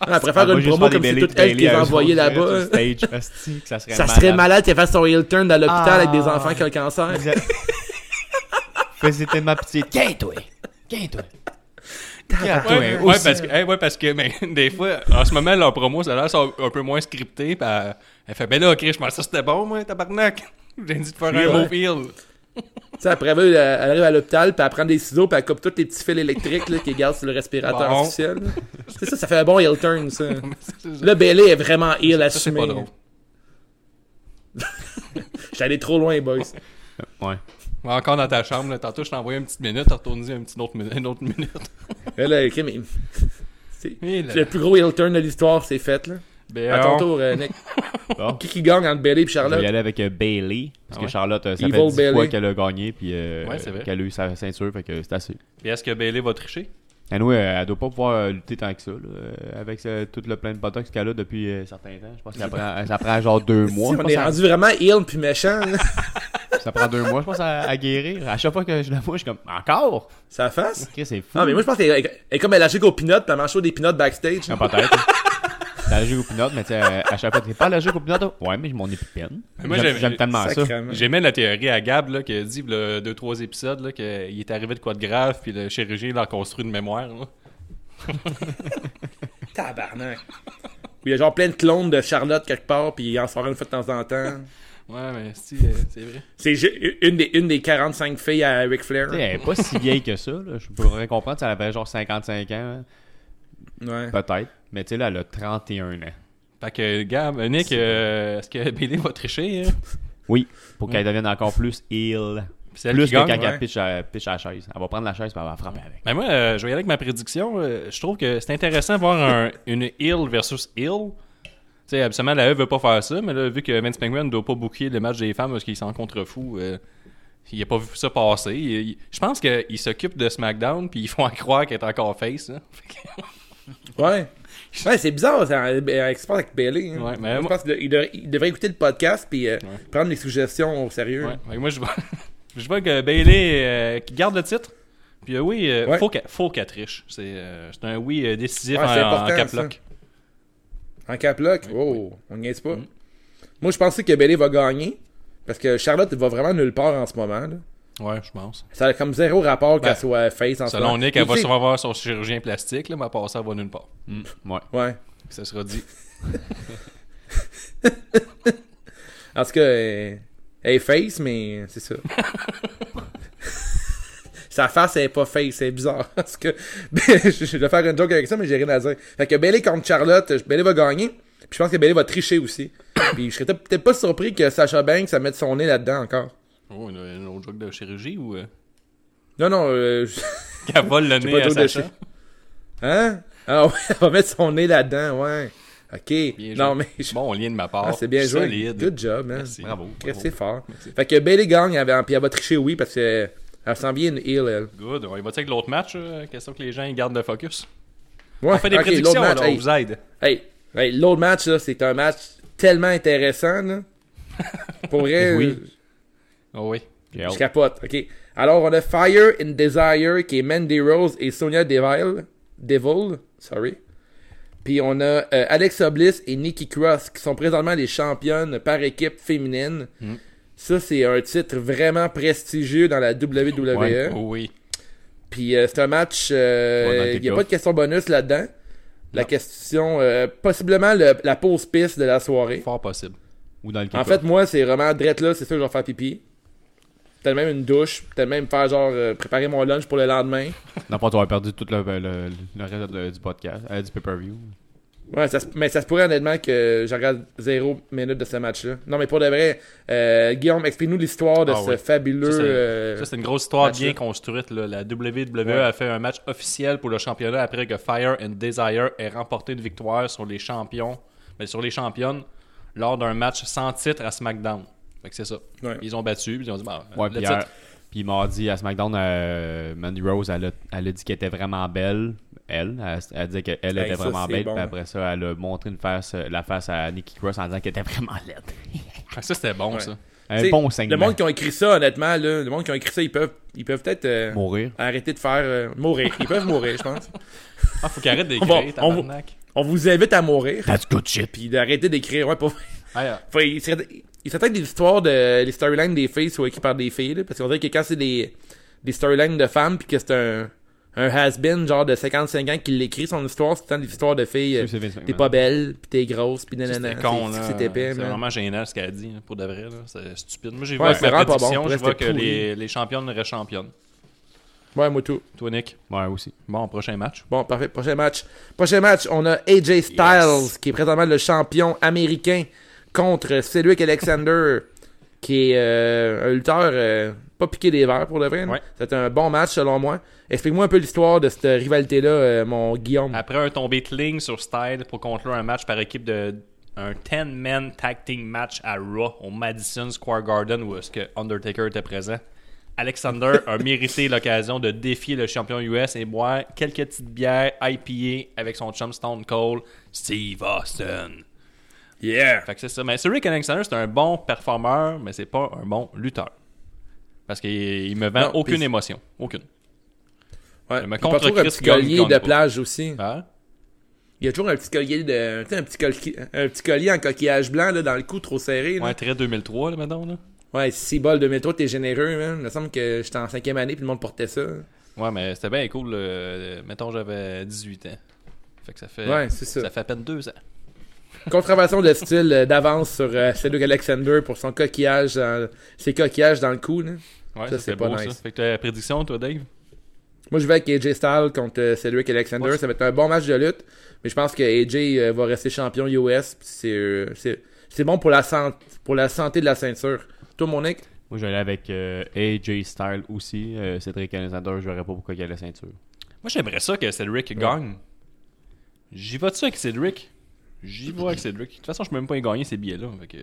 Speaker 1: Ah, elle préfère une promo comme c'est toute elle qui les a envoyés là-bas. hein.
Speaker 3: Stage, asti, que ça serait
Speaker 1: Ça serait
Speaker 3: malade.
Speaker 1: malade qu'elle fasse son heel turn à l'hôpital
Speaker 3: Ah.
Speaker 1: avec des enfants qui ont le cancer.
Speaker 3: Fais c'était ma petite. Tiens, toi. Tiens, toi. Tiens, toi,
Speaker 2: Ouais, ouais,
Speaker 3: aussi.
Speaker 2: parce que, hey, ouais, parce que mais, des fois, en ce moment, leurs promos, ça a l'air sont un peu moins scripté. Puis elle, elle fait, ben là, ok, je pensais que c'était bon, moi, tabarnak. J'ai dit de faire un
Speaker 1: Ouais.
Speaker 2: move heel.
Speaker 1: Tu sais, après, elle, elle arrive à l'hôpital, puis elle prend des ciseaux, puis elle coupe tous les petits fils électriques là, qui gardent sur le respirateur
Speaker 2: Bon.
Speaker 1: artificiel. là. C'est ça, ça fait un bon heel turn, ça.
Speaker 2: C'est ça.
Speaker 1: Là, Bailey est vraiment heel
Speaker 2: Ça, c'est
Speaker 1: assumé.
Speaker 2: pas drôle.
Speaker 1: J'étais allé trop loin, boys.
Speaker 3: Ouais.
Speaker 2: Mais Encore dans ta chambre, là. tantôt je t'ai envoyé une petite minute, retourne-y une petite autre minute. Une autre minute.
Speaker 1: Là, là, ok, mais... C'est
Speaker 2: Et là.
Speaker 1: c'est le plus gros heel turn de l'histoire, c'est fait, là.
Speaker 2: Ben,
Speaker 1: À ton tour, euh, Nick.
Speaker 3: Bon.
Speaker 1: Qui qui gagne entre Bailey et
Speaker 3: Je vais y
Speaker 1: Charlotte?
Speaker 3: aller avec euh, Bailey. Parce
Speaker 2: Ah ouais.
Speaker 3: que Charlotte, euh, ça
Speaker 1: Evil
Speaker 3: fait 10
Speaker 1: Bailey.
Speaker 3: fois qu'elle a gagné. Puis euh,
Speaker 2: Ouais, c'est vrai.
Speaker 3: qu'elle a eu sa ceinture. Fait que c'est assez.
Speaker 2: Puis est-ce que Bailey va tricher?
Speaker 3: Anyway, euh, elle doit pas pouvoir euh, lutter tant que ça. là, euh, Avec euh, tout le plein de botox qu'elle a depuis un certain temps. Je pense que ça prend, ça prend genre deux mois.
Speaker 1: Si,
Speaker 3: Je
Speaker 1: on
Speaker 3: pense
Speaker 1: est
Speaker 3: que ça-
Speaker 1: rendu vraiment heel puis méchant, là.
Speaker 3: Ça prend deux mois, je pense, à, à guérir. À chaque fois que je la vois, je suis comme Encore
Speaker 1: Ça face?
Speaker 3: Chris, c'est fou.
Speaker 1: Non, mais moi, je pense qu'elle elle- elle est comme allergique aux peanuts, puis elle mange chaud des peanuts backstage.
Speaker 3: Ah, peut-être. T'es allergique aux peanuts, mais tu sais, euh, à chaque fois, t'es pas allergique aux peanuts. toi? Ouais, mais j'ai mon épipène.
Speaker 2: Mais moi,
Speaker 3: J'aime
Speaker 2: j'aime-
Speaker 3: j'aime tellement ça.
Speaker 1: Sacrément.
Speaker 2: J'aimais la théorie à Gab là, qui a dit le deux trois épisodes là, qu'il est arrivé de quoi de grave, puis le chirurgien l'a construit de mémoire. là.
Speaker 1: Tabarnak. Il y a genre plein de clones de Charlotte quelque part, puis il en sort une fois de temps en temps.
Speaker 2: Ouais, mais si, euh, c'est vrai.
Speaker 1: C'est ju- une des, une des 45 filles à Ric Flair.
Speaker 3: Tu sais, elle est pas si vieille que ça. Là. Je pourrais comprendre si elle avait genre 55 ans, hein.
Speaker 1: Ouais.
Speaker 3: peut-être. Mais tu sais, là, elle a 31 ans.
Speaker 2: Fait que Gab, euh, Nick, euh, est-ce que Bailey va tricher? hein?
Speaker 3: Oui, pour qu'elle devienne encore plus ill.
Speaker 2: Puis c'est elle
Speaker 3: Plus
Speaker 2: qui
Speaker 3: que quand
Speaker 2: gagne,
Speaker 1: ouais.
Speaker 3: elle pitch à, pitch à la chaise. Elle va prendre la chaise et elle va frapper avec.
Speaker 2: Ben moi, euh, je vais y aller avec ma prédiction. Euh, je trouve que c'est intéressant de voir un- une Hill versus Hill. Tu sais, absolument, la E veut pas faire ça, mais là, vu que Vince McMahon ne doit pas booker le match des femmes parce qu'il s'en contrefou, euh, il a pas vu ça passer. Il- il- je pense qu'il s'occupe de SmackDown, puis ils font en croire qu'elle est encore face. hein. Fait que-
Speaker 1: Ouais. Ouais, c'est bizarre, ça, euh, euh, ce qui se passe avec Bailey. hein.
Speaker 2: Ouais, mais
Speaker 1: je
Speaker 2: moi-
Speaker 1: pense qu'il de- il devrait- il devrait écouter le podcast puis euh, prendre les suggestions au sérieux.
Speaker 2: Ouais. Fait que moi, je vois, je vois que Bailey euh, qui garde le titre. Puis euh, oui, euh,
Speaker 1: Ouais.
Speaker 2: faut qu'elle faut qu'elle triche. C'est euh, c'est un oui euh, décisif
Speaker 1: Ouais,
Speaker 2: en,
Speaker 1: c'est
Speaker 2: en
Speaker 1: important,
Speaker 2: cap
Speaker 1: ça.
Speaker 2: lock.
Speaker 1: En caplock, oh, on ne pas.
Speaker 2: Mm-hmm.
Speaker 1: Moi, je pensais que Bailey va gagner parce que Charlotte va vraiment nulle part en ce moment. là.
Speaker 2: Ouais, je pense.
Speaker 1: Ça a comme zéro rapport
Speaker 2: Ben,
Speaker 1: qu'elle soit face en ce moment.
Speaker 2: Selon Nick,
Speaker 1: Et
Speaker 2: elle va
Speaker 1: tu sais-
Speaker 2: sûrement voir son chirurgien plastique, là, mais à part ça, elle va nulle part.
Speaker 3: Ouais.
Speaker 1: Ouais.
Speaker 2: Ça sera dit.
Speaker 1: En tout cas, euh, elle est face, mais c'est ça. Sa face, elle est pas face, c'est bizarre. Parce que, ben, je je vais faire une joke avec ça, mais j'ai rien à dire. Fait que Bailey contre Charlotte, je- Bailey va gagner. Puis je pense que Bailey va tricher aussi. Puis je serais peut-être peut-être pas surpris que Sasha Banks, ça mette son nez là-dedans encore.
Speaker 2: Oh, une, une autre joke de chirurgie ou. euh,
Speaker 1: Non, non, euh, je-
Speaker 2: Qu'elle vole le
Speaker 1: j'ai
Speaker 2: nez
Speaker 1: pas
Speaker 2: à
Speaker 1: trop de
Speaker 2: Sacha?
Speaker 1: chi- Hein? Ah ouais, elle va mettre son nez là-dedans, ouais. OK.
Speaker 2: Bien
Speaker 1: Non,
Speaker 2: joué.
Speaker 1: mais. je-
Speaker 2: Bon lien de ma part.
Speaker 1: Ah, c'est bien joué.
Speaker 2: Solide.
Speaker 1: Good job, man.
Speaker 2: Merci.
Speaker 3: Bravo.
Speaker 1: Chris,
Speaker 3: bravo.
Speaker 1: C'est fort. Fait que Bailey gagne, elle avait- puis elle va tricher, oui, parce qu'elle s'en vient une heal, elle.
Speaker 2: Good. On y va-tu avec l'autre match? euh, question que les gens ils gardent le focus.
Speaker 1: Ouais,
Speaker 2: On fait des
Speaker 1: ok, l'autre
Speaker 2: prédictions,
Speaker 1: match,
Speaker 2: alors, on
Speaker 1: hey,
Speaker 2: vous aide.
Speaker 1: hey, hey, l'autre match, là, c'est un match tellement intéressant, là. Pour vrai,
Speaker 3: Oui.
Speaker 2: Oh oui.
Speaker 3: J'ai
Speaker 1: je
Speaker 3: hâte.
Speaker 1: capote, ok. Alors, on a Fire and Desire, qui est Mandy Rose et Sonia Deville, Devil, sorry. Puis on a euh, Alexa Bliss et Nikki Cross, qui sont présentement les championnes par équipe féminine.
Speaker 3: Mm.
Speaker 1: Ça, c'est un titre vraiment prestigieux dans la E. WWE.
Speaker 3: Ouais.
Speaker 2: Oh oui.
Speaker 1: Puis euh, c'est un match. euh,
Speaker 3: Ouais, dans
Speaker 1: Il
Speaker 3: tes
Speaker 1: n'y a
Speaker 3: coffres.
Speaker 1: pas de question bonus là-dedans. La question. euh, possiblement le- la pause piste de la soirée.
Speaker 2: Fort possible.
Speaker 3: Ou dans le
Speaker 1: En fait, moi, c'est vraiment drette là, c'est sûr que je vais faire pipi. Peut-être même une douche. Peut-être même faire genre euh, préparer mon lunch pour le lendemain.
Speaker 3: n'importe on a perdu tout le, le- le reste de- du podcast, euh, du pay-per-view.
Speaker 1: Ouais, ça, se- mais ça se pourrait honnêtement que je regarde zéro minute de ce match-là. Non, mais pour de vrai, euh, Guillaume, explique-nous l'histoire de
Speaker 2: Ah
Speaker 1: ce
Speaker 2: ouais.
Speaker 1: fabuleux.
Speaker 2: Ça, c'est-
Speaker 1: euh,
Speaker 2: Ça, c'est une grosse histoire
Speaker 1: match-là.
Speaker 2: bien construite. là. La WWE
Speaker 1: Ouais.
Speaker 2: a fait un match officiel pour le championnat après que Fire and Desire ait remporté une victoire sur les champions, mais sur les championnes, lors d'un match sans titre à SmackDown. Fait que c'est ça.
Speaker 1: Ouais.
Speaker 2: Ils ont battu, puis ils ont dit, bah,
Speaker 3: Ouais,
Speaker 2: le
Speaker 3: puis,
Speaker 2: titre.
Speaker 3: hier- puis mardi à SmackDown, euh, Mandy Rose, elle a, elle a dit qu'elle était vraiment belle. Elle, elle, elle disait qu'elle
Speaker 1: Hey,
Speaker 3: était
Speaker 1: ça,
Speaker 3: vraiment
Speaker 1: c'est
Speaker 3: belle.
Speaker 1: bon.
Speaker 3: Puis après ça, elle a montré une face, euh, la face à Nikki Cross en disant qu'elle était vraiment laide.
Speaker 2: Ah, ça, c'était bon,
Speaker 1: Ouais.
Speaker 2: ça.
Speaker 3: Un
Speaker 1: t'sais,
Speaker 3: bon
Speaker 1: Le
Speaker 3: segment.
Speaker 1: monde qui a écrit ça, honnêtement, là, le monde qui a écrit ça, ils peuvent, ils peuvent peut-être euh,
Speaker 3: Mourir.
Speaker 1: arrêter de faire euh, mourir. Ils peuvent mourir, je pense.
Speaker 2: Ah, faut qu'ils arrêtent
Speaker 1: Bon,
Speaker 2: d'écrire,
Speaker 1: on-
Speaker 2: tabarnak.
Speaker 1: On vous invite à mourir,
Speaker 3: That's good shit.
Speaker 1: puis d'arrêter d'écrire. Ouais, pour...
Speaker 2: Ah, yeah.
Speaker 1: Enfin, il serait, il serait peut-être des histoires de les storylines des filles soit écrites par des filles, là, parce qu'on dirait que quand c'est des, des storylines de femmes, puis que c'est un, un has-been, genre de 55 ans, qui l'écrit son histoire, c'est tant des histoires de filles. euh,
Speaker 3: C'est Vince McMahon.
Speaker 1: T'es pas belle, pis t'es grosse, pis
Speaker 2: Ça,
Speaker 1: nanana.
Speaker 2: C'était con,
Speaker 1: c'est-
Speaker 2: là.
Speaker 1: C'est épais,
Speaker 2: C'est
Speaker 1: man.
Speaker 2: vraiment gênant ce qu'elle a dit, hein, pour de vrai. là. C'est stupide. Moi, j'ai vu
Speaker 1: Ouais,
Speaker 2: avec
Speaker 1: c'est
Speaker 2: ma
Speaker 1: vraiment pas bon.
Speaker 2: prédiction,
Speaker 1: Pour
Speaker 2: je
Speaker 1: vrai,
Speaker 2: vois que
Speaker 1: c'était
Speaker 2: les, les championnes rechampionnes.
Speaker 1: Ouais, moi tout.
Speaker 2: Toi, Nick.
Speaker 3: Ouais, aussi.
Speaker 2: Bon, prochain match.
Speaker 1: Bon, parfait. Prochain match. Prochain match, on a AJ Styles, qui est présentement le champion américain, contre Cedric Alexander, qui est euh, un lutteur euh, pas piqué des verres pour le vrai. là.
Speaker 2: Ouais.
Speaker 1: C'était un bon match selon moi. Explique-moi un peu l'histoire de cette rivalité-là, euh, mon Guillaume.
Speaker 2: Après un tombé de ligne sur Style pour conclure un match par équipe de un 10-man tag team match à Raw au Madison Square Garden où est-ce que Undertaker était présent. Alexander a mérité l'occasion de défier le champion US et boire quelques petites bières IPA avec son chum Stone Cold, Steve Austin.
Speaker 1: Yeah!
Speaker 2: Fait que c'est ça. Mais Cedric Alexander, c'est un bon performeur, mais c'est pas un bon lutteur. Parce qu'il il me vend
Speaker 1: Non,
Speaker 2: aucune
Speaker 1: puis-
Speaker 2: émotion. Aucune.
Speaker 1: Ouais.
Speaker 2: Mais
Speaker 1: Il porte
Speaker 2: contre
Speaker 1: toujours un
Speaker 2: Chris
Speaker 1: petit
Speaker 2: Gunn,
Speaker 1: collier
Speaker 2: contre
Speaker 1: de
Speaker 2: pas.
Speaker 1: plage aussi.
Speaker 2: Hein?
Speaker 1: Il y a toujours un petit collier de. Tu sais, un petit, collier, un petit collier en coquillage blanc là, dans le cou trop serré. là.
Speaker 2: Ouais, très 2003, là, maintenant. Là.
Speaker 1: Ouais, si bol 2003, t'es généreux, man. Il me semble que j'étais en cinquième année puis le monde portait ça.
Speaker 2: Ouais, mais c'était bien cool. euh, mettons, j'avais 18 ans. Fait que ça fait,
Speaker 1: Ouais, c'est ça.
Speaker 2: ça fait à peine deux ans.
Speaker 1: Contravention de style euh, d'avance sur euh, Cedric Alexander pour son coquillage dans, ses coquillages dans le cou. là.
Speaker 2: Ouais,
Speaker 1: Ça,
Speaker 2: ça,
Speaker 1: c'est
Speaker 2: c'est
Speaker 1: pas
Speaker 2: beau,
Speaker 1: nice.
Speaker 2: ça. Fait que la prédiction, toi, Dave
Speaker 1: Moi, je vais avec AJ Styles contre euh, Cedric Alexander.
Speaker 2: Ouais.
Speaker 1: Ça va être un bon match de lutte, mais je pense que AJ euh, va rester champion US. puis C'est euh, c'est- c'est bon pour la, san- pour la santé de la ceinture. Toi, mon Nick?
Speaker 3: Moi, j'allais avec euh, AJ Styles aussi. Euh, Cédric Alexander, je verrais pas pourquoi il a la ceinture.
Speaker 2: Moi, j'aimerais ça que Cedric gagne. J'y vas-tu avec Cedric J'y vais avec Cédric. De toute façon, je peux même pas y gagner ces billets-là. Fait que...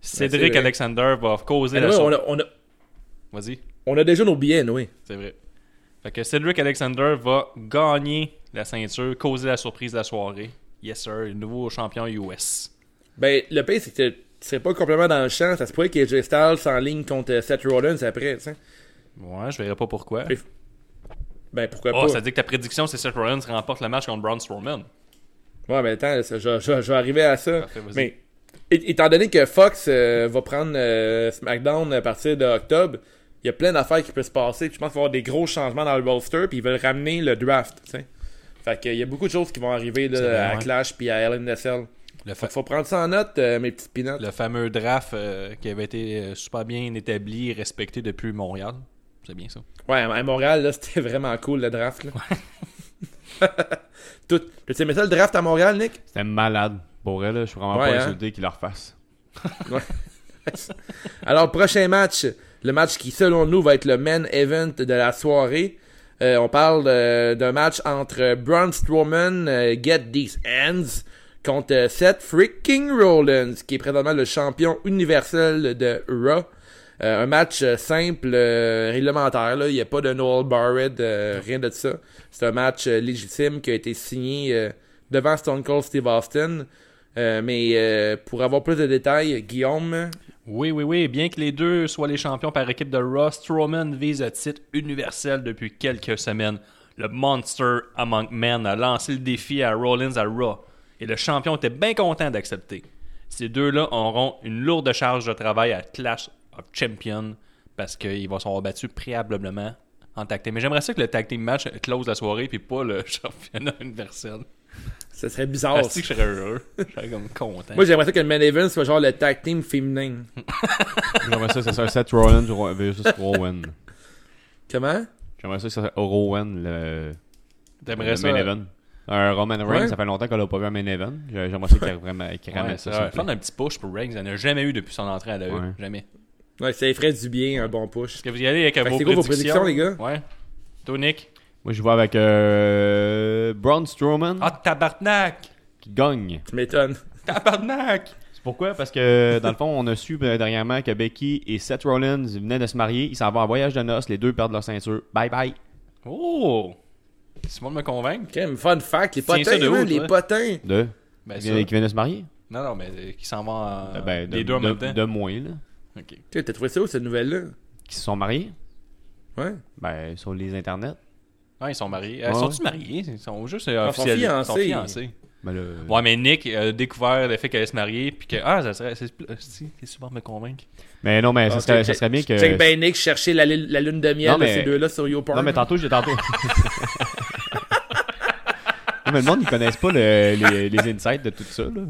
Speaker 2: Cédric
Speaker 1: Ben, vrai.
Speaker 2: Alexander va causer la
Speaker 1: Anyway, on,
Speaker 2: surprise.
Speaker 1: a, on, a,
Speaker 2: Vas-y.
Speaker 1: on a déjà nos billets, oui.
Speaker 2: C'est vrai. Fait que Cedric Alexander va gagner la ceinture, causer la surprise de la soirée. Yes, sir, le nouveau champion US.
Speaker 1: Ben, le pire, c'est que tu serais pas complètement dans le champ. Ça se pourrait qu'AJ Styles en ligne contre euh, Seth Rollins après, tu sais.
Speaker 2: Ouais, je verrai pas pourquoi.
Speaker 1: Mais- Ben, pourquoi
Speaker 2: Oh,
Speaker 1: pas?
Speaker 2: ça dit que ta prédiction, c'est Seth Rollins remporte le match contre Braun Strowman.
Speaker 1: Ouais, mais attends, ça, je, je- je vais arriver à ça.
Speaker 2: Parfait, vas-y.
Speaker 1: mais é- étant donné que Fox euh, va prendre euh, SmackDown à partir d'octobre, il y a plein d'affaires qui peuvent se passer. puis Je pense qu'il va y avoir des gros changements dans le roster, puis ils veulent ramener le draft. tu sais. Fait qu'il y a beaucoup de choses qui vont arriver là,
Speaker 2: C'est vrai,
Speaker 1: à
Speaker 2: ouais.
Speaker 1: Clash puis à LNSL.
Speaker 2: Le,
Speaker 1: Fait qu'il faut prendre ça en note, euh, mes petites pinottes.
Speaker 2: le fameux draft euh, qui avait été euh, super bien établi et respecté depuis Montréal. C'est bien ça.
Speaker 1: Ouais, à Montréal, là, c'était vraiment cool le draft. Là. Tout. Tu sais, mais ça le draft à Montréal, Nick?
Speaker 3: C'était malade. Pour elle, là, je suis vraiment
Speaker 1: Ouais,
Speaker 3: pas
Speaker 1: hein?
Speaker 3: insulté qu'il la refasse.
Speaker 1: Alors, prochain match, le match qui, selon nous, va être le main event de la soirée. Euh, on parle euh, d'un match entre Braun Strowman, euh, Get These Hands, contre euh, Seth Freaking Rollins, qui est présentement le champion universel de Raw. Euh, un match euh, simple, euh, réglementaire. là. Il n'y a pas de Noel Barrett, euh, rien de ça. C'est un match euh, légitime qui a été signé euh, devant Stone Cold Steve Austin. Euh, mais euh, pour avoir plus de détails, Guillaume,
Speaker 2: Oui, oui, oui. Bien que les deux soient les champions par équipe de Raw, Strowman vise un titre universel depuis quelques semaines. Le Monster Among Men a lancé le défi à Rollins à Raw et le champion était bien content d'accepter. Ces deux-là auront une lourde charge de travail à Clash of Champions parce qu'ils vont s'en battus préalablement en tag team. Mais j'aimerais ça que le tag team match close la soirée puis pas le championnat universel.
Speaker 1: ça serait bizarre.
Speaker 2: Parce que je serais heureux. Je serais comme content.
Speaker 1: Oh, Moi, j'aimerais ça que le main event soit genre le tag team féminin.
Speaker 2: Hmm.
Speaker 3: J'aimerais ça que ça soit Seth Rollins Ro- versus Rowan.
Speaker 1: Comment?
Speaker 3: J'aimerais ça que ça soit Rowan, le,
Speaker 2: T'aimerais
Speaker 3: le
Speaker 2: ça?
Speaker 3: main event. Un Roman Reigns,
Speaker 1: Ouais.
Speaker 3: ça fait longtemps qu'on l'a pas vu un main event. J'ai- J'aimerais ça qu'il ramène qu'il ramène
Speaker 2: Ouais, ça
Speaker 3: ça. s'il
Speaker 2: va
Speaker 3: vous plaît.
Speaker 2: faire un petit push pour Reigns. Il n'a jamais eu depuis son entrée à l'AE.
Speaker 3: Ouais.
Speaker 2: Jamais.
Speaker 1: Ouais, ça ferait du bien, un bon push.
Speaker 2: Est-ce que vous y allez avec vos,
Speaker 1: c'est quoi
Speaker 2: prédictions?
Speaker 1: vos prédictions, les gars?
Speaker 2: Ouais. Toi, Nick?
Speaker 3: Moi, je vois avec euh, Braun Strowman
Speaker 2: Ah, tabarnak!
Speaker 3: qui gagne.
Speaker 1: Tu m'étonnes.
Speaker 2: Tabarnak!
Speaker 3: Pourquoi? Parce que dans le fond, on a su euh, dernièrement que Becky et Seth Rollins venaient de se marier. Ils s'en vont en voyage de noces. Les deux perdent leur ceinture. Bye bye.
Speaker 2: Oh! Si le monde me convainc.
Speaker 1: Crème, fun fact, les
Speaker 2: Tiens
Speaker 1: potins,
Speaker 2: ça de
Speaker 1: man,
Speaker 2: où, toi?
Speaker 1: les potins.
Speaker 3: Deux.
Speaker 2: Ben,
Speaker 3: Qui
Speaker 2: ça.
Speaker 3: viennent qui viennent de se marier?
Speaker 2: Non, non, mais euh, qui s'en va en-
Speaker 3: Ben, de,
Speaker 2: les deux en
Speaker 3: de-
Speaker 2: même temps.
Speaker 3: de moins, là.
Speaker 2: Ok.
Speaker 1: Tu sais, t'as trouvé ça où, cette nouvelle-là?
Speaker 3: Qui se sont mariés?
Speaker 1: Ouais.
Speaker 3: Ben, sur les internets.
Speaker 2: Ah, ils sont mariés. Euh,
Speaker 3: Ouais,
Speaker 2: Sont-ils mariés? Ils sont juste euh,
Speaker 1: sont
Speaker 2: officiels. Ils
Speaker 1: fiancés.
Speaker 2: sont fiancés.
Speaker 3: Ben, le-
Speaker 2: Ouais, mais Nick a découvert le fait qu'elle allait se marier, puis que, ah, ça serait, c'est, euh, si, c'est super de me convaincre.
Speaker 3: Mais non,
Speaker 2: Ah,
Speaker 3: mais ça
Speaker 1: Alors,
Speaker 3: serait,
Speaker 1: check-
Speaker 3: ça serait bien que.
Speaker 1: Check ben Nick chercher la, la lune de miel
Speaker 3: Non,
Speaker 1: de
Speaker 3: mais-
Speaker 1: ces deux-là sur YouPorn.
Speaker 3: Non, mais tantôt, j'ai tantôt. Non, mais le monde, ils connaissent pas le- les, les insights de tout ça, là.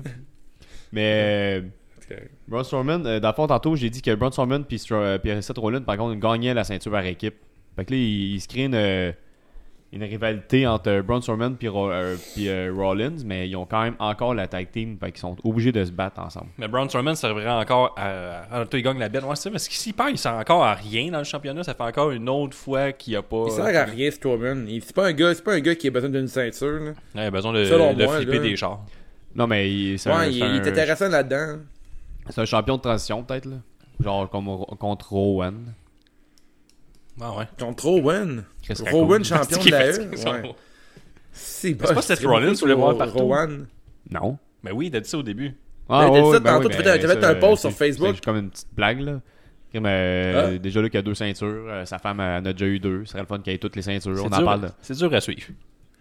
Speaker 3: Mais. euh, Braun Strowman, euh, dans le fond, tantôt, j'ai dit que Braun Strowman puis Stro- euh, puis Seth Rollins, par contre, gagnaient la ceinture par équipe. Fait que là, il, il se crée une, euh, une rivalité entre euh, Braun Strowman puis Ro- euh, puis, euh, Rollins, mais ils ont quand même encore la tag team, fait qu'ils sont obligés de se battre ensemble.
Speaker 2: Mais Braun Strowman servirait encore à. Ah, toi, il gagne la bête. Ouais, c'est ça, parce que s'il perd, il sert encore à rien dans le championnat. Ça fait encore une autre fois qu'il n'y a pas. euh,
Speaker 1: Il sert à rien, Strowman. Il- C'est pas un gars, c'est pas un gars qui a besoin d'une ceinture, là.
Speaker 2: Ouais, il a besoin de,
Speaker 1: Selon
Speaker 2: de
Speaker 1: moi,
Speaker 2: flipper
Speaker 1: là.
Speaker 2: des chars.
Speaker 3: Non, mais il- c'est un,
Speaker 1: Ouais, il,
Speaker 3: c'est
Speaker 1: il est
Speaker 3: un-
Speaker 1: intéressant là-dedans.
Speaker 3: c'est un champion de transition, peut-être, là. Genre comme Ro- contre Rowan.
Speaker 2: Ah ouais.
Speaker 1: Contre Rowan.
Speaker 3: Qu'est-ce qu'il
Speaker 1: Rowan,
Speaker 3: raconte?
Speaker 1: champion
Speaker 2: C'est
Speaker 1: de la
Speaker 2: fatigué,
Speaker 1: E.
Speaker 2: son
Speaker 1: Ouais. bah,
Speaker 2: mot.
Speaker 1: C'est
Speaker 2: pas Seth Rollins, tu voulais voir partout.
Speaker 1: Rowan.
Speaker 3: Non.
Speaker 2: Mais oui, t'as dit ça au début.
Speaker 3: Ah,
Speaker 1: T'as dit
Speaker 3: ouais,
Speaker 1: ça
Speaker 3: ben
Speaker 1: tantôt,
Speaker 3: oui,
Speaker 1: tu
Speaker 3: ben,
Speaker 1: fais- tu fais
Speaker 3: ça,
Speaker 1: un post
Speaker 3: c'est-
Speaker 1: sur Facebook.
Speaker 3: C'est comme une petite blague, là. Mais, euh,
Speaker 1: Ah.
Speaker 3: Déjà, là, qu'il y a deux ceintures. euh, sa femme euh, en a déjà eu deux. Ce serait le fun qu'il y ait toutes les ceintures.
Speaker 2: C'est
Speaker 3: On en
Speaker 2: dur-
Speaker 3: parle. là.
Speaker 2: C'est dur à suivre.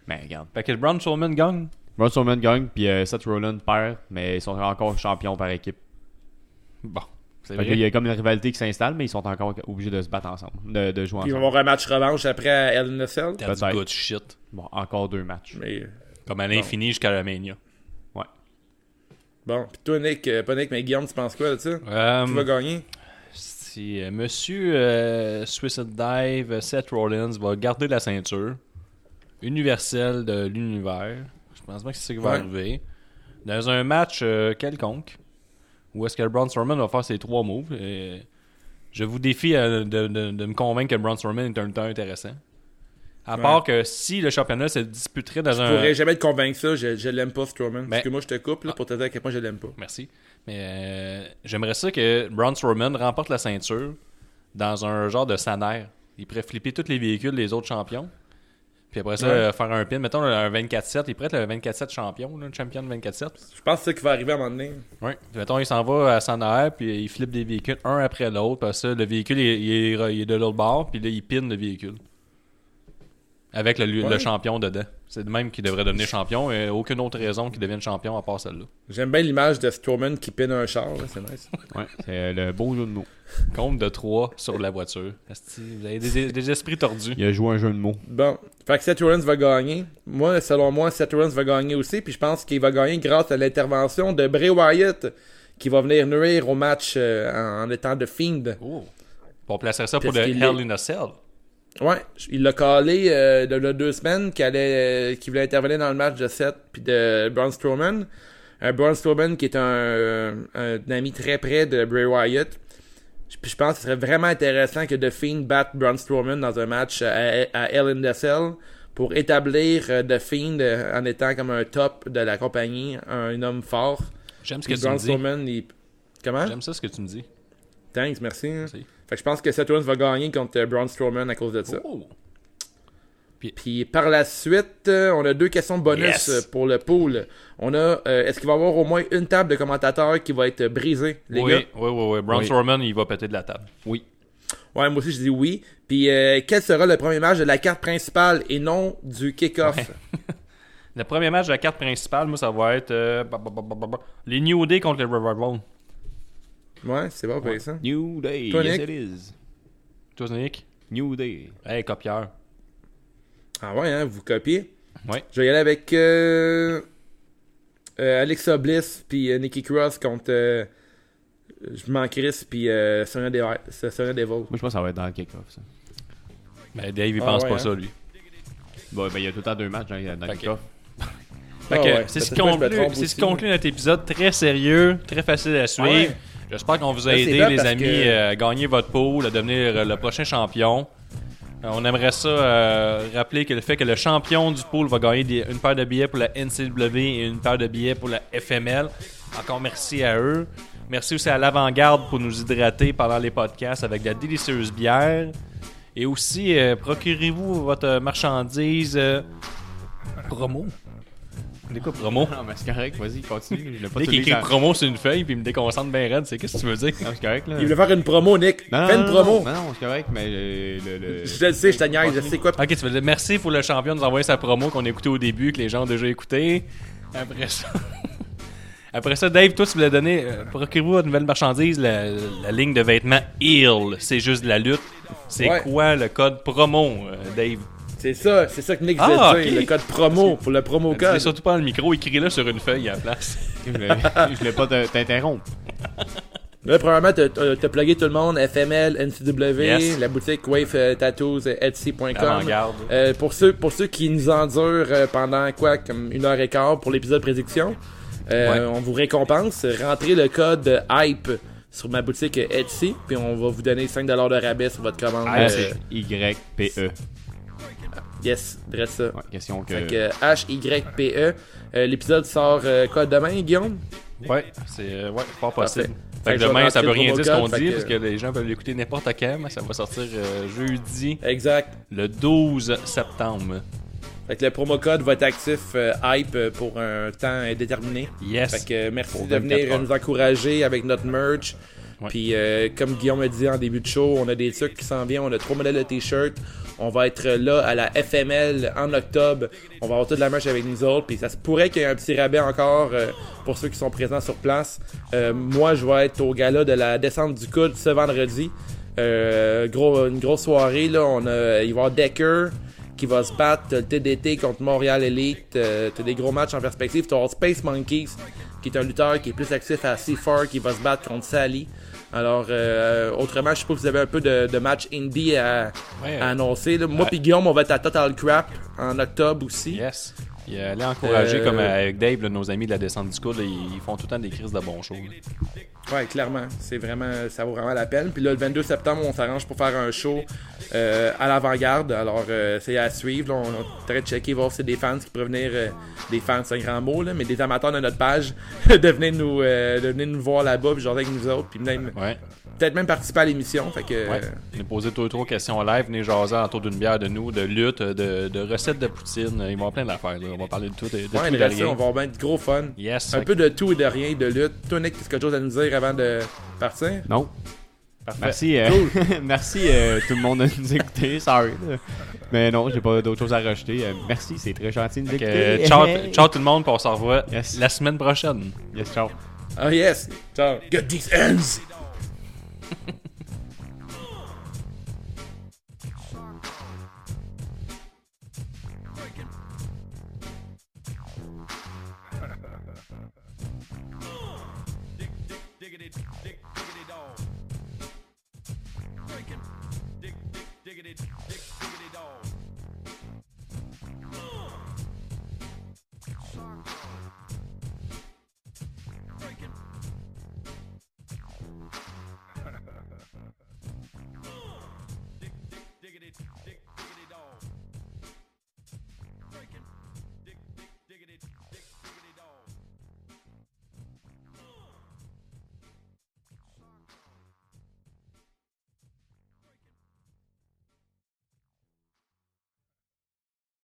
Speaker 3: Mais regarde.
Speaker 2: Fait que Braun Strowman gagne.
Speaker 3: Braun Strowman gagne, puis euh, Seth Rollins perd, mais ils sont encore champions par équipe.
Speaker 2: Bon. C'est
Speaker 3: Fait qu'il y
Speaker 2: vrai.
Speaker 3: a comme une rivalité qui s'installe, mais ils sont encore obligés de se battre ensemble, de, de jouer
Speaker 1: Puis ils
Speaker 3: ensemble.
Speaker 1: vont avoir un match revanche après à LNFL.
Speaker 2: T'as
Speaker 3: peut-être.
Speaker 2: du good shit.
Speaker 3: Bon, encore deux matchs.
Speaker 1: Mais euh,
Speaker 2: Comme à l'infini jusqu'à la Mania.
Speaker 3: Ouais.
Speaker 1: bon, pis toi, Nick, euh, pas Nick, mais Guillaume, tu penses quoi de ça?
Speaker 2: Euh,
Speaker 1: Tu vas gagner?
Speaker 2: si euh, Monsieur euh, Suicide Dive, euh, Seth Rollins va garder la ceinture universelle de l'univers. Je pense pas que c'est ça qui va
Speaker 1: Ouais.
Speaker 2: arriver. Dans un match euh, quelconque, où est-ce que Braun Strowman va faire ses trois moves et Je vous défie euh, de, de- de me convaincre que Braun Strowman est un lutteur intéressant. À part que si le championnat se disputerait dans
Speaker 1: Je
Speaker 2: un.
Speaker 1: pourrais euh, jamais te convaincre ça, je, je l'aime pas, Strowman.
Speaker 2: euh, Ben-
Speaker 1: Parce que moi, je te coupe là, pour te dire à quel point je l'aime pas.
Speaker 2: Merci. Mais euh, j'aimerais ça que Braun Strowman remporte la ceinture dans un genre de sanaire. Il pourrait flipper tous les véhicules des autres champions. Puis après ça,
Speaker 1: Ouais.
Speaker 2: euh, faire un pin. Mettons un 24-7. Il pourrait être le 24-7 champion, là, le champion de 24-7.
Speaker 1: Je pense que c'est ça qui va arriver à un moment donné.
Speaker 2: Ouais. Mettons, il s'en va à sanaire, puis il flippe des véhicules un après l'autre. Parce que le véhicule, il, est- il est, il est de l'autre bord, puis là, il pin le véhicule. Avec le, le
Speaker 1: Ouais.
Speaker 2: champion dedans. C'est de même qu'il devrait devenir champion. Et aucune autre raison qu'il devienne champion à part celle-là.
Speaker 1: J'aime bien l'image de Strowman qui pine un char, là, c'est nice.
Speaker 3: Ouais, c'est euh, le beau jeu de mots.
Speaker 2: Compte de 3 sur la voiture. Asti, vous avez des, des esprits tordus.
Speaker 3: Il a joué un jeu de mots.
Speaker 1: Bon, fait que Seth Rollins va gagner. Moi, selon moi, Seth Rollins va gagner aussi, puis je pense qu'il va gagner grâce à l'intervention de Bray Wyatt, qui va venir nuire au match euh, en, en étant de Fiend.
Speaker 2: Oh. On placerait ça pour
Speaker 1: Parce
Speaker 2: le
Speaker 1: qu'il
Speaker 2: Hell
Speaker 1: est-
Speaker 2: in a Cell.
Speaker 1: Ouais, il l'a calé euh, de, de deux semaines qu'il allait, euh, qu'il voulait intervenir dans le match de Seth puis de Braun Strowman. Un Braun Strowman qui est un, un ami très près de Bray Wyatt. Je- Puis je pense que ce serait vraiment intéressant que The Fiend batte Braun Strowman dans un match à, à Hell in the Cell pour établir euh, The Fiend euh, en étant comme un top de la compagnie, un homme fort.
Speaker 2: J'aime ce que
Speaker 1: Puis
Speaker 2: tu me
Speaker 1: Braun
Speaker 2: dis.
Speaker 1: Strowman, il- Comment?
Speaker 2: J'aime ça ce que tu me dis.
Speaker 1: Thanks, merci. hein.
Speaker 2: Merci.
Speaker 1: Fait que je pense que Seth Rollins va gagner contre euh, Braun Strowman à cause de ça.
Speaker 2: Oh.
Speaker 1: Puis par la suite, euh, on a deux questions bonus
Speaker 2: Yes.
Speaker 1: euh, pour le pool. On a, euh, est-ce qu'il va y avoir au moins une table de commentateurs qui va être euh, brisée, les
Speaker 2: oui,
Speaker 1: gars?
Speaker 2: oui, oui, oui. Braun
Speaker 3: Oui.
Speaker 2: Strowman, il va péter de la table.
Speaker 3: Oui.
Speaker 1: Ouais, moi aussi je dis oui. Puis euh, quel sera le premier match de la carte principale et non du kick-off?
Speaker 2: Le premier match de la carte principale, moi, ça va être euh, ba- ba- ba- ba- ba- ba- les New Day contre les Revival.
Speaker 1: Ouais, c'est bon, pour ça.
Speaker 3: New Day,
Speaker 1: Toi,
Speaker 3: yes
Speaker 1: Nick?
Speaker 3: it is.
Speaker 2: Toi, Nick?
Speaker 3: New Day.
Speaker 2: Hey, copieur.
Speaker 1: Ah ouais, hein, vous copiez.
Speaker 2: Ouais.
Speaker 1: Je vais y aller avec euh, euh, Alexa Bliss puis euh, Nikki Cross contre euh, je m'en crisse puis euh, Sonia Devil. Sonia Devil.
Speaker 3: Moi, je pense que ça va être dans le kick-off, ça.
Speaker 2: Mais Ben, Dave, il
Speaker 1: Ah,
Speaker 2: pense
Speaker 1: ouais,
Speaker 2: pas
Speaker 1: hein.
Speaker 2: ça, lui.
Speaker 3: Bon, ben, il y a tout le temps deux matchs dans, dans le
Speaker 2: Fait que-
Speaker 3: kick-off.
Speaker 2: Fait
Speaker 1: Ah
Speaker 2: que
Speaker 1: ouais,
Speaker 2: c'est ce
Speaker 1: peut-être
Speaker 2: qui
Speaker 1: pas que je me
Speaker 2: conclut,
Speaker 1: trompe
Speaker 2: c'est ce qui
Speaker 1: aussi,
Speaker 2: conclut notre épisode très sérieux, très facile à suivre.
Speaker 1: ouais.
Speaker 2: J'espère qu'on vous a
Speaker 1: Là, c'est
Speaker 2: aidé,
Speaker 1: bien
Speaker 2: les
Speaker 1: parce
Speaker 2: amis, euh,
Speaker 1: que-
Speaker 2: à gagner votre pool, à devenir euh, le prochain champion. Euh, on aimerait ça euh, rappeler que le fait que le champion du pool va gagner des- une paire de billets pour la NCW et une paire de billets pour la FML. Encore merci à eux. Merci aussi à l'avant-garde pour nous hydrater pendant les podcasts avec de la délicieuse bière. Et aussi, euh, procurez-vous votre euh, marchandise euh, promo. Ah, C'est quoi promo?
Speaker 3: Non, mais c'est correct, vas-y, continue. Je l'ai pas
Speaker 2: Dès qu'il
Speaker 3: souligné
Speaker 2: écrit
Speaker 3: dans-
Speaker 2: promo sur une feuille puis il me déconcentre bien raide, c'est qu'est-ce que tu veux dire?
Speaker 3: Non, c'est correct, là.
Speaker 1: Il voulait faire une promo, Nick.
Speaker 3: Non, non,
Speaker 1: Fais une
Speaker 3: non, non,
Speaker 1: promo.
Speaker 3: Non, non, c'est correct, mais euh, le. le-
Speaker 1: Je le sais, je te niaise, je sais quoi.
Speaker 2: Ok, tu veux dire merci pour le champion de nous envoyer sa promo qu'on a écouté au début, que les gens ont déjà écouté. Après ça. Après ça, Dave, toi, tu voulais donner. euh, Procurez-vous votre nouvelle marchandise, la, la ligne de vêtements Heal. C'est juste de la lutte. C'est
Speaker 1: Ouais.
Speaker 2: quoi le code promo, euh, Dave?
Speaker 1: C'est ça, c'est ça que Nick voulait
Speaker 2: Ah,
Speaker 1: dire,
Speaker 2: ok.
Speaker 1: le code promo pour le promo
Speaker 2: Dis-le
Speaker 1: code.
Speaker 2: surtout pas dans le micro, écris-le sur une feuille à la place.
Speaker 3: Je voulais- je voulais pas te- t'interrompre.
Speaker 1: Là, premièrement, t'as- t'as t'as plugué tout le monde, FML, NCW,
Speaker 2: Yes.
Speaker 1: la boutique Wave euh, Tattoos, euh, Etsy.com.
Speaker 2: L'avant-garde.
Speaker 1: Euh, pour ceux pour ceux qui nous endurent euh, pendant quoi, comme une heure et quart pour l'épisode prédiction, euh,
Speaker 2: Ouais.
Speaker 1: on vous récompense. Rentrez le code euh, hype sur ma boutique euh, Etsy, puis on va vous donner 5$ de rabais sur votre commande.
Speaker 3: Ah,
Speaker 1: euh,
Speaker 3: c'est YPE.
Speaker 1: yes, dresse ça.
Speaker 3: Ouais, question que.
Speaker 1: Fait que, euh, H-Y-P-E. Euh, L'épisode sort euh, quoi demain, Guillaume?
Speaker 2: Ouais, c'est euh, ouais, fort
Speaker 1: Parfait.
Speaker 2: possible. Fait
Speaker 1: Fait
Speaker 2: que
Speaker 1: que je
Speaker 2: demain,
Speaker 1: vais
Speaker 2: ça veut
Speaker 1: rentrer le
Speaker 2: rien dire ce qu'on
Speaker 1: promo code,
Speaker 2: dit,
Speaker 1: fait
Speaker 2: parce
Speaker 1: que-
Speaker 2: que les gens peuvent l'écouter n'importe quand, mais ça va sortir euh, jeudi,
Speaker 1: Exact.
Speaker 2: le 12 septembre.
Speaker 1: Fait que le promo code va être actif euh, hype euh, pour un temps indéterminé.
Speaker 2: Yes.
Speaker 1: Fait que euh, merci
Speaker 2: Pour
Speaker 1: de
Speaker 2: 24
Speaker 1: venir euh,
Speaker 2: heures.
Speaker 1: nous encourager avec notre merch.
Speaker 2: Ouais.
Speaker 1: Puis euh, comme Guillaume a dit en début de show, on a des trucs qui s'en viennent, on a trois modèles de t-shirts. On va être euh, là à la FML en octobre. On va avoir toute la merch avec nous autres. Puis ça se pourrait qu'il y ait un petit rabais encore euh, pour ceux qui sont présents sur place. Euh, moi, je vais être au gala de la descente du coude ce vendredi. Euh, gros, une grosse soirée là. On a, il va y avoir Decker qui va se battre. T'as le TDT contre Montréal Elite. euh, T'as des gros matchs en perspective. T'as Space Monkeys, qui est un lutteur qui est plus actif à C4, qui va se battre contre Sally. Alors, euh, autrement, je sais pas si vous avez un peu de, de match indie à,
Speaker 2: Ouais. euh,
Speaker 1: à annoncer. là. Moi
Speaker 2: Ouais.
Speaker 1: puis Guillaume, on va être à Total Crap en octobre aussi.
Speaker 2: Yes. Il euh, allait encourager,
Speaker 1: Euh,
Speaker 2: comme euh, avec Dave, là, nos amis de la descente du coude, là, ils ils font tout le temps des crises de bons shows. là.
Speaker 1: Ouais, clairement. C'est vraiment, ça vaut vraiment la peine. Puis là, le 22 septembre, on s'arrange pour faire un show euh, à l'avant-garde. Alors, euh, c'est à suivre. là. On est en train de checker, voir si c'est des fans qui peuvent venir, euh, des fans, c'est un grand mot, là, mais des amateurs de notre page, de venir nous, euh, de venir nous voir là-bas, puis genre avec nous autres, puis même-
Speaker 2: Ouais.
Speaker 1: peut-être même participer à l'émission. Fait que,
Speaker 2: ouais.
Speaker 1: euh,
Speaker 2: On a posé deux ou trois questions en live, venez jaser autour d'une bière de nous, de lutte, de, de recettes de poutine. Ils vont plein d'affaires. là. On va parler de tout, de, de
Speaker 1: ouais,
Speaker 2: tout
Speaker 1: le
Speaker 2: et de
Speaker 1: reste,
Speaker 2: rien.
Speaker 1: on va avoir bien du gros fun.
Speaker 2: Yes.
Speaker 1: Un
Speaker 2: fait
Speaker 1: peu de tout et de rien, de lutte. Toi, Nick, t'as quelque chose à nous dire avant de partir?
Speaker 3: Non.
Speaker 2: Parfait.
Speaker 3: Merci, euh, merci euh, tout le monde de nous écouter. Sorry. là. Mais non, j'ai pas d'autre chose à rajouter. Euh, merci, c'est très gentil de nous
Speaker 2: que,
Speaker 3: écouter.
Speaker 2: euh, ciao, ciao tout le monde, puis on se revoit
Speaker 3: Yes.
Speaker 2: la semaine prochaine.
Speaker 3: Yes, ciao.
Speaker 1: Ah, yes! Ciao!
Speaker 6: Get these ends.